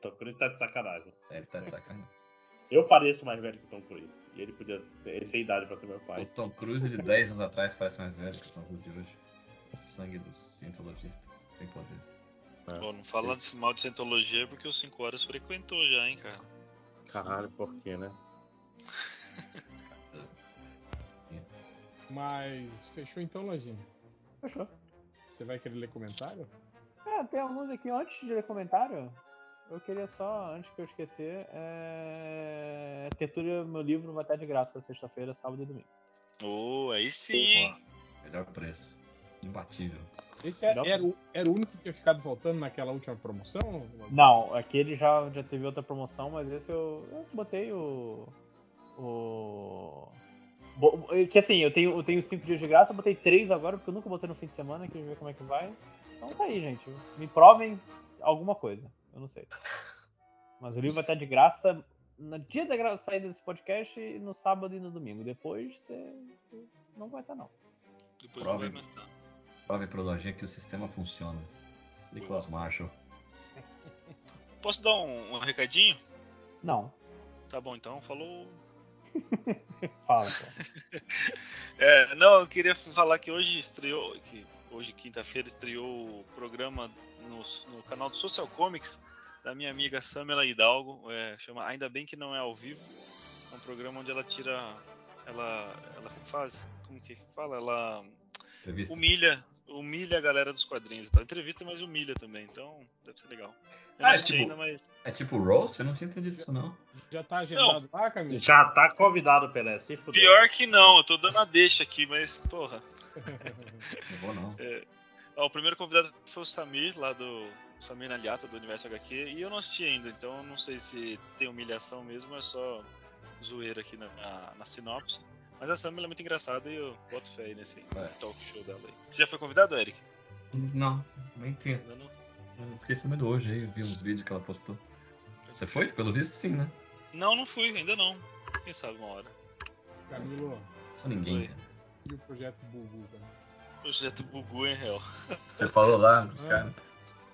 Tom Cruise tá de sacanagem. É, Ele tá de sacanagem. Eu pareço mais velho que o Tom Cruise. E ele podia. Ele tem idade pra ser meu O pai. Tom Cruise de 10 anos atrás parece mais velho que o Tom Cruise de hoje. O sangue dos cientologistas. Tem poder. Bom, não fala desse mal de Scientologia porque o 5 Horas frequentou já, hein, cara? Caralho, por quê, né? Mas fechou então, Lojinha. Fechou. Você vai querer ler comentário? É, tem alguns aqui. Antes de ler comentário, eu queria só, antes que eu esquecer, é... Tertúlia, meu livro vai estar de graça sexta-feira, sábado e domingo. Ô, aí sim. Porra, Melhor preço. Imbatível. Esse era, Não. era o, era o único que tinha ficado faltando naquela última promoção? Não, aquele já, já teve outra promoção, mas esse eu, eu botei o. O. bo- Que assim, eu tenho, eu tenho cinco dias de graça, eu botei três agora, porque eu nunca botei no fim de semana, queria ver como é que vai. Então tá aí, gente. Me provem alguma coisa. Eu não sei. Mas o livro vai estar de graça no dia da gra- saída desse podcast, e no sábado e no domingo. Depois você não vai estar, não. Depois não Prova, vai hein? mais tá. Prove pro lojinha que o sistema funciona. Nicholas Marshall. Posso dar um, um recadinho? Não. Tá bom, então. Falou. Fala, pô. É, não, eu queria falar que hoje estreou, que hoje quinta-feira estreou o programa no, no canal do Social Comics da minha amiga Samela Hidalgo, é, chama Ainda Bem Que Não É Ao Vivo, é um programa onde ela tira, ela, ela faz, como que fala, ela Entrevista. humilha, humilha a galera dos quadrinhos e tal, entrevista, mas humilha também, então deve ser legal. Eu não Ah, é assisti tipo- ainda, mas É tipo roast? Eu não tinha entendido isso, não. Já tá agendado lá, Camilo? Já tá convidado, Pelé. Se fudeu. pior que não, eu tô dando a deixa aqui, mas porra. Não vou, não. Ó, o primeiro convidado foi o Samir, lá do Samir Naliato, do Universo HQ, e eu não assisti ainda, então eu não sei se tem humilhação mesmo, é só zoeira aqui na, na, na sinopse. Mas a Samir é muito engraçada e eu boto fé aí nesse É. talk show dela aí. Você já foi convidado, Eric? Não, nem tinha. Ainda não? Eu fiquei sabendo hoje aí, eu vi uns vídeos que ela postou. Você foi? Pelo visto, sim, né? Não, não fui, ainda não. Quem sabe uma hora. Camilo, Só Foi. ninguém, cara. e o projeto Bubu, né? cara? O projeto bugou, hein, réu? Você falou lá dos Ah. caras.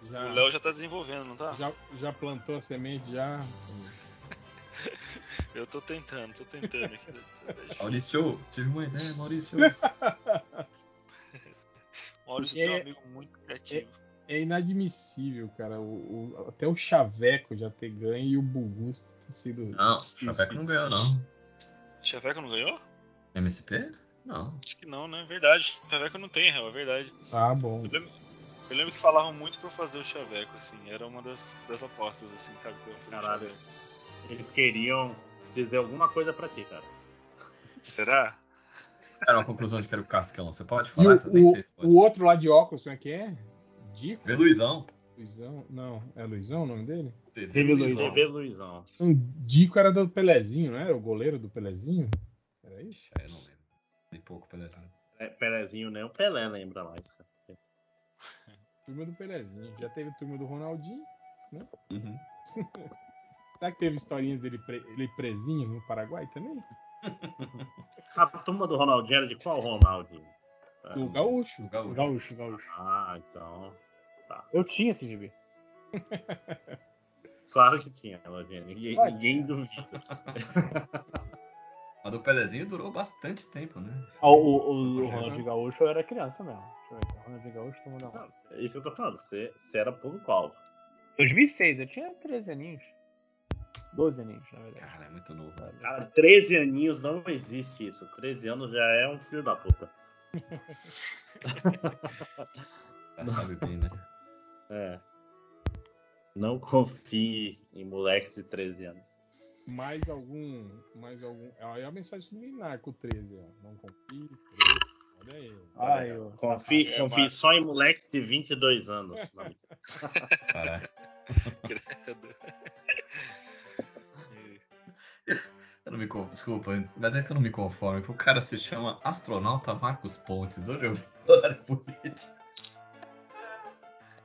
O Já, Léo já tá desenvolvendo, não tá? já, já plantou a semente, já. Eu tô tentando, tô tentando aqui. Maurício, tive uma ideia, Maurício. Maurício tem um É- amigo muito criativo. É inadmissível, cara. O, o- até o Chaveco já ter ganho e o Bubu ter sido. Não, o Chapeco não ganhou, não. Chaveco não ganhou? MSP? Não. Acho que não, né? Verdade. Chaveco não tem, réu, é verdade. Ah, bom. Eu lembro- Eu lembro que falavam muito pra eu fazer o chaveco, assim. Era uma das, das apostas, assim, sabe? Que eu fui no Caralho. chaveco. Eles queriam dizer alguma coisa pra ti, cara. Será? Era uma conclusão de que era o Cascão. Você pode E falar? Você nem o, sei se o, pode. o outro lá de óculos, como é que é? Dico? Vê Luizão. Luizão? Não, é Luizão o nome dele? TV Teve Luizão. TV Luizão. Um Dico era do Pelezinho, não era? O goleiro do Pelezinho? Era isso? É, eu não lembro. Nem pouco, beleza. É, Pelezinho, né? O Pelé lembra mais. Turma do Pelezinho. Já teve turma do Ronaldinho. Uhum. Será que teve historinhas dele pre- ele presinho no Paraguai também? A turma do Ronaldinho era de qual Ronaldinho? Tá. Do Gaúcho. O Gaúcho. Gaúcho, gaúcho. Ah, então. Eu tinha esse gibi. Claro que tinha, Lojinha. Ninguém, Claro que ninguém duvida. A do Pelezinho durou bastante tempo, né? Ah, O, o, o, o Ronaldinho Gaúcho eu era criança mesmo. Deixa eu ver aqui. Ronaldinho Gaúcho, turma da Mônica. É Isso que eu tô falando. Você, você era público-alvo. 2006, eu tinha 13 aninhos. 12 aninhos, na verdade. Cara, é muito novo. Cara, 13 aninhos não existe isso. 13 anos já é um filho da puta. Já Ah. sabe bem, né? É. Não confie em moleques de 13 anos. Mais algum. Mais algum. Olha a mensagem subliminar com o 13, ó. Não confie. 13. Olha aí. Ai, eu... Confie, É, confie mas- só em moleques de 22 anos. Não. Caraca. Credo. Eu não me con- Desculpa, mas é que eu não me conformo, que o cara se chama astronauta Marcos Pontes. Hoje eu vi toda hora por isso.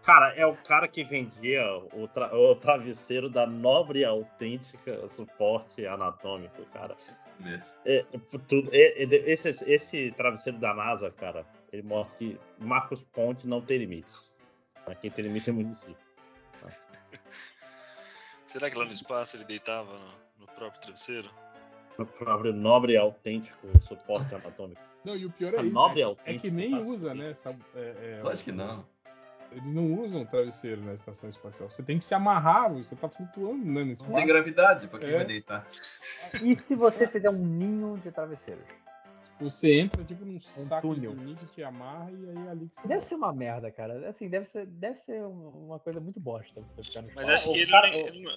Cara, é o cara que vendia o, tra- o travesseiro da nobre e autêntica suporte anatômico, cara. mesmo. É, é, por tudo- é, é, de- esse, esse travesseiro da NASA, cara, ele mostra que Marcos Ponte não tem limites. Mas Quem tem limite é município. Será que lá no espaço ele deitava no, no próprio travesseiro? O próprio nobre e autêntico suporte anatômico. Não, e o pior Tá A é isso. nobre e É, é autêntica. que nem faz- usa, né? essa- é- é, Lógico que não. Eles não usam travesseiro na estação espacial. Você tem que se amarrar, você tá flutuando né, no Não espaço. tem gravidade pra quem É. vai deitar. E se você fizer um ninho de travesseiros? Você entra tipo num saco Um túnel. de dormir que te amarra e aí é ali que você Deve ser uma merda, cara. Assim, deve ser, deve ser um- uma coisa muito bosta você ficar no Mas espaço. acho o que ele, cara- nem- o- ele não.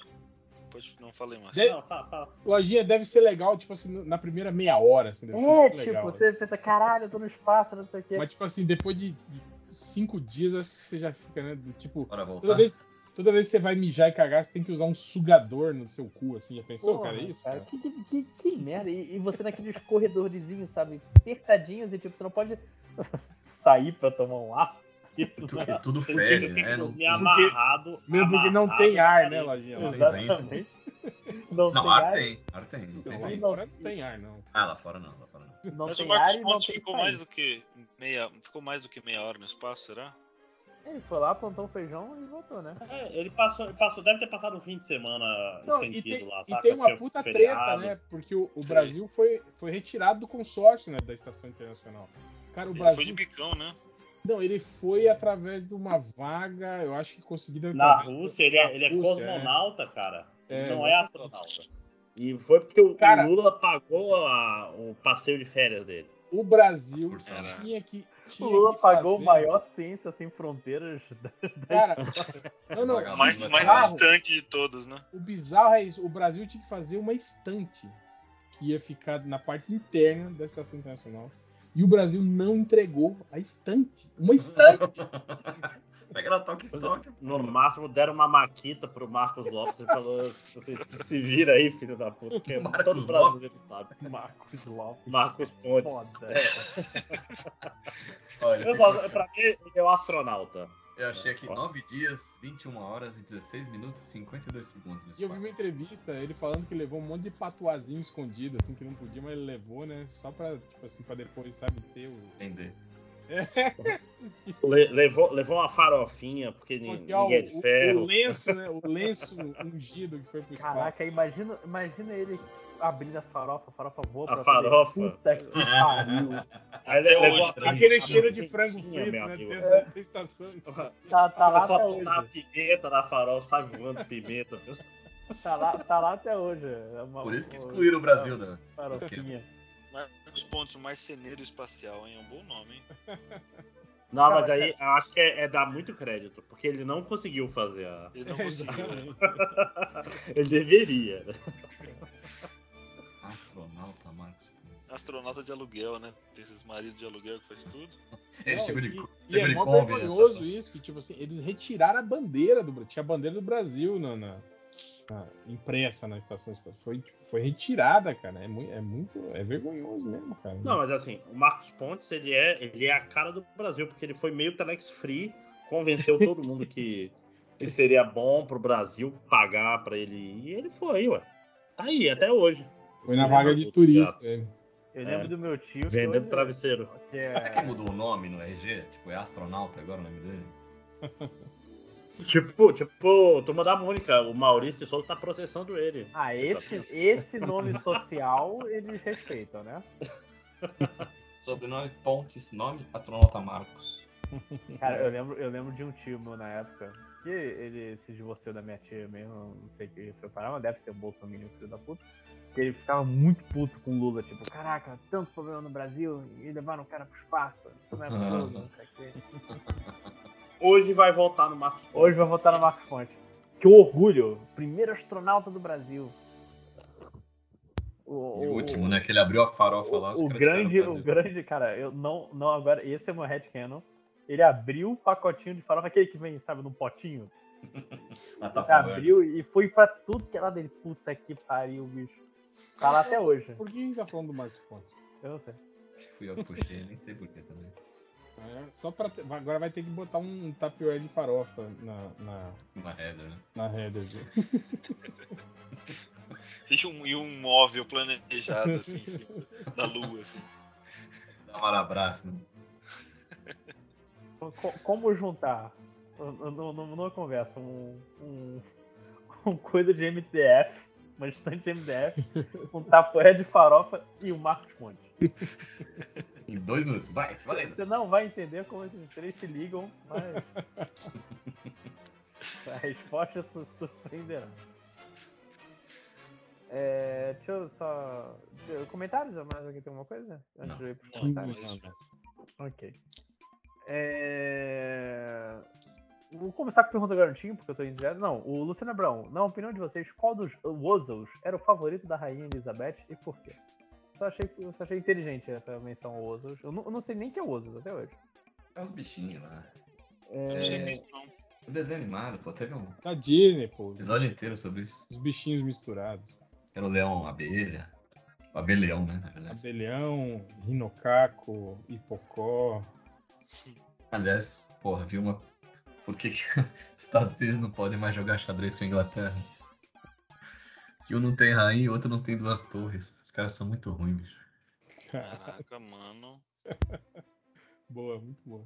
Pode, não falei mais. Deve- Não, fala, fala. Lojinha deve ser legal, tipo assim, na primeira meia hora, assim, deve ser É, muito tipo, legal. você pensa, caralho, eu tô no espaço, não sei o quê. Mas tipo assim, depois de, de cinco dias, acho que você já fica, né? do Tipo, Bora toda voltar. vez, toda vez que você vai mijar e cagar, você tem que usar um sugador no seu cu, assim. Já pensou, Porra, cara? É isso, cara, cara? Que, que, que- que merda. E, e você naqueles corredorzinhos, sabe? Apertadinhos e tipo, você não pode sair pra tomar um ar. Isso, Tu- né? e tudo Porque fede, você tem né? que Não, dormir não, amarrado. Mesmo porque não amarrado tem ar, né, na parede. Lojinha? Não tem ar. Exatamente. Não, não, tem ar ar, tem. Ar tem. Não tem Então, Não, lá fora jeito. não tem ar, não. Ah, lá fora não. Lá fora não. não Mas o tem Marcos ar e não Pontes tem ficou saída. mais do que meia, ficou mais do que meia hora no espaço, será? Ele foi lá, plantou um feijão e voltou, né? É, ele passou, ele passou, deve ter passado um fim de semana Não, e, estendido tem, lá, e saca? tem Porque uma é puta treta, feriado. né? Porque o, o Sim. Brasil foi, foi retirado do consórcio né, da Estação Internacional. Cara, o Ele foi de Brasil. bicão, né? Não, ele foi através de uma vaga, eu acho que conseguida. Na através- Rússia, ele é, Na ele é Rússia, cosmonauta, cara. Ele É, não exatamente. é astronauta. E foi porque o Cara- o Lula pagou a- o passeio de férias dele. O Brasil Excursão, né? tinha que. O Tinha Lula que pagou o fazer- maior ciência sem fronteiras. da- Cara, não, não. Vagabundo, o Mais, Mas mais claro. né? bizarro- distante de todos, né? O bizarro é isso. O Brasil tinha que fazer uma estante que ia ficar na parte interna da Estação Internacional. E o Brasil não entregou a estante. Uma estante! Pega na Toque Stock. No máximo, deram uma maquita pro Marcos Lopes e falou: "Você se vira aí, filho da puta, que Marcos todo brasileiro sabe. Marcos Lopes. Marcos Pontes. Foda. É, Olha, Eu só, pra mim, ele é o astronauta. Eu achei aqui Ó. 9 dias, 21 horas e 16 minutos e 52 segundos. no E eu vi uma espaço. entrevista, ele falando que levou um monte de patuazinho escondido, assim, que não podia, mas ele levou, né? Só pra, tipo assim, pra depois, sabe, ter o. Entender. Le- levou, levou uma farofinha, porque ni- Porque, ninguém ó, é de o, ferro. o lenço, né? O lenço ungido que foi pro espaço. Caraca, imagina, imagina ele abrindo a farofa, a farofa boa A pra comer. farofa. Puta que pariu. Até Aí levou hoje, a- né? Aquele a cheiro de frango pintinha, frito, meu né? amigo. É. Dentro da, da estação. Tá, tá lá só até botar a hoje. pimenta na farofa, sai voando pimenta. Tá lá, tá lá até hoje. É uma- Por isso que uma- excluíram o Brasil né? da. uma Farofinha. um Marcos Pontes, o marceneiro espacial, hein? É um bom nome, hein? Não, mas aí eu acho que é, é dar muito crédito, porque ele não conseguiu fazer a. Ele não conseguiu. né? Exatamente. Ele deveria. né? Astronauta, Marcos. Pontes. Astronauta de aluguel, né? Tem esses maridos de aluguel que faz tudo. Ele Não, chegou tipo de e- co- E chegou é de mó Kombi, né? vergonhoso isso, que tipo assim, eles retiraram a bandeira do Brasil. Tinha a bandeira do Brasil na, na- na- impressa na estação espacial. Foi, tipo, foi retirada, cara. É muito, é muito. É vergonhoso mesmo, cara. Não, mas assim, o Marcos Pontes, ele é, ele é a cara do Brasil, porque ele foi meio Telex Free, convenceu todo mundo que, que seria bom pro Brasil pagar pra ele ir, e ele foi, ué. Tá aí, até hoje. foi na vaga de turista. é. Eu lembro É. do meu tio. que Vendendo hoje- travesseiro. que Será que é- mudou o nome no RG? Tipo, é astronauta agora o nome dele? Tipo, tipo, turma da Mônica, o Maurício de Souza tá processando ele. Ah, esse, esse nome social eles respeitam, né? Sobrenome Pontes, nome astronauta Marcos. Cara, eu lembro, eu lembro de um tio meu na época que ele se divorciou da minha tia mesmo, não sei o que foi parar, mas deve ser bolsominion, filho da puta. Que ele ficava muito puto com o Lula, tipo, caraca, tanto problema no Brasil e levaram o cara pro espaço, isso não é possível, não sei o que. Hoje vai voltar no É Marcos Pontes. Hoje vai votar no Marcos Fonte. Que orgulho! Primeiro astronauta do Brasil. O, E o último, né? Que ele abriu a farofa lá. os O, o caras grande, tiraram o Brasil. grande, cara, eu não, não agora, esse é meu headcanon. Ele abriu o pacotinho de farofa, aquele que vem, sabe, num potinho. Ah, tá Ele falando. abriu e foi pra tudo que era dele. Puta que pariu, bicho. Tá lá até hoje. Por que a gente tá falando do Marcos Pontes? Eu não sei. Acho que fui eu que puxei, nem sei porquê também. É, só pra ter- agora vai ter que botar um tapioca de farofa na, na, Uma header, né? na header. viu? E um, e um móvel planejado, assim, em cima da lua, assim. Dá um abraço, né? Co- co- Como juntar? Não, não, não, não conversa. Um, um, um coisa de MDF, uma estante de MDF, um tapoé de farofa e o Marcos Monte. Em dois minutos, vai, vai. Você não vai entender como esses três se ligam, mas. A resposta é su- surpreenderá. É, deixa eu só. Comentários? Mais alguém tem alguma coisa? Antes Não. tá, de eu ir pro Não, comentário. mas- Ok. É... Vou começar com a pergunta garantinho, porque eu tô indo direto. Não, o Luciano Abrão, na opinião de vocês, qual dos Wuzzles era o favorito da rainha Elizabeth e por quê? Só achei, só achei inteligente essa menção ao Wuzzles. Eu não, eu não sei nem que é Wuzzles até hoje. É uns bichinhos lá. Eu não sei É, mesmo, não. O desenho animado, pô, teve um Da Tá Disney, pô. episódio inteiro sobre isso. Os bichinhos misturados. Era o leão, a abelha. O abelhão, né, na verdade. Abelhão, Rinocaco, Hipocó. Aliás, porra, viu uma... Por que, que os Estados Unidos não podem mais jogar xadrez com a Inglaterra? Que um não tem rainha e o outro não tem duas torres. Os caras são muito ruins, bicho. Caraca, mano. Boa, muito boa.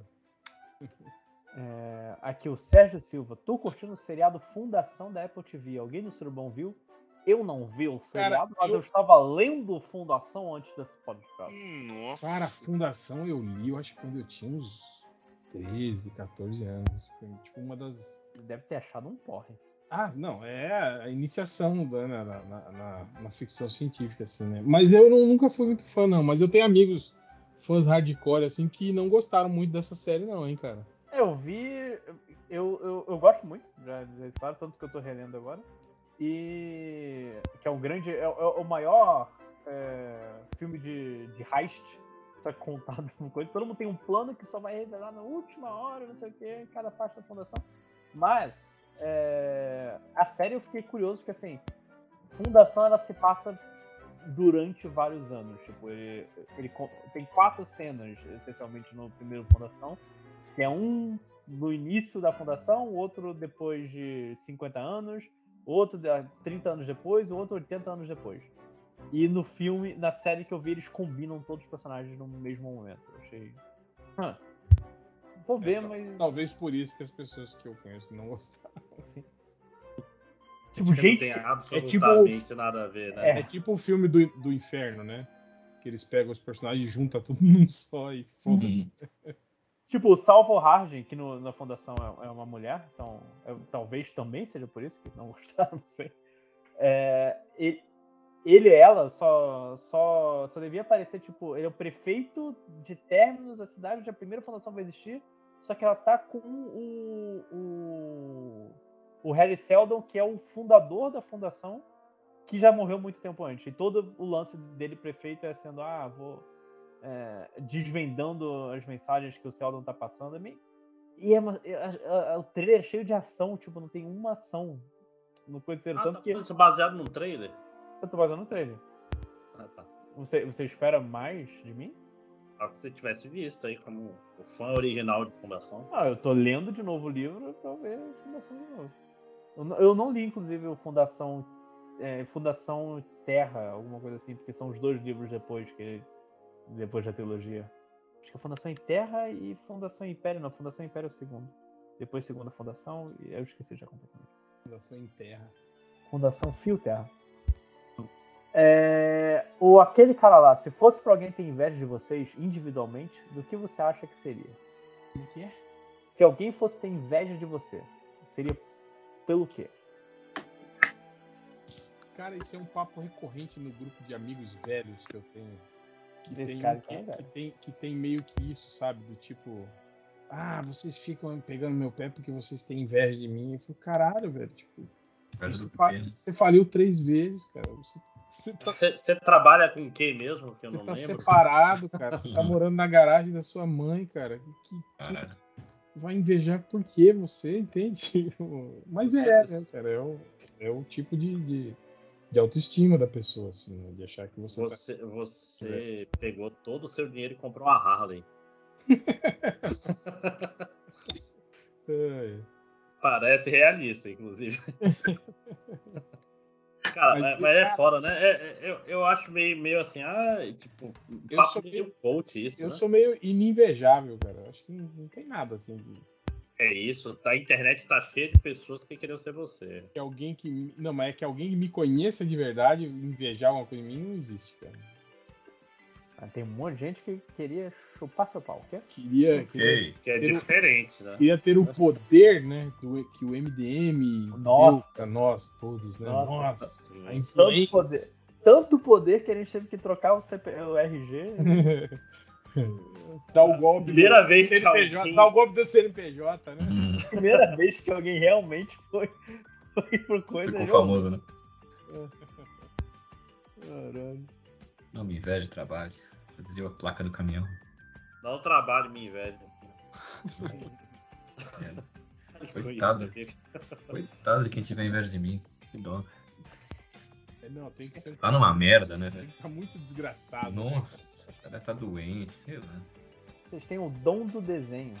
é, aqui o Sérgio Silva. Tô curtindo o seriado Fundação da Apple TV. Alguém do Surubão viu? Eu não vi o seriado, mas eu- eu... estava lendo Fundação antes desse podcast. Hum, Nossa. Cara, Fundação eu li, eu acho que quando eu tinha uns 13, 14 anos. Foi tipo uma das. Ele deve ter achado um porre. Ah, não, é a iniciação da- na, na- na- na- na ficção científica, assim, né? Mas eu não- nunca fui muito fã, não. Mas eu tenho amigos fãs hardcore, assim, que não gostaram muito dessa série, não, hein, cara? Eu vi. Eu, eu, eu gosto muito, já dizer isso claro, tanto que eu tô relendo agora. E. Que é um grande. É, é o maior é, filme de, de heist. Só que contado com coisa. Todo mundo tem um plano que só vai revelar na última hora, não sei o que, cada parte da fundação. Mas é, a série eu fiquei curioso, porque assim, fundação ela se passa durante vários anos. Tipo, ele, ele con- tem quatro cenas, essencialmente, no primeiro fundação. Que é um no início da fundação, outro depois de 50 anos, outro da- 30 anos depois, o outro 80 anos depois. E no filme, na série que eu vi, eles combinam todos os personagens no mesmo momento. Eu achei. Hã. Vou ver, É, mas. Talvez por isso que as pessoas que eu conheço não gostaram. assim. Tipo, gente, não tem absolutamente nada a ver, né? É. tipo É, tipo o filme do, do inferno, né? Que eles pegam os personagens e juntam tudo num só e foda Uhum. Tipo, o Salvo Harden, que no- na fundação é, é uma mulher, então é- talvez também seja por isso que não gostaram, não sei. É, ele, ele e ela só, só, só devia aparecer, tipo, ele é o prefeito de términos da cidade onde a primeira fundação vai existir, só que ela tá com o, o, o Harry Seldon, que é o fundador da fundação, que já morreu muito tempo antes. E todo o lance dele prefeito é sendo, ah, vou é, desvendando as mensagens que o Seldon tá passando. É meio... E é uma- é- é- é- o trailer é cheio de ação, tipo, não tem uma ação no coisa Ah, tanto tá que isso baseado no trailer? eu tô fazendo o trailer. Ah, tá. Você, você espera mais de mim? Só que você tivesse visto aí como o fã original de Fundação. Ah, eu tô lendo de novo o livro pra ver a Fundação de novo. Eu, n- eu não li, inclusive, o Fundação, é, Fundação Terra, alguma coisa assim, porque são os dois livros depois que depois da trilogia. Acho que é Fundação em Terra e Fundação Império. Não, Fundação Império é o segundo. Depois Segunda Fundação, e eu esqueci já completamente. Fundação em terra. Fundação Fio Terra. É, o aquele cara lá, se fosse pra alguém ter inveja de vocês individualmente, do que você acha que seria? Como é que é? Se alguém fosse ter inveja de você, seria pelo quê? Cara, isso é um papo recorrente no grupo de amigos velhos que eu tenho. Que Esse tem, um cara que, tá velho. que tem, que tem meio que isso, sabe? Do tipo, ah, vocês ficam pegando meu pé porque vocês têm inveja de mim. Eu falo, caralho, velho. Tipo, Ajuda você, do fa- pequeno. você faliu três vezes, cara. Você, você tá, Você você trabalha com quem mesmo? Que eu você não tá lembro. separado, cara. Você tá morando na garagem da sua mãe, cara. Que, que, Caralho. vai invejar por que você, entende? Mas é, né, cara? É o, é o tipo de, de, de autoestima da pessoa, assim, né? De achar que você, tá. Você, você pegou todo o seu dinheiro e comprou uma Harley. É, Parece realista, inclusive. Cara, Mas, mas, mas é foda, né? É- é- eu, eu acho meio, meio assim, ah, tipo, Eu papo sou de meio- coach isso, Eu né? sou meio ininvejável, cara. Eu Acho que não, não tem nada, assim, de- É isso, tá, a internet tá cheia de pessoas que queriam ser você. que alguém que. me- Não, mas é que alguém que me conheça de verdade, invejar alguma coisa em mim, não existe, cara. Ah, Tem um monte de gente que queria chupar seu pau, quer? Queria, queria, Ok. Que é Eu- diferente, né? queria ter o poder, né, do, que o MDM Nossa. deu pra nós todos, né? Nossa. Nós. A Tanto influência. poder. Tanto poder que a gente teve que trocar o, CP, o né? RG. Dá o golpe. Primeira vez que CNPJ, alguém- dá o golpe do CNPJ, né? Hum, Primeira vez que alguém realmente foi, foi por coisa. Ficou famoso, né? Caralho. Não me inveja de trabalho. Eu dizia a placa do caminhão. Dá um trabalho, minha inveja. É. Coitado. Isso, amigo. Coitado de quem tiver inveja de mim. Que dó. É, Não, tem que ser. Tá numa merda, né, velho? Fica muito Ah, desgraçado. né? Nossa, o cara tá doente, sei lá. Vocês têm o dom do desenho.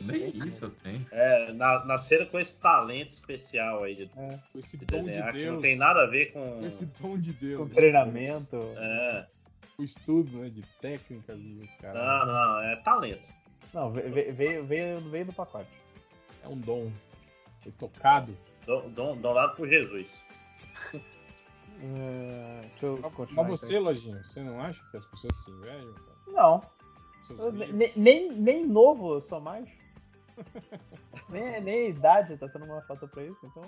Nem isso eu tenho. É, na- nasceram com esse talento especial aí de, de Com esse dom de desenhar, que Deus. não tem nada a ver com. Com esse dom de Deus. Com né? treinamento. É, Com estudo, né? De técnicas e os caras. Ah. não, não, é talento. Não, ve- ve- veio, veio, veio do pacote. É um dom. Foi tocado. Dom- dom- Donado por Jesus. Ah, deixa eu Mas continuar. você, Lojinha, você não acha que as pessoas te invejam, cara? então. Não. Seus Eu amigos? ne- nem, nem novo eu sou mais. nem, nem a idade tá sendo uma falta pra isso, então.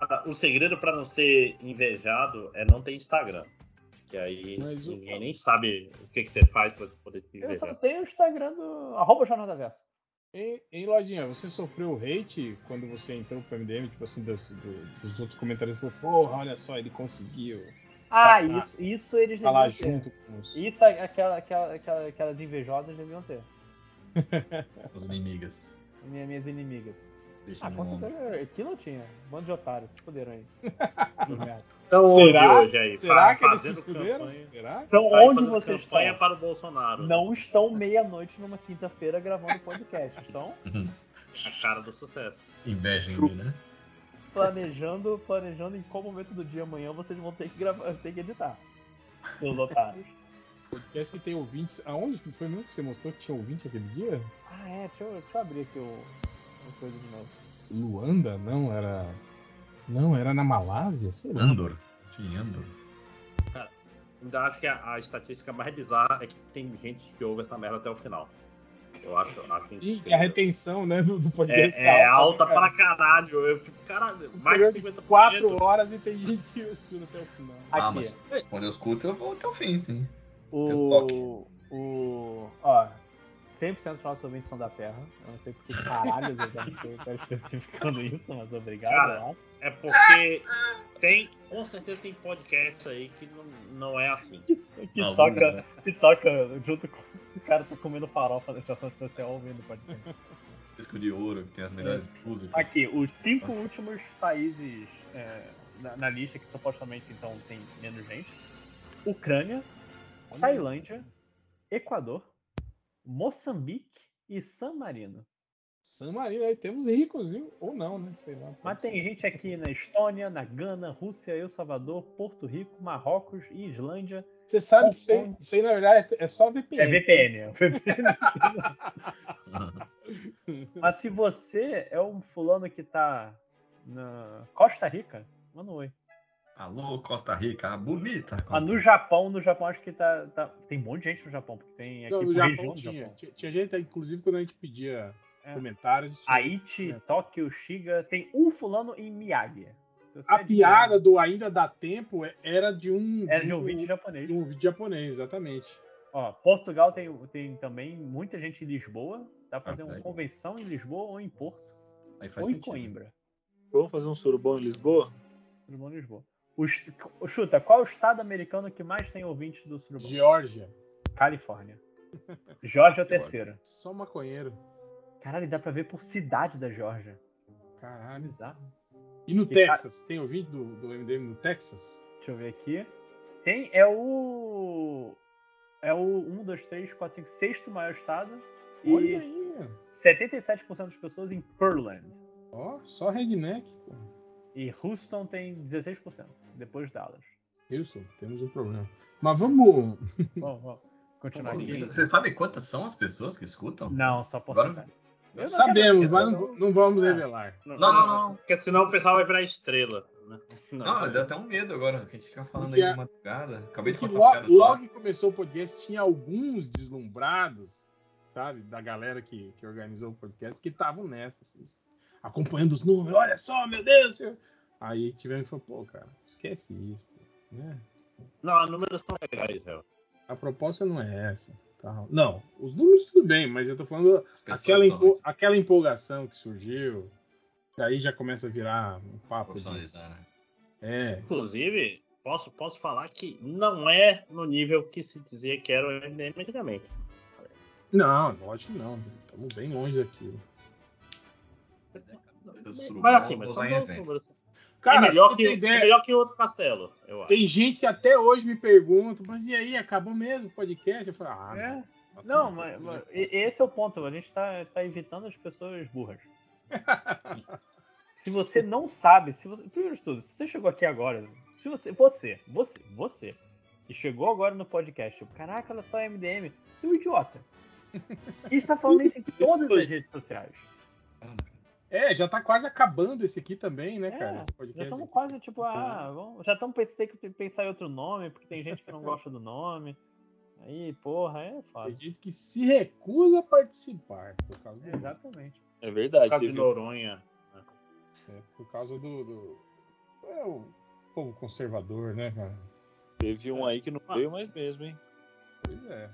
Ah, O segredo pra não ser invejado é não ter Instagram. Que aí Mas o- ninguém nem sabe o que, que você faz pra poder te Eu só invejar. tenho o Instagram do. Arroba Jornal da Versa. Hein, hein, Lojinha, você sofreu hate quando você entrou pro MDM? Tipo assim, dos, do- dos outros comentários, falou, porra, olha só, ele conseguiu Tá, Ah, tá. isso, isso eles falar deviam ter. junto com os... Isso a- aquela, aquela, aquela, aquelas invejosas deviam ter. As inimigas. Minha, minhas inimigas. Deixa Ah, no com ombro. certeza. Aqui não tinha. Um Bando de otários, se fuderam aí. Merda. Então, Será? hoje aí, Será fa- que eles se Tá fazendo fuderam? campanha- Será? Então, Tá aí onde fazendo vocês estão? campanha para o Bolsonaro. Não estão meia-noite numa quinta-feira gravando podcast. Estão A cara do sucesso. Uhum. Inveja em mim, né? planejando, planejando em qual momento do dia amanhã vocês vão ter que gravar, ter que editar. Seus otários. Podcast que tem ouvintes. Aonde que foi mesmo que você mostrou que tinha ouvinte aquele dia? Ah, é, deixa eu, deixa eu abrir aqui o, o coisa de novo. Luanda? Não, era. Não, era na Malásia? Sei lá. Andor. Tinha Andor. Ainda acho que a, a estatística mais bizarra é que tem gente que ouve essa merda até o final. Eu acho, acho Ih, incrível. que a retenção, né, do, do podcast É, é tá alta né, cara? pra caralho. Eu, tipo, caralho, Um mais de programa 50%. Quatro horas e tem gente que escuta até o final. Ah, Aqui. mas quando eu escuto, eu vou até o fim, sim. Teu O. toque. O. Ó. 100% dos nossos ouvintes são da Terra. Eu não sei por que caralho eu estou tá especificando isso, mas obrigado. Cara, eu acho. É porque tem, com certeza tem podcasts aí que não, não é assim. que, Não, vamos toca, ver, né? que toca junto com. O cara tá comendo farofa na estação especial ouvindo o podcast. Disco de ouro, que tem as melhores músicas. Aqui, os cinco últimos países é, na, na lista, que supostamente então tem menos gente: Ucrânia, Tailândia, Equador, Moçambique e San Marino. San Marino, aí temos ricos, viu? Ou não, né? Sei lá. Mas tem gente aqui na Estônia, na Gana, Rússia, El Salvador, Porto Rico, Marrocos e Islândia. Você sabe que isso aí, isso aí, na verdade, é só VPN. É VPN. é VPN. Mas se você é um fulano que tá na Costa Rica, manda um oi. Alô, Costa Rica, a bonita. Costa Mas Ah, no Rica. Japão, no Japão acho que tá, tá- Tem um monte de gente no Japão, porque tem aqui Não, por no região Japão do tinha. Japão. Tinha- Tinha gente, inclusive, quando a gente pedia É. comentários. tinha- Haiti, É. Tóquio, Shiga, tem um fulano em Miyagi. Se você é A de piada do ainda dá tempo é- era de um. Miyagi, era de um vídeo vídeo japonês. de um vídeo japonês, exatamente. Ó, Portugal tem, tem também muita gente em Lisboa. Dá pra Ah, fazer uma velho. convenção em Lisboa ou em Porto Aí faz ou em sentido. Coimbra. Vamos fazer um surubão em Lisboa? Surubão em Lisboa. O, est- o- chuta, qual é o estado americano que mais tem ouvintes do Surubão? Geórgia. Califórnia. Georgia é o terceiro. Só maconheiro. Caralho, dá pra ver por cidade da Georgia. É Caralho. bizarro. E no Que Texas? Tem ouvinte do, do MDM no Texas? Deixa eu ver aqui. Tem, é o. É o 1, 2, 3, 4, 5, sexto maior estado. E Olha aí. 77% das pessoas em Pearland. Ó, só redneck. Pô. E Houston tem 16%, depois Dallas. Wilson, temos um problema. Mas vamos. Vamos, vamos. Continuar Pô, aqui. Você sabe quantas são as pessoas que escutam? Não, só porcentagem. Eu não Sabemos, quero- mas não, não vamos É. Ah. revelar. Não, Não, não, não. Porque senão o pessoal vai virar estrela. né? Não, deu até um medo agora, que a gente fica falando Porque aí a- de madrugada. Acabei de um Porque logo, cortar as piadas lá. logo que começou o podcast, tinha alguns deslumbrados, sabe, da galera que, que organizou o podcast, que estavam nessa, assim, acompanhando os números. Olha só, meu Deus! eu-" Aí tivemos e falou, pô, cara, esquece isso, pô, né? Não, os números são legais, Léo. A proposta não é essa. Tal. Não, os números tudo bem, mas eu tô falando As pessoas aquela, são empo- aquela empolgação que surgiu, daí já começa a virar um papo. De, profissionalizar, né? é, Inclusive, posso, posso falar que não é no nível que se dizia que era o MDM antigamente. não, lógico que não, estamos bem longe daquilo. Mas assim, mas Vou só usar em os evento. números. Cara, é, melhor você que, tem é melhor que outro castelo, eu acho. Tem gente que até hoje me pergunta, mas e aí, acabou mesmo o podcast? Eu falo, ah, É. não. Tá Não, bom, mas, tá mas bom. e- esse é o ponto. A gente tá, tá evitando as pessoas burras. Se você não sabe, se você, primeiro de tudo, se você chegou aqui agora, se você, você, você, você, e chegou agora no podcast, tipo, caraca, olha só MDM, você é um idiota. E está falando isso em todas as redes sociais. É, já tá quase acabando esse aqui também, né, É, cara? Esse Já podcast. estamos quase tipo, ah, vamos, já estamos pensando que pensar em outro nome, porque tem gente que não gosta do nome. Aí, porra, é foda. Tem gente que se recusa a participar por causa do, É, exatamente. É Por verdade. causa de teve- Noronha. é, por causa do, do- é, o povo conservador, né, cara? Teve um aí que não veio mais mesmo, hein? Pois é.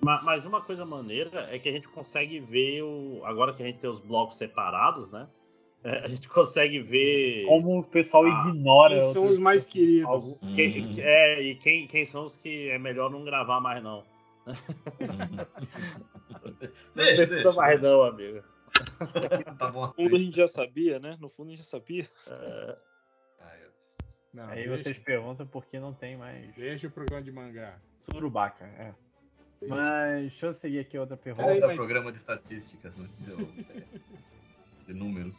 Ma- Mas, uma coisa maneira é que a gente consegue ver o. Agora que a gente tem os blocos separados, né? É, a gente consegue ver. Como o pessoal Ah, ignora. Quem são outras os mais pessoas. queridos? Algum- Hum. quem- é, e quem, quem são os que é melhor não gravar mais, não. Não Deixa, precisa É, deixa. mais, não, amigo. Tá bom No fundo a assim. gente já sabia, né? No fundo a gente já sabia. É, Ai, Ah, eu- Não, Aí deixa, vocês perguntam por que não tem mais deixa o programa de mangá. Surubaca, é. Mas deixa eu seguir aqui outra pergunta. Peraí, Volta mas- ao programa de estatísticas, né? De, é, de números.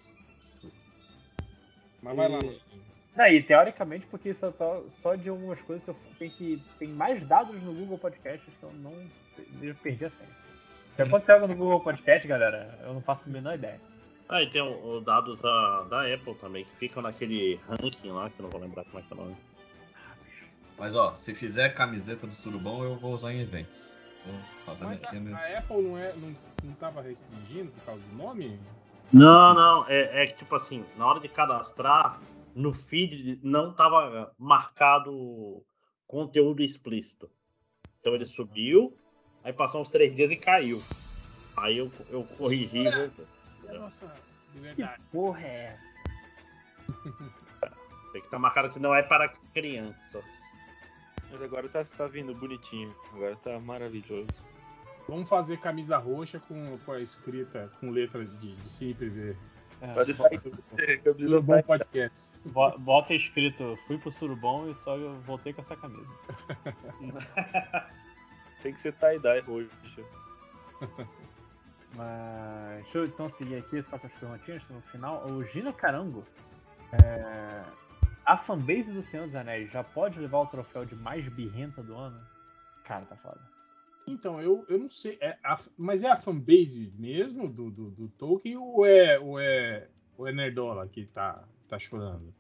Mas vai lá. E- Luquinha. Daí, teoricamente, porque isso é só, só de algumas coisas eu tenho que. Tem mais dados no Google Podcast, então eu não sei, eu perdi a senha. Se acontecer algo no Google Podcast, galera, eu não faço a menor ideia. Ah, e tem o, o dado da, da Apple também, que ficam naquele ranking lá, que eu não vou lembrar como é que é o nome. Mas ó, se fizer camiseta do surubão, eu vou usar em eventos. Nossa, Mas a, minha- a Apple não, é, não, não tava restringindo por causa do nome? Não, não, é, é que tipo assim, na hora de cadastrar, no feed não tava marcado conteúdo explícito. Então ele subiu, aí passou uns três dias e caiu. Aí eu, eu corrigi e voltou. É Nossa, de Que verdade. porra é essa? Tem que estar marcado que não é para crianças. Mas agora tá, tá vindo bonitinho. Agora tá maravilhoso. Vamos fazer camisa roxa com, com a escrita, com letra de, de sempre ver. Fazer Um bom podcast. É. Bo- Bota escrito, fui pro surubom e só eu voltei com essa camisa. Tem que ser tie-dye roxo. Mas deixa eu então seguir aqui só com as perguntinhas no final. O Gina Carango. é, A fanbase do Senhor dos Anéis já pode levar o troféu de mais birrenta do ano? Cara, tá foda. Então, eu, eu não sei. é a- mas é a fanbase mesmo do, do, do Tolkien ou é, ou, é, ou é Nerdola que tá, tá chorando?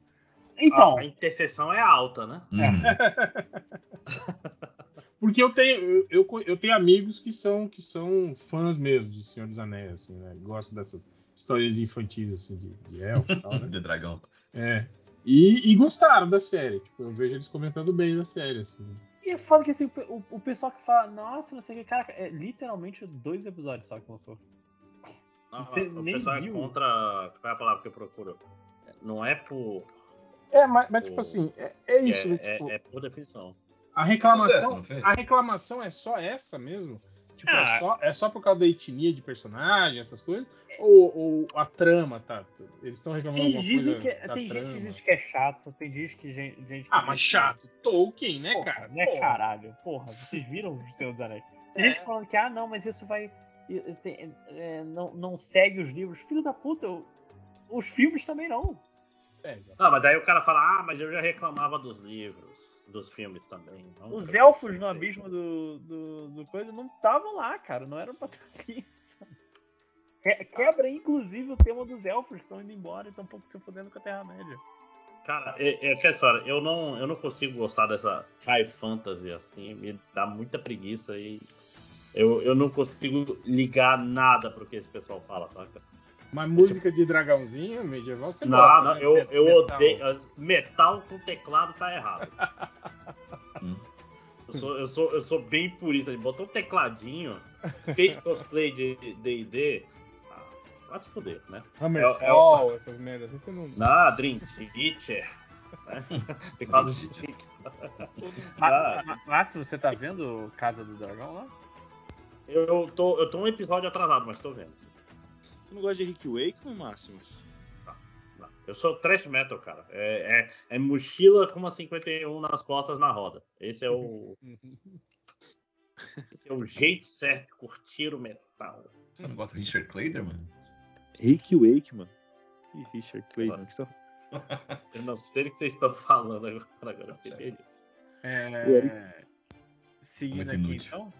Então, A, a interseção é alta, né? Hum, Porque eu tenho, eu, eu, co- eu tenho amigos que são, que são fãs mesmo de Senhor dos Anéis, assim, né? Gostam dessas histórias infantis, assim, de, de elfo e tal, né? de dragão. É. E, e gostaram da série. Tipo, eu vejo eles comentando bem da série, assim. e eu falo que assim, o, o pessoal que fala, nossa, não sei o que, cara, é literalmente dois episódios só que lançou. Não, Você o nem pessoal é viu. contra. Qual é a palavra que eu procuro? Não é por. É, mas, mas, O- tipo assim, é, é isso. né? é, tipo, é- é por definição. A Sucesso, reclamação, não fez? a reclamação é só essa mesmo? Tipo, Ah. é, só, é só por causa da etnia de personagem, essas coisas? É. Ou, ou a trama, tá? Eles estão reclamando Tem, alguma dizem coisa que, da tem gente que trama? diz que é chato, tem gente que gen- gente que Ah, diz mas que- chato. Tolkien, né, Porra, cara? Né, Porra. É. caralho? Porra, vocês viram o Senhor dos Anéis? Tem gente falando que, ah, não, mas isso vai. e- e tem- é, não, não segue os livros. Filho da puta, eu- os filmes também não. É, exato. Não, mas aí o cara fala, ah, mas eu já reclamava dos livros, dos filmes também. Então, Os pra elfos você no é ter- abismo do, do, do coisa não estavam lá, cara. Não eram pra estar aqui. sabe? Que- Quebra, inclusive, o tema dos elfos que estão indo embora e estão um pouco se fudendo com a Terra-média. Cara, é, é aquela história, eu não, eu não consigo gostar dessa high fantasy assim, me dá muita preguiça e eu, eu não consigo ligar nada pro que esse pessoal fala, saca? Mas música de dragãozinho medieval, você não, gosta, não, né? eu, eu Metal. odeio. eh, Metal com teclado tá errado. Hum. Eu sou, eu, sou, eu sou bem purista. ele Botou um tecladinho, fez cosplay de DD. Ah, vai se fuder, né? Hammerfall, essas merdas. assim, Você não... Na Dream Teacher. né? Teclado de Ah, Márcio, você tá vendo Casa do Dragão lá? eu tô, eu tô um episódio atrasado, mas tô vendo. Tu não gosta de Rick Wakeman, Máximo? Não, Eu sou trash metal, cara. É, é, é mochila com uma 51 nas costas na roda. Esse é o. esse é o jeito certo de curtir o metal. Você não gosta do Richard Clayder, mano? Rick Wakeman? Que Richard Clayman, que só... Eu não sei o que vocês estão falando agora, agora eu fiquei perdido. É... Seguindo Muito aqui, inútil. então.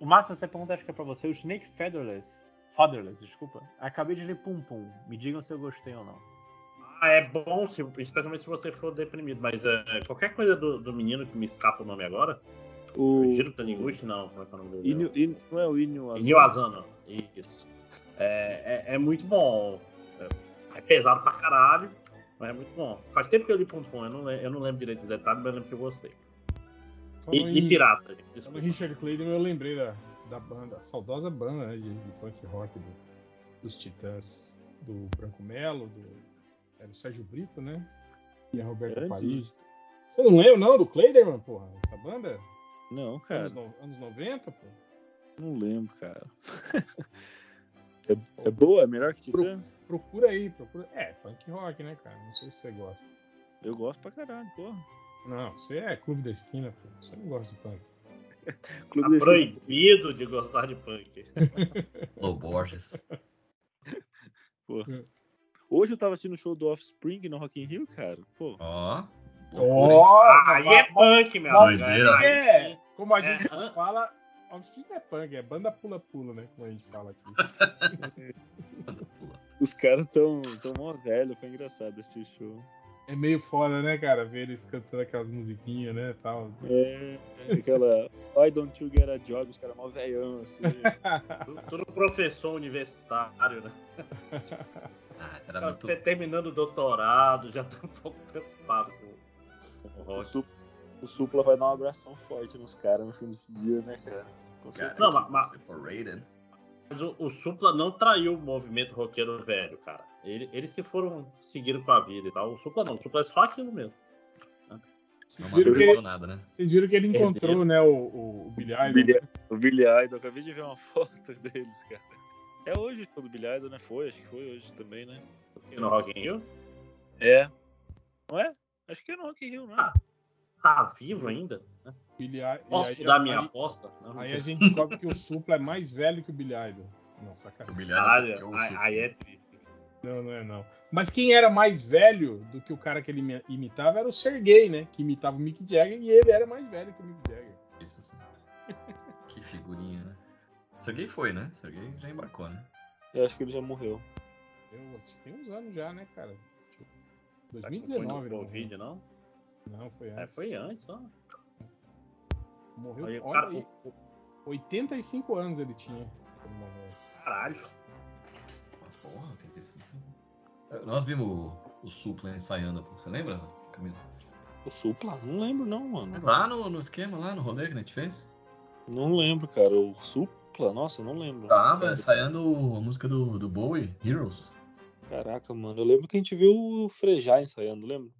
O máximo você pergunta, acho que é pra você. O Snake Featherless. Featherless, desculpa. Acabei de ler Pum Pum. Me digam se eu gostei ou não. Ah, é bom, se, especialmente se você for deprimido, mas é, qualquer coisa do, do menino que me escapa o nome agora. O... Jiro Taniguchi, não, como é que é o nome dele? Inio, In- não é o Inio Asano? Inio Asano, isso. É, é- é muito bom. É, é pesado pra caralho, mas é muito bom. Faz tempo que eu li Pum Pum, eu não, le- eu não lembro direito dos detalhes, mas eu lembro que eu gostei. E, Falou e em- Pirata, gente, falou em desculpa. Richard Clayton, eu lembrei da, da banda, a saudosa banda né, de, de punk rock do- dos Titãs, do Branco Melo, do, era o Sérgio Brito, né? E a Roberta né? Antes. Paris. Você não leu, não, do Clayderman, porra? Essa banda? Não, É. cara, Anos, no- anos 90, pô? não lembro, cara. é, é boa? É melhor que Titãs? Procura aí, procura. É, punk rock, né, cara? Não sei se você gosta. Eu gosto pra caralho, porra. Não, você é clube da esquina, pô. Você não gosta de punk. Tá desse- proibido de gostar de punk. Lou Borges. Hoje eu tava assistindo o show do Offspring no Rock in Rio, cara. Pô, Ó. loucura, Oh, Aí é punk, meu amigo. Doideira. aí É, sim. como a É, gente hã? fala, Offspring não é punk, é banda pula-pula, né? Como a gente fala aqui. hein? os caras tão, tão mó velho, foi engraçado assistir o show. É meio foda, né, cara? Ver eles cantando aquelas musiquinhas, né? Tal. É, é aquela. Why don't you get a job? Os caras mó velhão, assim. Todo professor universitário, né? Ah, será Cara, muito. te- Tá Terminando o doutorado, já tá um pouco preocupado com com o O, rock. Su- o Supla vai dar um abração forte nos caras no fim do dia, né, cara? Com Cara, certeza. Não, mas- que mas- separated. Mas o, o Supla não traiu o movimento roqueiro velho, cara. Ele- eles que foram seguindo com a vida e tal. O Supla não, o Supla é só aquilo mesmo. É Não Viram que matou ele- nada, né? Vocês viram que ele Perderam. encontrou, né, o, o Billy Idol. Billy- O Billy Idol, acabei de ver uma foto deles, cara. É hoje o do Billy Idol, né? Foi, acho que foi hoje também, né? E no Rock in Rio. É. Não é? Acho que é no Rock in Rio, não é? Ah, Tá vivo ainda? Billy Idol. Posso e aí, mudar minha aí, aposta? Não, aí a gente descobre que o Supla é mais velho que o Billy Idol. Não, sacanagem. Humilhado. Caralho, aí, aí é triste. Não, não é não. Mas quem era mais velho do que o cara que ele imi- imitava era o Sergei, né? Que imitava o Mick Jagger e ele era mais velho que o Mick Jagger. Isso, sim. Que figurinha, né? Serguei foi, né? Serguei já embarcou, né? Eu acho que ele já morreu. Eu, acho que tem uns anos já, né, cara? Deixa eu- Tá com o 2019, não, Covid, não? né? não, foi antes. É, foi antes, ó. Morreu Aí o olha cara- aí, 85 anos ele tinha. quando morreu. Caralho. Ah, Porra, 85. Eh, Nós vimos o, o Supla ensaiando, pô. você lembra, Camilo? O Supla? Não lembro, não, mano. É Lá no, no esquema, lá no rolê que a gente fez? Não lembro, cara. O Supla? Nossa, não lembro. Tava Cara, ensaiando a música do, do Bowie, Heroes. Caraca, mano. Eu lembro que a gente viu o Frejá ensaiando, lembra?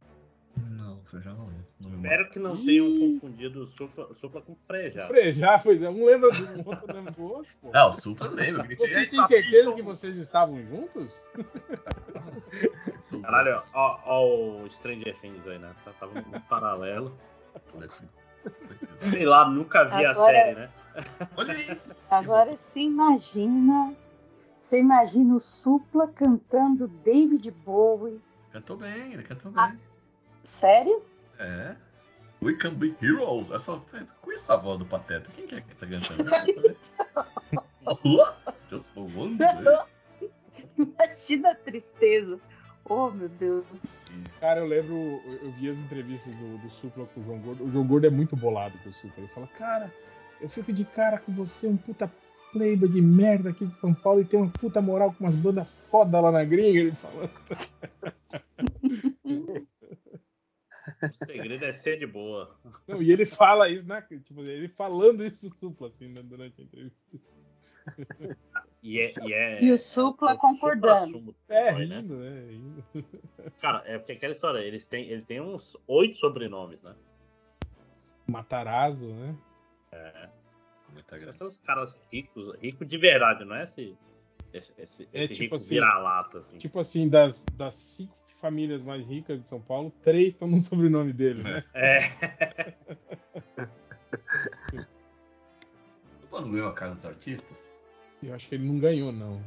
Não, foi já não lembro. Não me lembro. Espero que não tenham confundido o Supla, Supla com o O Freja. Frejá, pois é. Um lembra do um outro, lembra do outro, pô. Ah, o Supla lembra. eu gritei, Vocês "Ei, tá têm certeza que vocês estavam juntos? Supla". Caralho, ó, ó o Stranger Things aí, né? Tá- Tava no paralelo. assim, Foi bizarro. Sei lá, nunca vi a Agora- série, né? Olha aí. Agora você imagina. Você imagina o Supla cantando David Bowie. Cantou bem, ele cantou Ah. bem. Sério? É. We can be heroes. Essa, com essa voz do Pateta, quem que é que tá cantando? Just for one day. Imagina a tristeza. Oh, meu Deus. Cara, eu lembro, eu eu vi as entrevistas do, do Supla com o João Gordo. O João Gordo é muito bolado com o Supla. Ele fala, cara, eu fico de cara com você, um puta playboy de merda aqui de São Paulo e tem uma puta moral com umas bandas foda lá na gringa. Ele fala, O segredo é ser de boa. não, e ele fala isso, né? Tipo, ele falando isso pro Supla, assim, né, durante a entrevista. E, é, e, é, E o Supla é o concordando. supra-sumo do É, Playboy, né? rindo, né? Rindo. Cara, é porque aquela história, eles têm, ele tem uns oito sobrenomes, né? Matarazzo, né? Muita graça. Esses caras ricos, rico de verdade, não é esse, esse, esse, É esse tipo rico assim, vira-lata, assim. Tipo assim, das, das cinco famílias mais ricas de São Paulo, três estão no sobrenome dele, né? É, O Pano ganhou a Casa dos Artistas? Eu acho que ele não ganhou, não.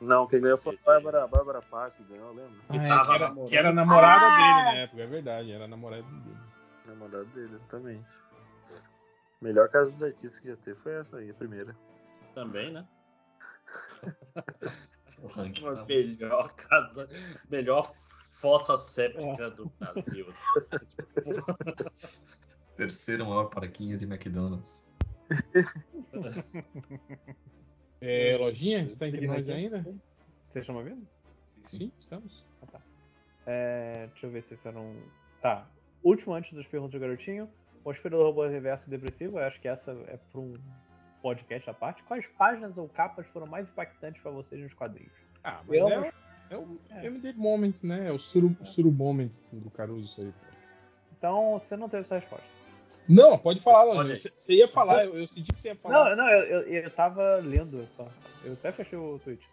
Não, quem ganhou foi a Bárbara, Bárbara Paz, que ganhou, lembra? Ah, é, tava que, era, namorando. que era a namorada Ah! dele na época, é verdade, era a namorada dele. Namorada dele, exatamente. Melhor casa dos artistas que já teve foi essa aí, a primeira. também, né? O ranking. Uma tá- melhor casa, melhor fossa É. séptica do Brasil. Terceira maior parquinha de McDonald's. É, lojinha, está entre nós ainda? Vocês estão tá me ouvindo? Sim, estamos. É, deixa eu ver se isso não. Tá. Último antes das perguntas do garotinho. O Aspirador Robô Reverso Depressivo, eu acho que essa é para um podcast à parte. Quais páginas ou capas foram mais impactantes para vocês nos quadrinhos? Ah, mas Eu- é, o- é o MD Moment, né? É o Suru, Suru Moment do Caruso isso aí. pô. Então, você não teve sua resposta. Não, pode falar, Olha Lojinha. aí. Você você ia falar, eu, eu senti que você ia falar. Não, não, eu, eu, eu tava lendo só. Eu até fechei o tweet.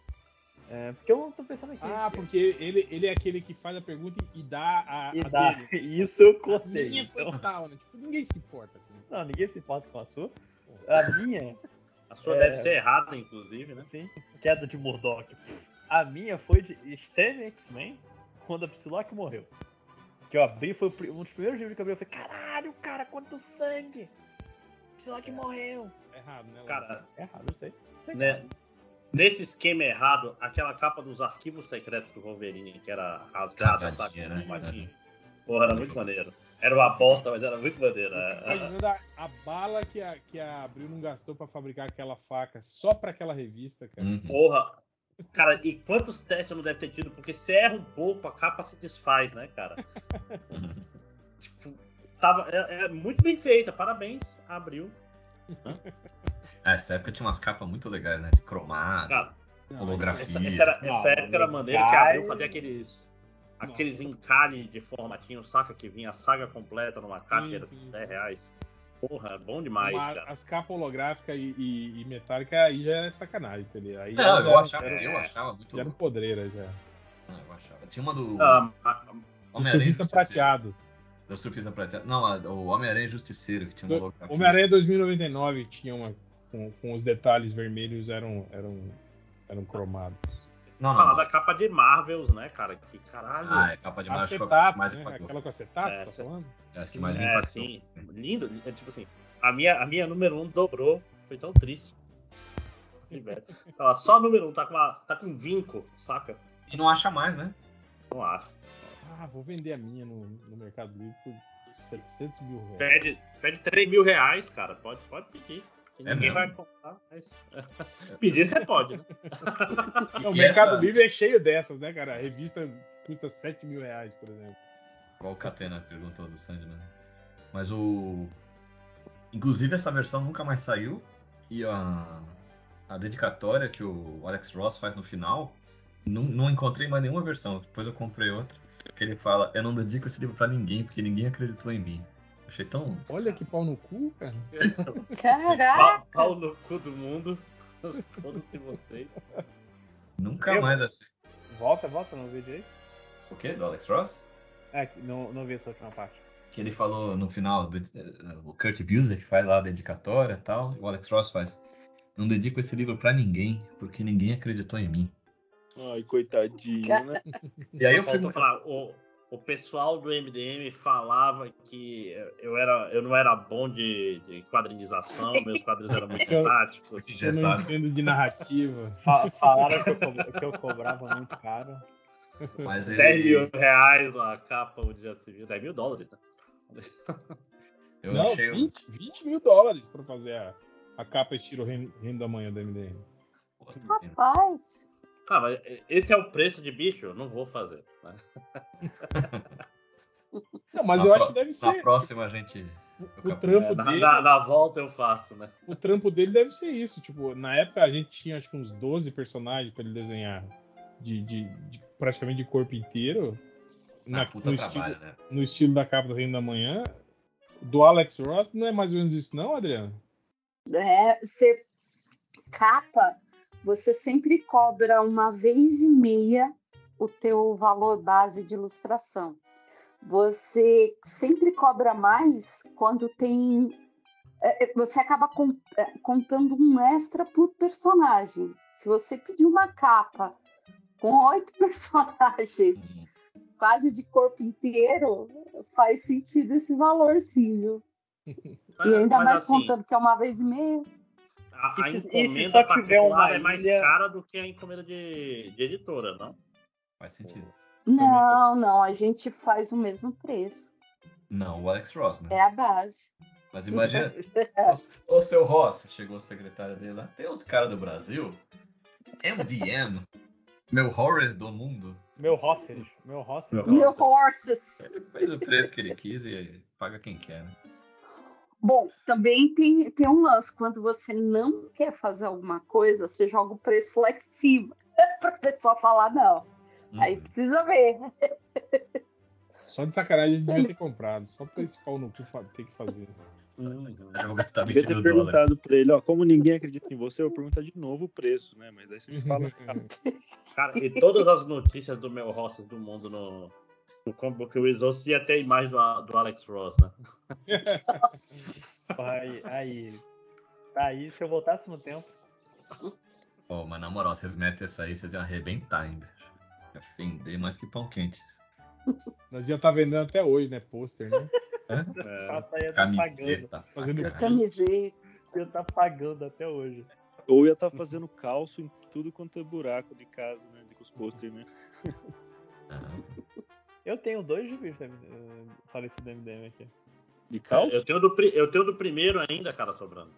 É, porque eu não tô pensando aqui. Ah, porque ele, ele é aquele que faz a pergunta e- e dá a, a E dá. dele. Isso eu A cortei. minha foi então. tal, né? Tipo, ninguém se importa com isso. Não, ninguém se importa com a sua. A minha A sua É. deve ser errada, inclusive, né? Sim, queda de Murdoch. A minha foi de Extreme X-Men, quando a Psylocke morreu. Que eu abri, foi o pri- um dos primeiros livros que eu abri, eu falei, caralho, cara, quanto sangue! Psylocke morreu! É. Errado, né? Lojinha? Cara, É errado, eu sei. Sei, né? Nesse esquema errado, aquela capa dos arquivos secretos do Wolverine, que era rasgada, sabe? Rasgadinha, né? com matinho. Porra, era muito maneiro. Era uma bosta, mas era muito maneiro. Tá né? Uhum. imaginando a, a bala que a, que a Abril não gastou pra fabricar aquela faca só pra aquela revista, cara. Uhum. Porra. Cara, e quantos testes não deve ter tido? Porque se erra um pouco, a capa se desfaz, né, cara? uhum. Tipo, tava, é, é muito bem feita, parabéns, abriu. Essa época tinha umas capas muito legais, né? De cromado, Ah, Cara, Não, holografia. essa, essa era, essa Não, época era maneira que legais. abriu fazer aqueles. Aqueles encalhes de formatinho, saca? Que vinha a saga completa numa caixa, Sim, era sim, 10 sim. reais. Porra, é bom demais, Mas cara. é, as capas holográficas e, e, e metálicas aí já é sacanagem, entendeu? Aí Não, já, eu achava, é. eu achava muito já era um louco. podreira já. Não, eu achava. Tinha uma do Ah, a- O Homem-Aranha surfista Justiceiro. prateado. Da Surfista Prateada. Não, a- o Homem-Aranha Justiceiro, que tinha uma Do- holografia. Homem-Aranha é 2099 tinha uma. Com, com os detalhes vermelhos eram, eram, eram cromados. Não, falar não, da não. capa de Marvels, né, cara? Que caralho. Ah, é capa de macho. Acetato, mais né? impactou. Aquela com acetato, É, você tá acetato. falando? Acho que mais me é, impactou. assim, lindo. é tipo assim, a minha, a minha número um dobrou. Foi tão triste. Que merda. Tá lá, só a número um, tá com, uma, tá com vinco, saca? E não acha mais, né? Não acho. Ah, vou vender a minha no, no Mercado Livre por 700 mil reais. Pede, pede 3 mil reais, cara. Pode, pode pedir. que É mesmo? ninguém vai comprar, mas. pedir você pode, né? E- Não, o e Mercado essa- Livre é cheio dessas, né, cara? A revista custa 7 mil reais, por exemplo. Qual Catena perguntou do Sandman. Mas o. Inclusive essa versão nunca mais saiu. E a, a dedicatória que o Alex Ross faz no final. Não, não encontrei mais nenhuma versão. Depois eu comprei outra. Que ele fala, eu não dedico esse livro pra ninguém, porque ninguém acreditou em mim. Achei tão. Olha que pau no cu, cara. Caraca! Pau, pau no cu do mundo. Foda-se vocês. Nunca Eu- mais achei. é. Volta, volta no vídeo aí. O quê? Do Alex Ross? É, que não, não vi essa última parte. Que ele falou no final, de- eh, o Kurt Busiek faz lá a dedicatória e tal, e o Alex Ross faz. Não dedico esse livro pra ninguém, porque ninguém acreditou em mim. Ai, coitadinho, né? E aí Só eu fui. faltou falar, o, o pessoal do MDM falava que eu, era, eu não era bom de, de quadrinização, meus quadrinhos eram muito estáticos. Esse Eu não gessado. entendo de narrativa. Fa- Falaram que eu, co- que eu cobrava muito caro. Mas ele, 10 mil reais a capa onde já se viu, 10 mil dólares, né? Eu Não, achei. 20, 20 mil dólares pra fazer a, a capa estilo Reino, Reino da Manhã da MDM. Rapaz! Ah, mas esse é o preço de bicho? Eu não vou fazer. né? Não, mas Na eu pró- acho que deve Na ser. próxima a é gente. O trampo É, na, dele. na- na volta eu faço, né? o trampo dele deve ser isso. Tipo, na época a gente tinha acho que uns 12 personagens pra ele desenhar. De, de- de- praticamente de corpo inteiro. Na Na- Ah, puta no, trabalho, estilo, né? no estilo da capa do Reino da Manhã. Do Alex Ross, não é mais ou menos isso, não, Adriano? É, você capa, você sempre cobra uma vez e meia o teu valor base de ilustração. Você sempre cobra mais quando tem. é, é, Você acaba con- é, contando um extra por personagem. Se você pedir uma capa com oito personagens, Uhum. quase de corpo inteiro, faz sentido esse valor, sim, viu? E ainda Mas, mais assim, contando que é uma vez e meia. A, a E se- e se encomenda só tiver uma particular é mais ilha- cara do que a encomenda de, de editora, não? Faz sentido. Não, não, a gente faz o mesmo preço. Não, o Alex Ross, né? É a base. Mas imagina. o, o seu Ross, chegou o secretário dele lá. Tem uns caras do Brasil. MDM. meu horror do mundo. Meu Hostage. Meu Hostage. Meu Meu Nossa. horses. Ele fez o preço que ele quis e paga quem quer, né? Bom, também tem, tem um lance. Quando você não quer fazer alguma coisa, você joga o preço lá em cima. pra pessoa falar, não. Aí Uhum. precisa ver. Só de sacanagem a gente devia ter comprado. Só pra esse pau no cu fa- ter que fazer. Uhum. Eu vou gastar 20 Devia ter mil dólares. perguntado pra ele, ó, como ninguém acredita em você, eu vou perguntar de novo o preço, né? Mas daí você me fala. Cara, e todas as notícias do meu roster do mundo no, no Comic Book Resource e até a imagem do, A- do Alex Ross, né? Aí, aí. Aí, se eu voltasse no tempo. Pô, mas na moral, vocês metem essa aí, vocês iam arrebentar ainda. Ia Ofender mais que pão quente. Nós ia estar vendendo até hoje, né? Pôster, né? É, Pata ia tá pagando. Camiseta. pra Fazendo caralho. Camiseta. Ia tá pagando até hoje. Ou ia estar fazendo calço em tudo quanto é buraco de casa, né? De com os pôster, né? Ah, Eu tenho dois gibis da- eh, falecido da MDM aqui. De É, Eu tenho, do, pri- eu tenho do primeiro ainda, cara, sobrando.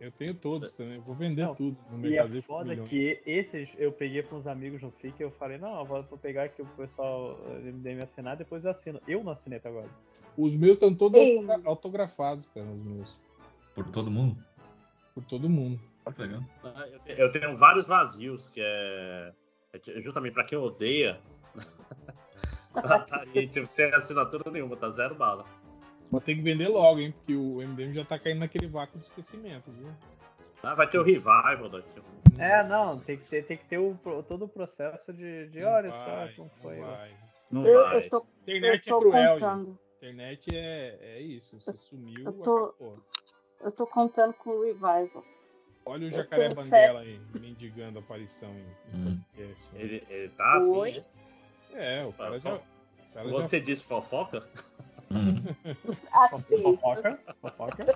Eu tenho todos também. Vou vender Não, tudo no E Mercado a Livre por foda milhões. que esses eu peguei para uns amigos no FIC e eu falei, não, eu vou vou pegar aqui o pessoal eh, do MDM assinar, depois eu assino. Eu não assinei até agora. Os meus estão todos Ei. autogra- autografados, cara, os meus. Por todo mundo? Por todo mundo. Tá pegando. Ah, Eu te- eu tenho vários vazios, que é. é ti- Justamente pra quem odeia. Tá aí, tipo, sem assinatura nenhuma, tá zero bala. Vou ter que vender logo, hein? Porque o MDM já tá caindo naquele vácuo de esquecimento, viu? Ah, vai ter o revival daqui. É, não, tem que ter, tem que ter o pro- todo o processo de, de Não olha vai, só como não foi. né? ó. vai. Não Eu- vai. Vai. eu tô, eu Internet é tô cruel, gente. contando. Internet é, é isso. Você sumiu, eu tô- acabou. Eu tô contando com o revival. Olha o eu jacaré tenho fé. banguela aí, mendigando a aparição em, em Hum. É podcast. Ele, ele tá assim. Oi? né? É, o cara já. O cara já Você disse fofoca? Hum. Aceito. Fofoca, fofoca.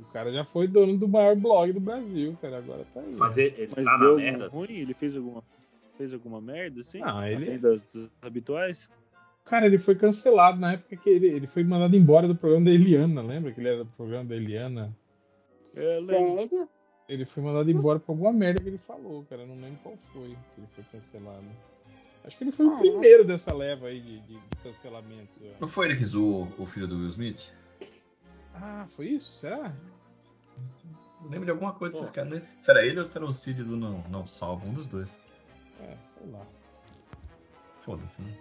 O cara já foi dono do maior blog do Brasil, cara. Agora tá aí. Mas ele, ele Mas tá deu na algum merda. assim? ruim? Ele fez alguma, fez alguma merda, assim? Não, ele- Além Das, das habituais? Cara, ele foi cancelado na época que ele, ele foi mandado embora do programa da Eliana, lembra que ele era do programa da Eliana? Eu lembro. Sério? Ele foi mandado embora por alguma merda que ele falou, cara. Eu não lembro qual foi que ele foi cancelado. Acho que ele foi o Ah, primeiro dessa leva aí de, de- de cancelamentos. eu Não acho. foi ele que zoou o filho do Will Smith? Ah, foi isso? Será? Eu lembro de alguma coisa desses caras. né? Se era ele ou se era o Cid do Não, não Salvo, um dos dois. É, sei lá. Foda-se, né?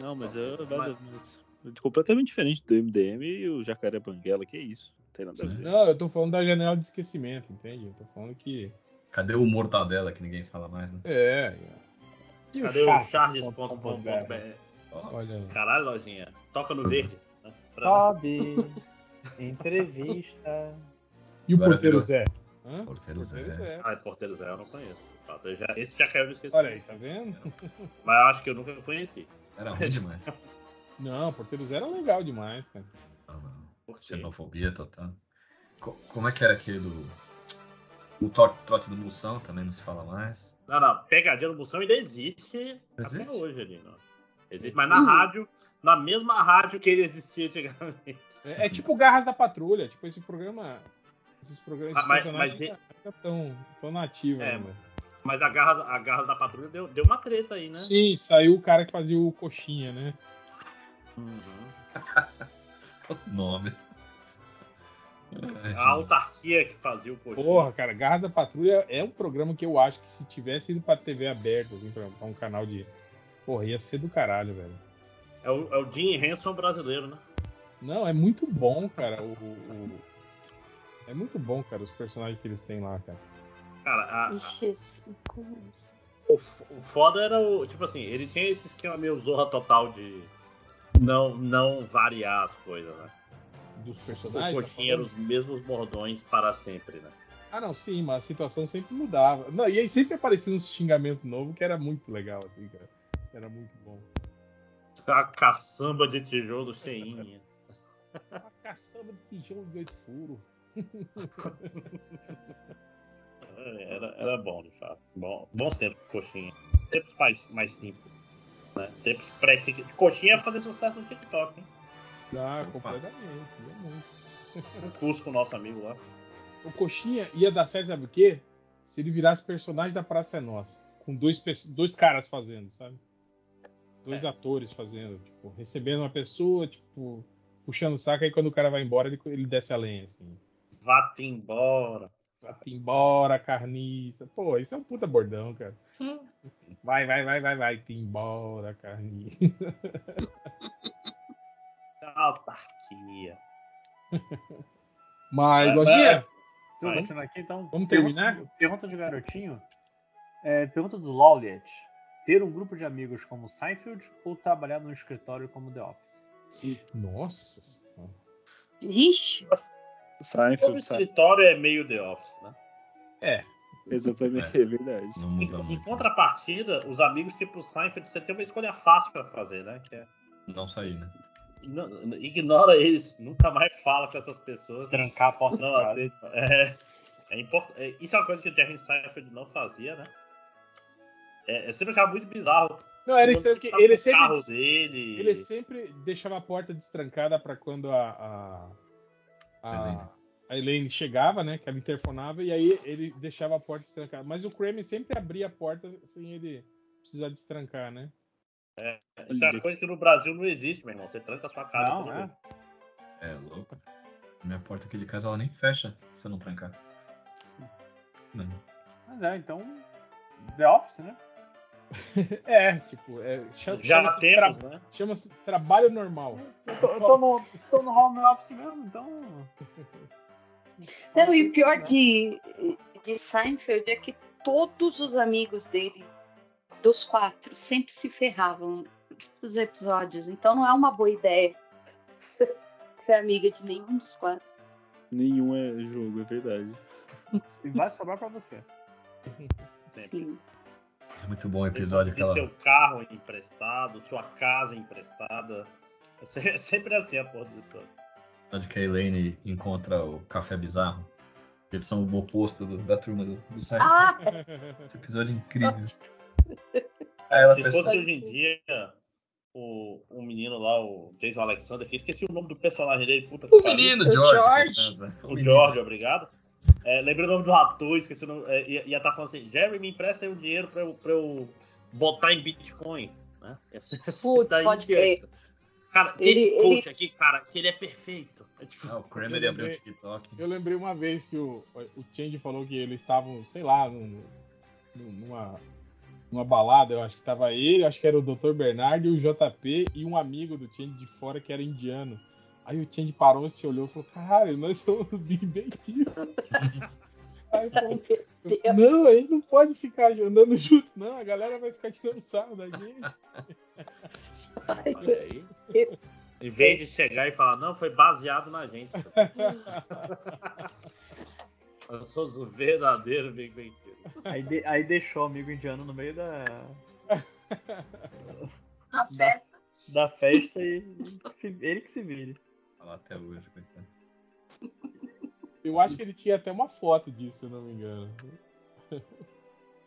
Não, mas Não, é mas- nada- mas... é completamente diferente do MDM e o Jacaré Banguela, que é isso. Não tem nada a Sim. ver. Não, eu tô falando da janela de esquecimento, entende? Eu tô falando que. Cadê o Mortadela que ninguém fala mais, né? É, E o Cadê o Charles? charles.com.br? olha. aí. Caralho, lojinha. Toca no verde. né? Pra- Ah. Sobe, entrevista. E o Agora porteiro virou. Zé? Hã? Porteiro Zé. Ah, é Porteiro Zé eu não conheço. de fato. Eu já- esse já caiu no esquecimento. Olha aí, tá vendo? Mas eu acho que eu nunca conheci. Era ruim demais. Não, porteiro Zé era legal demais, cara. Não, não. Por quê? Xenofobia total. Co- como é que era aquele do. O trote, trote do Mulsão também não se fala mais. Não, não, pegadinha no Moção ainda existe, Existe? até hoje ali, não. Existe, mas na rádio, na mesma rádio que ele existia antigamente. É, é tipo Garras da Patrulha, tipo esse programa. Esses programas esses Ah, mas- personagens mas e- ainda- ainda tão, tão né, nativos É, ainda. Mas a garra, a garra da patrulha deu, deu uma treta aí, né? Sim, saiu o cara que fazia o coxinha, né? Uhum. O nome. A autarquia que fazia o coxinha. Porra, cara, Garras da Patrulha é um programa que eu acho que se tivesse ido pra TV aberta, assim, pra, pra um canal de. Porra, ia ser do caralho, velho. É o, é o Jim Henson brasileiro, né? Não, é muito bom, cara. O, o- o- É muito bom, cara, os personagens que eles têm lá, cara. Cara, a- a- Ixi, esse- como é isso? o, f- o foda era o. Tipo assim, ele tinha esse esquema meio zorra total de não, não variar as coisas, né? Dos O personagens. tá coxinha era falando? os mesmos bordões para sempre, né? Ah, não, sim, mas a situação sempre mudava. Não, e aí sempre aparecia uns xingamento novo que era muito legal, assim, cara. Era muito bom. A caçamba de tijolo cheinha. Uma caçamba de tijolo de oito furos. É, Era, era bom, de fato. Bom, bons tempos de coxinha. Tempos mais, mais simples. Né? Tempos pré-TikTok. Coxinha ia fazer sucesso no TikTok, hein? Ah, Opa. completamente. ia muito. Um curso com o nosso amigo lá. O Coxinha ia dar certo, sabe o quê? Se ele virasse personagem da Praça é Nossa. Com dois, pe- dois caras fazendo, sabe? Dois atores fazendo, tipo, recebendo uma pessoa, tipo, puxando o saco, aí quando o cara vai embora, ele, ele desce a lenha, assim. Vá-te embora. Vai-te embora, carniça. Pô, isso é um puta bordão, cara. Vai, vai, vai, vai, vai, te embora, carniça. Autarquia. Mas, Vai, Lojinha, Então, Vai. continuar aqui, então. Vamos Pergunta- terminar? Pergunta de garotinho. É, pergunta do Lawlet. Ter um grupo de amigos como Seinfeld ou trabalhar num escritório como The Office? nossa senhora. Vixe, Todo Seinfeld, sabe? escritório é meio The Office, né? É, Exatamente, é verdade. Não Em, muda em muito. né? contrapartida, os amigos tipo o Seinfeld, você tem uma escolha fácil pra fazer, né? Que é, Não sair, né? igno- ignora eles, nunca mais fala com essas pessoas. Trancar a porta Não de casa. atende. É, É import... é, isso é uma coisa que o Jerry Seinfeld não fazia, né? É, é sempre um cara muito bizarro. Não, era Quando estranho é que tá ele com o sempre. carro dele. Ele sempre deixava a porta destrancada pra quando a. a, a... a Elaine chegava, né? Que ela interfonava, e aí ele deixava a porta destrancada. Mas o Kramer sempre abria a porta sem ele precisar destrancar, né? É, isso é uma coisa que no Brasil não existe, meu irmão. Você tranca a sua cara. Não, tudo é. bem. É louco. Minha porta aqui de casa ela nem fecha se eu não trancar. Não. Mas é, então. The Office, né? É, tipo, é, cha- Já chama-se temos, tra- né? Chama-se trabalho normal. Eu tô, eu tô no, tô no home office mesmo, então. Não, e o pior de, de Seinfeld é que todos os amigos dele, dos quatro, sempre se ferravam nos episódios. Então não é uma boa ideia ser ser amiga de nenhum dos quatro. Nenhum é jogo, é verdade. E vai sobrar pra você. Sim. Isso é muito bom o episódio que E ela. seu carro é emprestado, sua casa é emprestada. É se- é sempre assim a porra do episódio. episódio tá que a Elaine encontra o café bizarro. Eles são o oposto do- da turma do, do site. Ah! Esse episódio é incrível. Aí ela Se pensa- fosse hoje em dia, o, o menino lá, o Jason Alexander, que esqueci o nome do personagem dele, puta que O pariu. menino, O George, George. Costanza. O O menino. George, obrigado. É, lembrei o nome do ator, esqueci o nome. É, ia, ia tá falando assim, Jerry, me empresta aí um dinheiro pra eu, pra eu botar em Bitcoin. Né? Essa- essa Putz, daí pode em diante. crer. é- Cara, Ele- esse coach ele- aqui, cara, que ele é perfeito. É tipo- Ah, o Eu Kramer lembrei- abriu o TikTok. Eu lembrei uma vez que o, o Change falou que eles estavam, sei lá, num- num- numa, numa balada, eu acho que tava ele, eu acho que era o Dr. Bernardo e o JP e um amigo do Change de fora que era indiano. Aí o Change parou e se olhou e falou, caralho, nós somos bem bem tios." Aí falou, não, a gente não pode ficar andando junto, não, a galera vai ficar tirando sarro da gente. Olha aí. Em vez de chegar e falar, não, foi baseado na gente. isso aqui." Eu sou o verdadeiro Big Bang Theory. Aí, de- aí deixou o amigo indiano no meio da. Na festa. Da, festa e se- ele que se vire. Ela Tá até hoje, coitado. Eu acho que ele tinha até uma foto disso, se eu não me engano.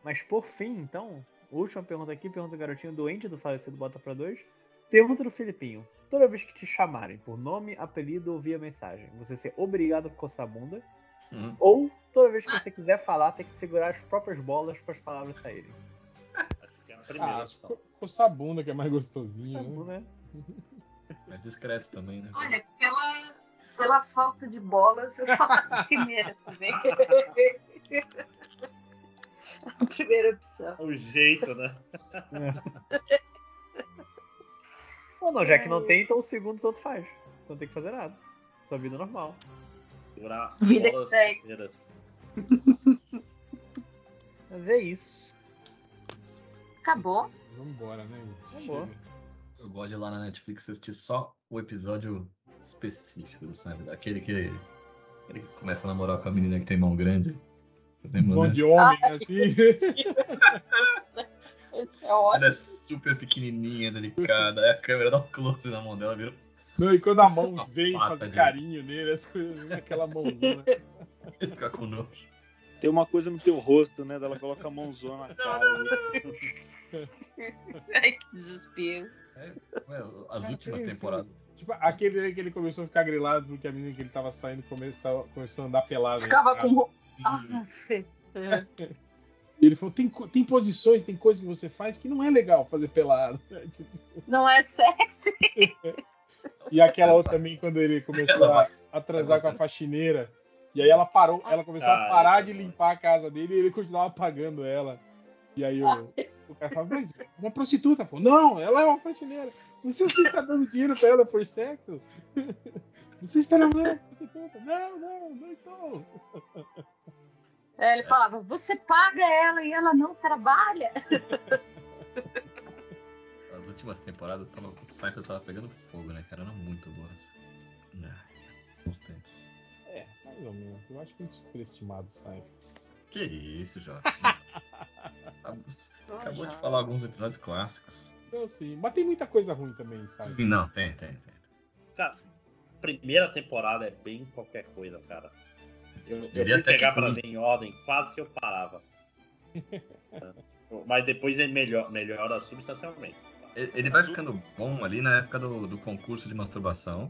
Mas por fim, então, última pergunta aqui, pergunta do garotinho doente do falecido Bota pra 2. Pergunta do Filipinho. Toda vez que te chamarem por nome, apelido ou via mensagem, você ser obrigado a coçar a bunda? Hum. Ou toda vez que você quiser falar, tem que segurar as próprias bolas para as palavras saírem? é Ah, acho que co- coçar a bunda que é mais gostosinho. Coçar a bunda, né? Mas discreto também, né? Olha, pela, pela falta de bolas, eu falava a primeira também. a primeira opção. É O jeito, né? Ou não, já que não tem, então o segundo tanto faz. Você não tem que fazer nada. Sua vida é normal. Segurar é é Vida que bolas segue. inteiras. Mas é isso. Acabou. Vambora, né? gente? Acabou. Chega. Eu gosto de ir lá na Netflix assistir só o episódio específico do Seinfeld. Aquele que ele, ele começa a namorar com a menina que tem mão grande. né? Vocês lembram Mão dessa? de homem, assim. Esse é Ela é ótimo. super pequenininha, delicada. Aí a câmera dá um close na mão dela, vira um Não, e quando a mão vem pata fazer de- carinho nele, as coisas, aquela mãozona. ficar com nojo. Tem uma coisa no teu rosto, né? Dela coloca a mãozona na cara. Ai, que desespero. Ué, as Cara, últimas tem isso, temporadas. Tipo, aquele aí que ele começou a ficar grilado porque a menina que ele tava saindo começou, começou a andar pelado. Ficava né? com. ro- Ah, Fê. É. E ele falou: tem, co- tem posições, tem coisas que você faz que não é legal fazer pelado. Não é sexy. E aquela outra também, quando ele começou a, a transar com a faxineira. E aí ela parou, ela começou a Ah, parar essa de é boa. limpar a casa dele e ele continuava pagando ela. E aí o, o cara falou, mas uma prostituta. Falou, não, ela é uma faxineira. Você, você está dando dinheiro pra ela por sexo? Você está namorando uma prostituta? Não, não, não estou. É, ele falava, você paga ela e ela não trabalha. As últimas temporadas tava, o Seinfeld tava pegando fogo, né, cara? Era muito boas. Ah, bons tempos. É, mais ou menos. Eu acho muito superestimado, sabe? Que isso, Jorge? Acabou, Ah, acabou de já. falar alguns episódios clássicos. Não, sim. Então, assim, Mas tem muita coisa ruim também, sabe? Não, tem, tem, tem. Cara, primeira temporada é bem qualquer coisa, cara. Eu, eu Diria fui até que pegar pra ruim. ver em ordem, quase que eu parava. Mas depois ele melhor, melhora substancialmente. Ele ele vai ficando bom ali na época do, do concurso de masturbação.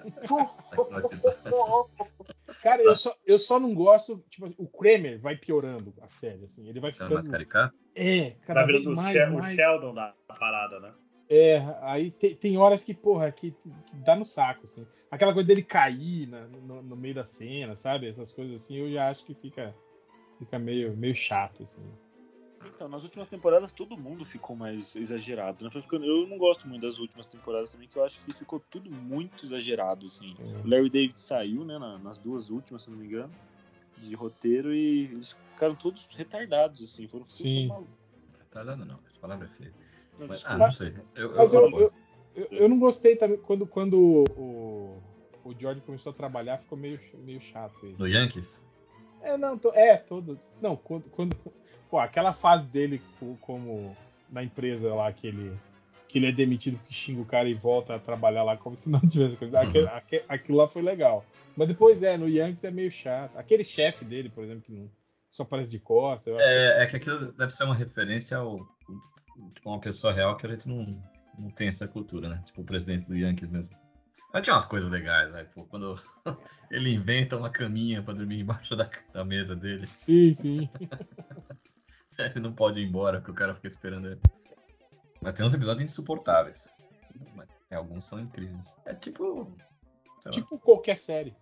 tá Cara, eu só, eu só não gosto. Tipo, assim, o Kramer vai piorando a série, assim. Ele vai Ficando mais ficando. caricato. É, Cada cada vez vez o, mais. Shel- o mais... Sheldon da parada, né? É, aí te- tem horas que, porra, que, que dá no saco, assim. Aquela coisa dele cair na- no, no meio da cena, sabe? Essas coisas assim, eu já acho que fica, fica meio, meio chato, assim. Então, nas últimas temporadas todo mundo ficou mais exagerado, né? Foi ficando- Eu não gosto muito das últimas temporadas também, que eu acho que ficou tudo muito exagerado, assim. É O Larry David saiu, né, na- nas duas últimas, se não me engano, de roteiro, e eles ficaram todos retardados, assim. Foram todos Sim. malucos. Retardado não, essa palavra é feia. Não, Mas, desculpa. ah, não sei. Eu, eu, Mas eu, concordo. eu, eu, eu não gostei também. Quando, quando o, o George começou a trabalhar, ficou meio, meio chato ele. No Yankees? É, não, to- é, todo. Não, quando. quando pô, aquela fase dele co- como na empresa lá que ele, que ele é demitido porque xinga o cara e volta a trabalhar lá como se não tivesse coisa. Aquele- Uhum. aque- aquilo lá foi legal. Mas depois é, no Yankees é meio chato. Aquele chefe dele, por exemplo, que não- só parece de costa. Eu achei- É, é que aquilo deve ser uma referência ao, tipo, uma pessoa real que a gente não, não tem essa cultura, né? Tipo o presidente do Yankees mesmo. Mas tinha umas coisas legais, né? Pô, quando ele inventa uma caminha pra dormir embaixo da, da mesa dele. Sim, sim. Ele não pode ir embora, porque o cara fica esperando ele. Mas tem uns episódios insuportáveis. Mas tem alguns que são incríveis. É tipo. sei lá. Tipo qualquer série.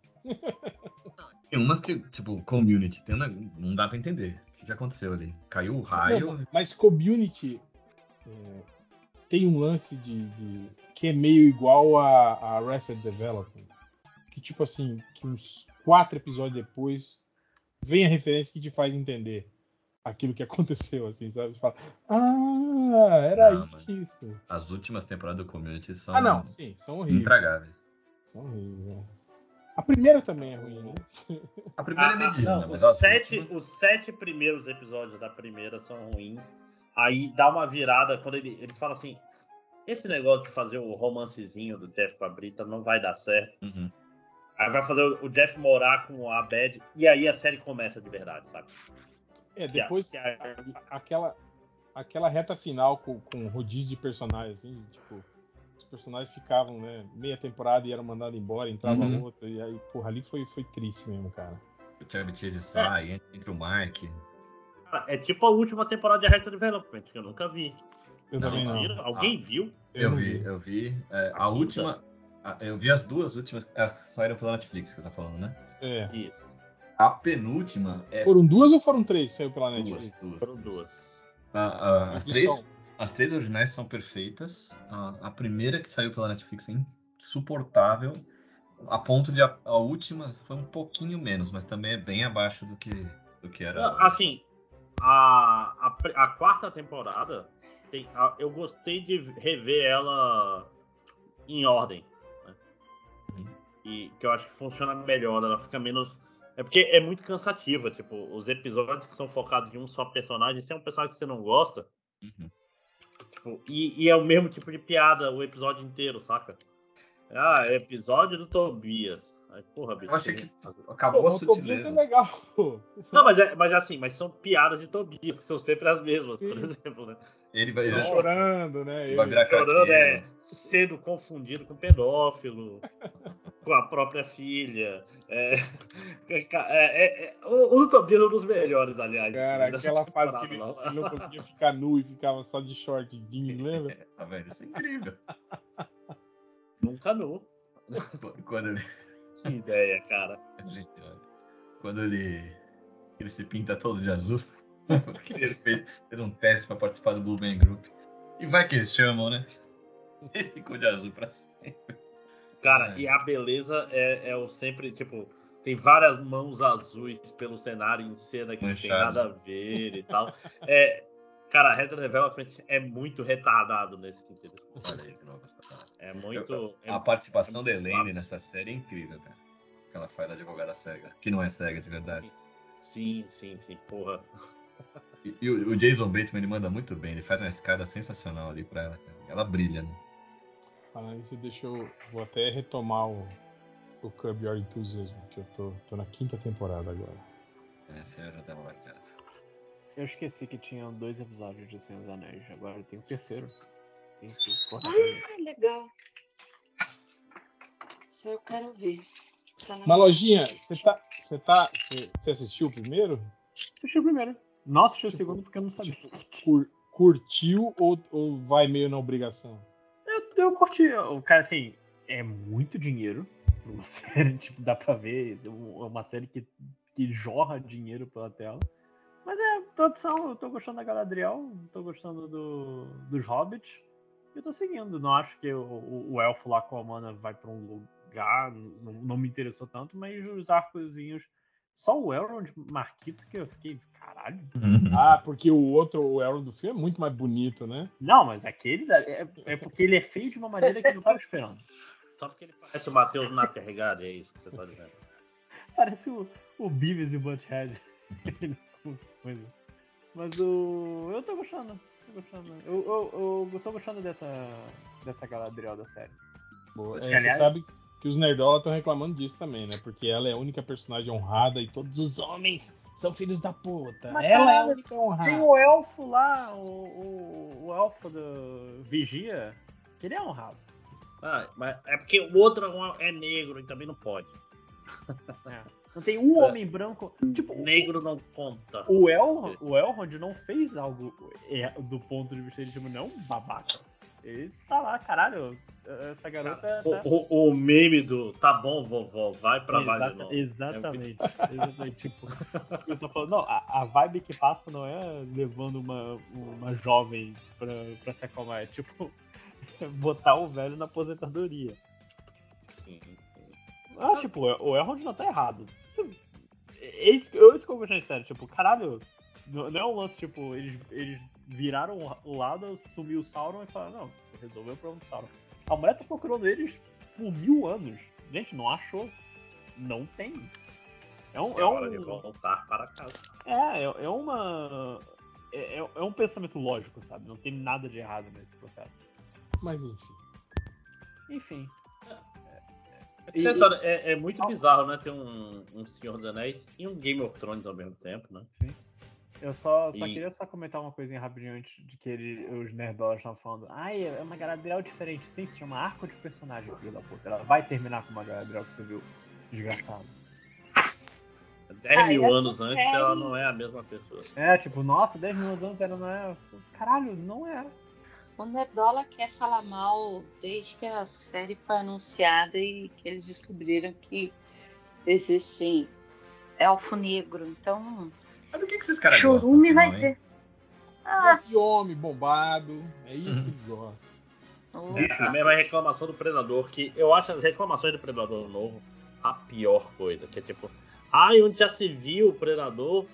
Tem umas que, tipo, community, tem um neg- não dá pra entender. O que, que aconteceu ali? Caiu o raio. Não, mas community é, tem um lance de, de- que é meio igual a, a Arrested Development. Que tipo assim, que uns quatro episódios depois vem a referência que te faz entender aquilo que aconteceu, assim, sabe? Você fala, ah, era Não, mas- isso. As últimas temporadas do community são Ah, não, sim, são horríveis. intragáveis. São horríveis, né? A primeira também é ruim, né? A primeira é Ah, mediana, não, mas os, as sete, últimas- os sete primeiros episódios da primeira são ruins. Aí dá uma virada quando ele- eles falam assim: esse negócio de fazer o romancezinho do Jeff com a Brita não vai dar certo. Uhum. Aí vai fazer o o Jeff morar com a Bad e aí a série começa de verdade, sabe? É, depois a- aquela, aquela reta final com, com rodízio de personagens, assim, tipo, os personagens ficavam, né, meia temporada e eram mandados embora, entrava Uhum. outra, e aí, porra, ali foi, foi triste mesmo, cara. O Chevy Chase sai, entra o Mike. Cara, É tipo a última temporada de Arrested Development, que eu nunca vi. Eu Não, também não. Viram? Alguém viu? Eu, não vi, eu vi. é, A a quinta? última. a- eu vi as duas últimas, as que saíram pela Netflix, que eu tá falando, né? É. Isso. A penúltima é Foram duas ou foram três que saiu pela duas, Netflix? duas. Foram duas. A- a- as, Mas três, são- as três originais são perfeitas. A, a primeira que saiu pela Netflix é insuportável. A ponto de a, a última foi um pouquinho menos, mas também é bem abaixo do que, do que era. Não, Assim, a, a, pr- a quarta temporada, tem, a- eu gostei de rever ela em ordem. né? Uhum. E que eu acho que funciona melhor, ela fica menos. É porque é muito cansativa, tipo, os episódios que são focados em um só personagem, se é um personagem que você não gosta, Uhum. tipo, e, e é o mesmo tipo de piada o episódio inteiro, saca? Ah, episódio do Tobias. Aí, porra, bicho. Eu achei tem- que acabou Pô, a mas Tobias é sutileza. legal, pô. Não, mas, é- mas assim, mas são piadas de Tobias, que são sempre as mesmas, por Sim. exemplo, né? Ele vai, Só ele chorando, né? vai ele- virar Chorando é craqueiro. sendo confundido com pedófilo, com a própria filha. É, é, é, é- o, o Tobias é um dos melhores, aliás. Cara, dessa aquela fase temporada, que ele, não. ele não conseguia ficar nu e ficava só de short jeans, lembra? Ah, velho, isso é incrível. Nunca não. Qu- Quando ele. Que ideia, cara. gente, olha. Quando ele. Ele se pinta todo de azul. Porque ele fez, fez um teste pra participar do Blue Man Group. E vai que eles chamam, né? Ele ficou de azul pra sempre. Cara, É. e a beleza é, é o sempre, tipo, tem várias mãos azuis pelo cenário em cena que Manchado. não tem nada a ver e tal. É, cara, a Retro Development é muito retardado nesse sentido. Olha aí de novo essa palavra. É muito. é- A participação é da muito Elaine claro. nessa série é incrível, cara. Que ela faz a advogada cega. Que não é cega de verdade. Sim, sim, sim, porra. E, e o o Jason Bateman ele manda muito bem. Ele faz uma escada sensacional ali pra ela. cara. Ela brilha, né? Falando isso, deixa eu. Vou até retomar o, o Curb Your Enthusiasm, que eu tô, tô na quinta temporada agora. Essa era da largada. Eu esqueci que tinha dois episódios de Senhor dos Anéis, agora tem o terceiro. Tem que cortar também. Ah, legal. Só eu quero ver. Tá na- Mas lojinha, você tá. Você tá. Você você assistiu o primeiro? Assisti o primeiro. Tipo, Nossa, assisti o segundo porque eu não sabia. Cur- curtiu ou, ou vai meio na obrigação? Eu, eu curti. O cara, assim, é muito dinheiro pra uma série. Tipo, dá pra ver. É um- é uma série que, que jorra dinheiro pela tela. Mas é produção. Eu tô gostando da Galadriel. Tô gostando do, dos Hobbits. E eu tô seguindo. Não acho que o, o- o elfo lá com a Mana vai pra um lugar. Não, não me interessou tanto. Mas os arcozinhos. Só o Elrond Marquito que eu fiquei. Caralho. Ah, porque o outro, o Elrond do filme, é muito mais bonito, né? Não, mas aquele da- é, é porque ele é feio de uma maneira que eu não tava esperando. Só porque ele parece o Matheus na carregada, é isso que você tá dizendo. Parece o, o Beavis e o Butthead. Ele com coisa. Mas o. Eu tô gostando. Tô gostando. Eu, eu, eu tô gostando dessa. dessa Galadriel da série. Boa. É, Aliás- você sabe que os nerdola estão reclamando disso também, né? Porque ela é a única personagem honrada e todos os homens são filhos da puta. Mas ela é a caralho, única honrada. Tem um o elfo lá, o, o, o elfo do Vigia, que ele é honrado. Ah, mas é porque o outro é um- é negro e também não pode. Não tem um homem branco. Tipo, negro não conta. O, El, o Elrond não fez algo é, do ponto de vista de tipo, não é um babaca. Ele tá lá, caralho. Essa garota. tá... O, o- o meme do tá bom, vovó, vai pra É lá de Exata- novo. Exatamente. exatamente. Tipo, o pessoal falou, não, a, a vibe que passa não é levando uma, uma jovem pra, pra se acalmar, é tipo botar o velho na aposentadoria. Sim, Ah, tipo, o Elrond não tá errado. Isso- é isso, que- é isso que eu gostei, sério. Tipo, caralho, não não é um lance, tipo, eles, eles viraram o lado, sumiu o Sauron e falaram, não, resolveu o problema do Sauron. A mulher tá procurando eles por mil anos. Gente, não achou. Não tem. É um. É É, hora de um, voltar para casa. é, é- é uma. É, é- é um pensamento lógico, sabe? Não tem nada de errado nesse processo. Mas enfim. Enfim. Essa E- história é, é muito bizarro, né? Ter um, um Senhor dos Anéis e um Game of Thrones ao mesmo tempo, né? Sim. Eu só, só E- queria só comentar uma coisinha rapidinho antes de que ele- os nerdolas estavam falando. Ai, é uma Galadriel diferente. Sim, se chama arco de personagem, filho da puta. Ela vai terminar com uma Galadriel que você viu. Desgraçado. 10 Ah, mil essa anos antes ela série- não é a mesma pessoa. É, tipo, nossa, 10 mil anos ela não é... Caralho, não é. O Nerdola quer falar mal desde que a série foi anunciada e que eles descobriram que existe elfo negro. Então. Mas do que, esses caras Churume gostam, vai afinal, hein? ter. Ah, é De homem bombado. É isso que eles gostam. É a mesma reclamação do Predador, que eu acho as reclamações do Predador novo a pior coisa. Que é tipo, ai, onde já se viu o Predador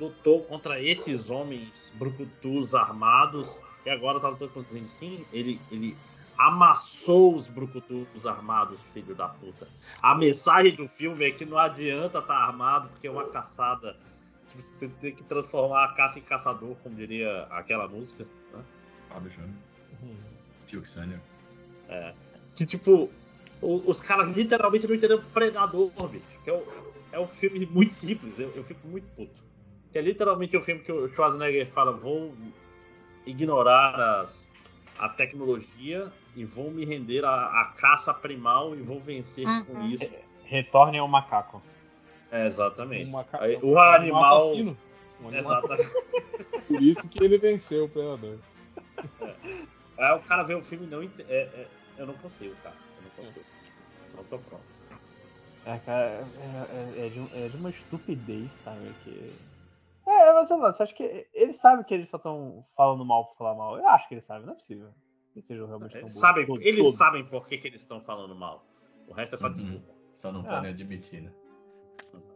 lutou contra esses homens brucutus armados e agora tá lutando contra eles. Sim, ele, ele amassou os brucutus armados, filho da puta. A mensagem do filme é que não adianta estar armado porque é uma caçada. que Você tem que transformar a caça em caçador, como diria aquela música. Né? Fábio Júnior. Hum. Tio Xander. É. Que tipo, o- os caras literalmente não entenderam Predador, bicho. Que é, um- é um filme muito simples, eu, eu fico muito puto. Que é literalmente o filme que o Schwarzenegger fala: vou ignorar as- a tecnologia e vou me render à, à caça primal e vou vencer com Uhum. isso. Retornem ao macaco. É, exatamente. Aí, um o animal. assassino. Um animal Exatamente. Por isso que ele venceu o Predador. Aí o cara vê o filme e não ente- é- é- eu não consigo, cara. Eu não consigo. Não tô pronto. É, cara, é, é- é de, um- é de uma estupidez, sabe? Que... É, mas sei lá, você acha que eles sabem que eles só estão falando mal por falar mal? Eu acho que eles sabem, não é possível. Que sejam realmente tão Eles burros. sabem, Todos, É, eles todos. sabem por que, que eles estão falando mal. O resto é só desculpa. Só não Ah. podem admitir, né?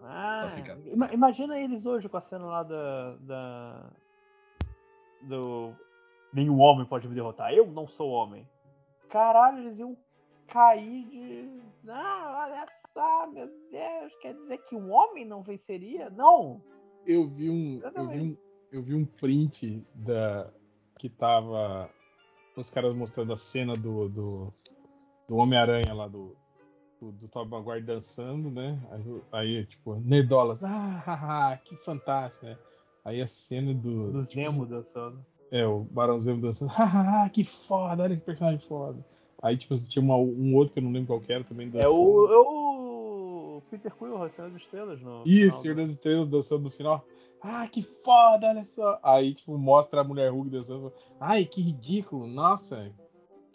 Ah, Só fica- é. ima- imagina eles hoje com a cena lá da, da- Do. Nenhum homem pode me derrotar. Eu não sou homem. Caralho, eles iam cair de. Não, olha só, meu Deus. Quer dizer que um homem não venceria? Não! Eu vi um. Eu vi um, eu vi um print da. que tava. Os caras mostrando a cena do. do, do Homem-Aranha lá do. tipo, do Top Maguire dançando, né? Aí, aí tipo, nerdolas, ah, haha, que fantástico, né? Aí a cena do. Do Zemo dançando. É, o Barão Zemo dançando, ah, que foda, olha que personagem foda. Aí, tipo, tinha uma- um outro que eu não lembro qual que era também É dançando. o, é o Peter Quill, o Senhor das Estrelas. No Isso, né? final Senhor das Estrelas dançando no final. Ah, que foda, olha só. Aí, tipo, mostra a mulher Hulk dançando. Ai, que ridículo, nossa.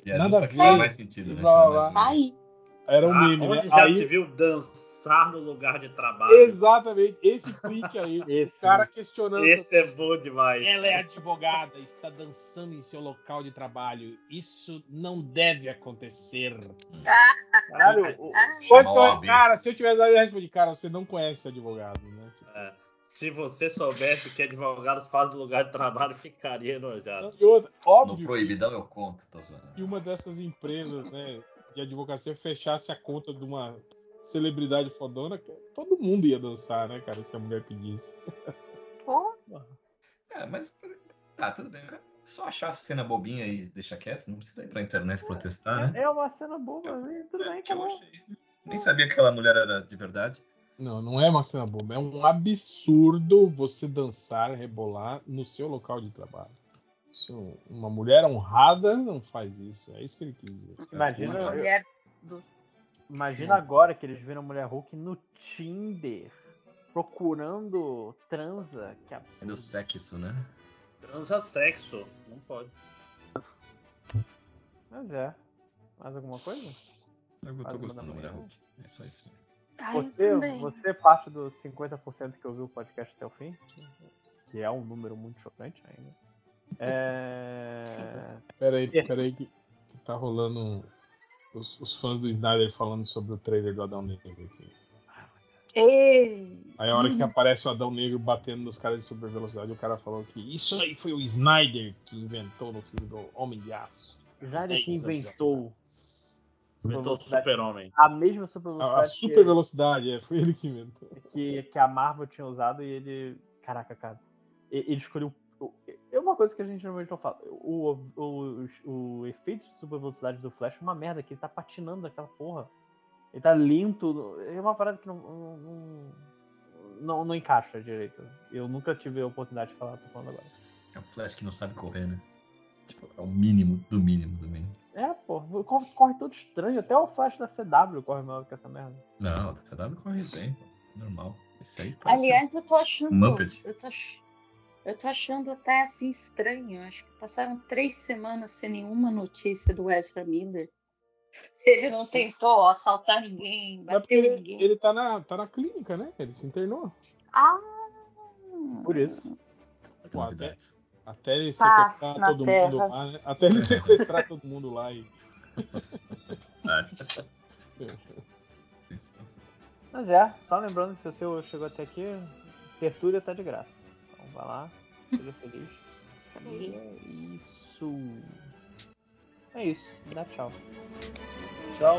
E é Nada justo a que faz ver. mais sentido, né? Blá, blá, blá. Aí, Era um Ah, meme, onde né? já se Aí, viu dançar no lugar de trabalho? exatamente, esse clique aí, Esse, o cara questionando. Esse é bom demais. Ela é advogada, está dançando em seu local de trabalho. Isso não deve acontecer. Caralho, o- Mas, Mob. assim, cara, se eu tivesse dado, eu respondi, cara, você não conhece esse advogado, né? É, Se você soubesse que advogados fazem no lugar de trabalho, ficaria enojado. E outra, No óbvio proibidão eu conto, tô zoando. que uma dessas empresas né, de advocacia fechasse a conta de uma celebridade fodona, cara, todo mundo ia dançar, né, cara, se a mulher pedisse. pô, É, mas. Tá, tudo bem. cara. Só achar a cena bobinha e deixar quieto, não precisa ir pra internet protestar, né? É uma cena boba, né? tudo É bem, o que eu acabou. achei. Nem sabia que aquela mulher era de verdade. Não, não é uma cena boba, é um absurdo você dançar, rebolar no seu local de trabalho. Isso, uma mulher honrada não faz isso, é isso que ele quis dizer. Imagina, eu- mulher. imagina Hum. agora que eles viram a mulher Hulk no Tinder. Procurando transa, que É do absurdo. sexo, né? Transa sexo. Não pode. Mas é. Mais alguma coisa? Eu Faz tô uma gostando da mulher da manhã. Hulk. É só isso. Ai, eu Você, também. você é parte dos 50% que ouviu o podcast até o fim, que é um número muito chocante ainda. É... Peraí, peraí, que, que tá rolando um- os, os fãs do Snyder falando sobre o trailer do Adão Negro aqui. Ei, Aí a hora que aparece o Adão Negro batendo nos caras de super velocidade, o cara falou que isso aí foi o Snyder que inventou no filme do Homem de Aço. Já que Dez anos inventou atrás. Inventou o super-homem. a mesma super A, a velocidade super velocidade, é, foi ele que inventou. que, que a Marvel tinha usado e ele. Caraca, cara. e- Ele escolheu. o- É uma coisa que a gente normalmente não fala. O, o, o, o efeito de super velocidade do Flash é uma merda, que ele tá patinando aquela porra. Ele tá lento. É uma parada que não. Não, não, não- não encaixa direito. Eu nunca tive a oportunidade de falar, tô falando agora. É o Flash que não sabe correr, né? Tipo, é o mínimo, do mínimo, do mínimo. É, porra, corre, corre todo estranho. Até o Flash da CW corre mal que essa merda. Não, tá o TW corre bem, pô. Normal. Esse aí parece aliás, eu tô achando. Muppet. Eu tô, ach- eu tô achando até assim estranho. Acho que passaram três semanas sem nenhuma notícia do Ezra Miller. Ele não tentou assaltar ninguém, Mas bater porque ele, ninguém. ele tá, na, tá na clínica, né? Ele se internou. Ah! Hum, Por isso. muita novidade. Até ele Paz sequestrar na todo terra. mundo lá, né? Até ele sequestrar todo mundo lá e. É. Mas é, só lembrando que se você chegou até aqui, Tertúlia tá de graça. Então vai lá, seja feliz. Isso E aí. é isso. É isso. Dá tchau. Tchau.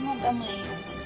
Uma da manhã.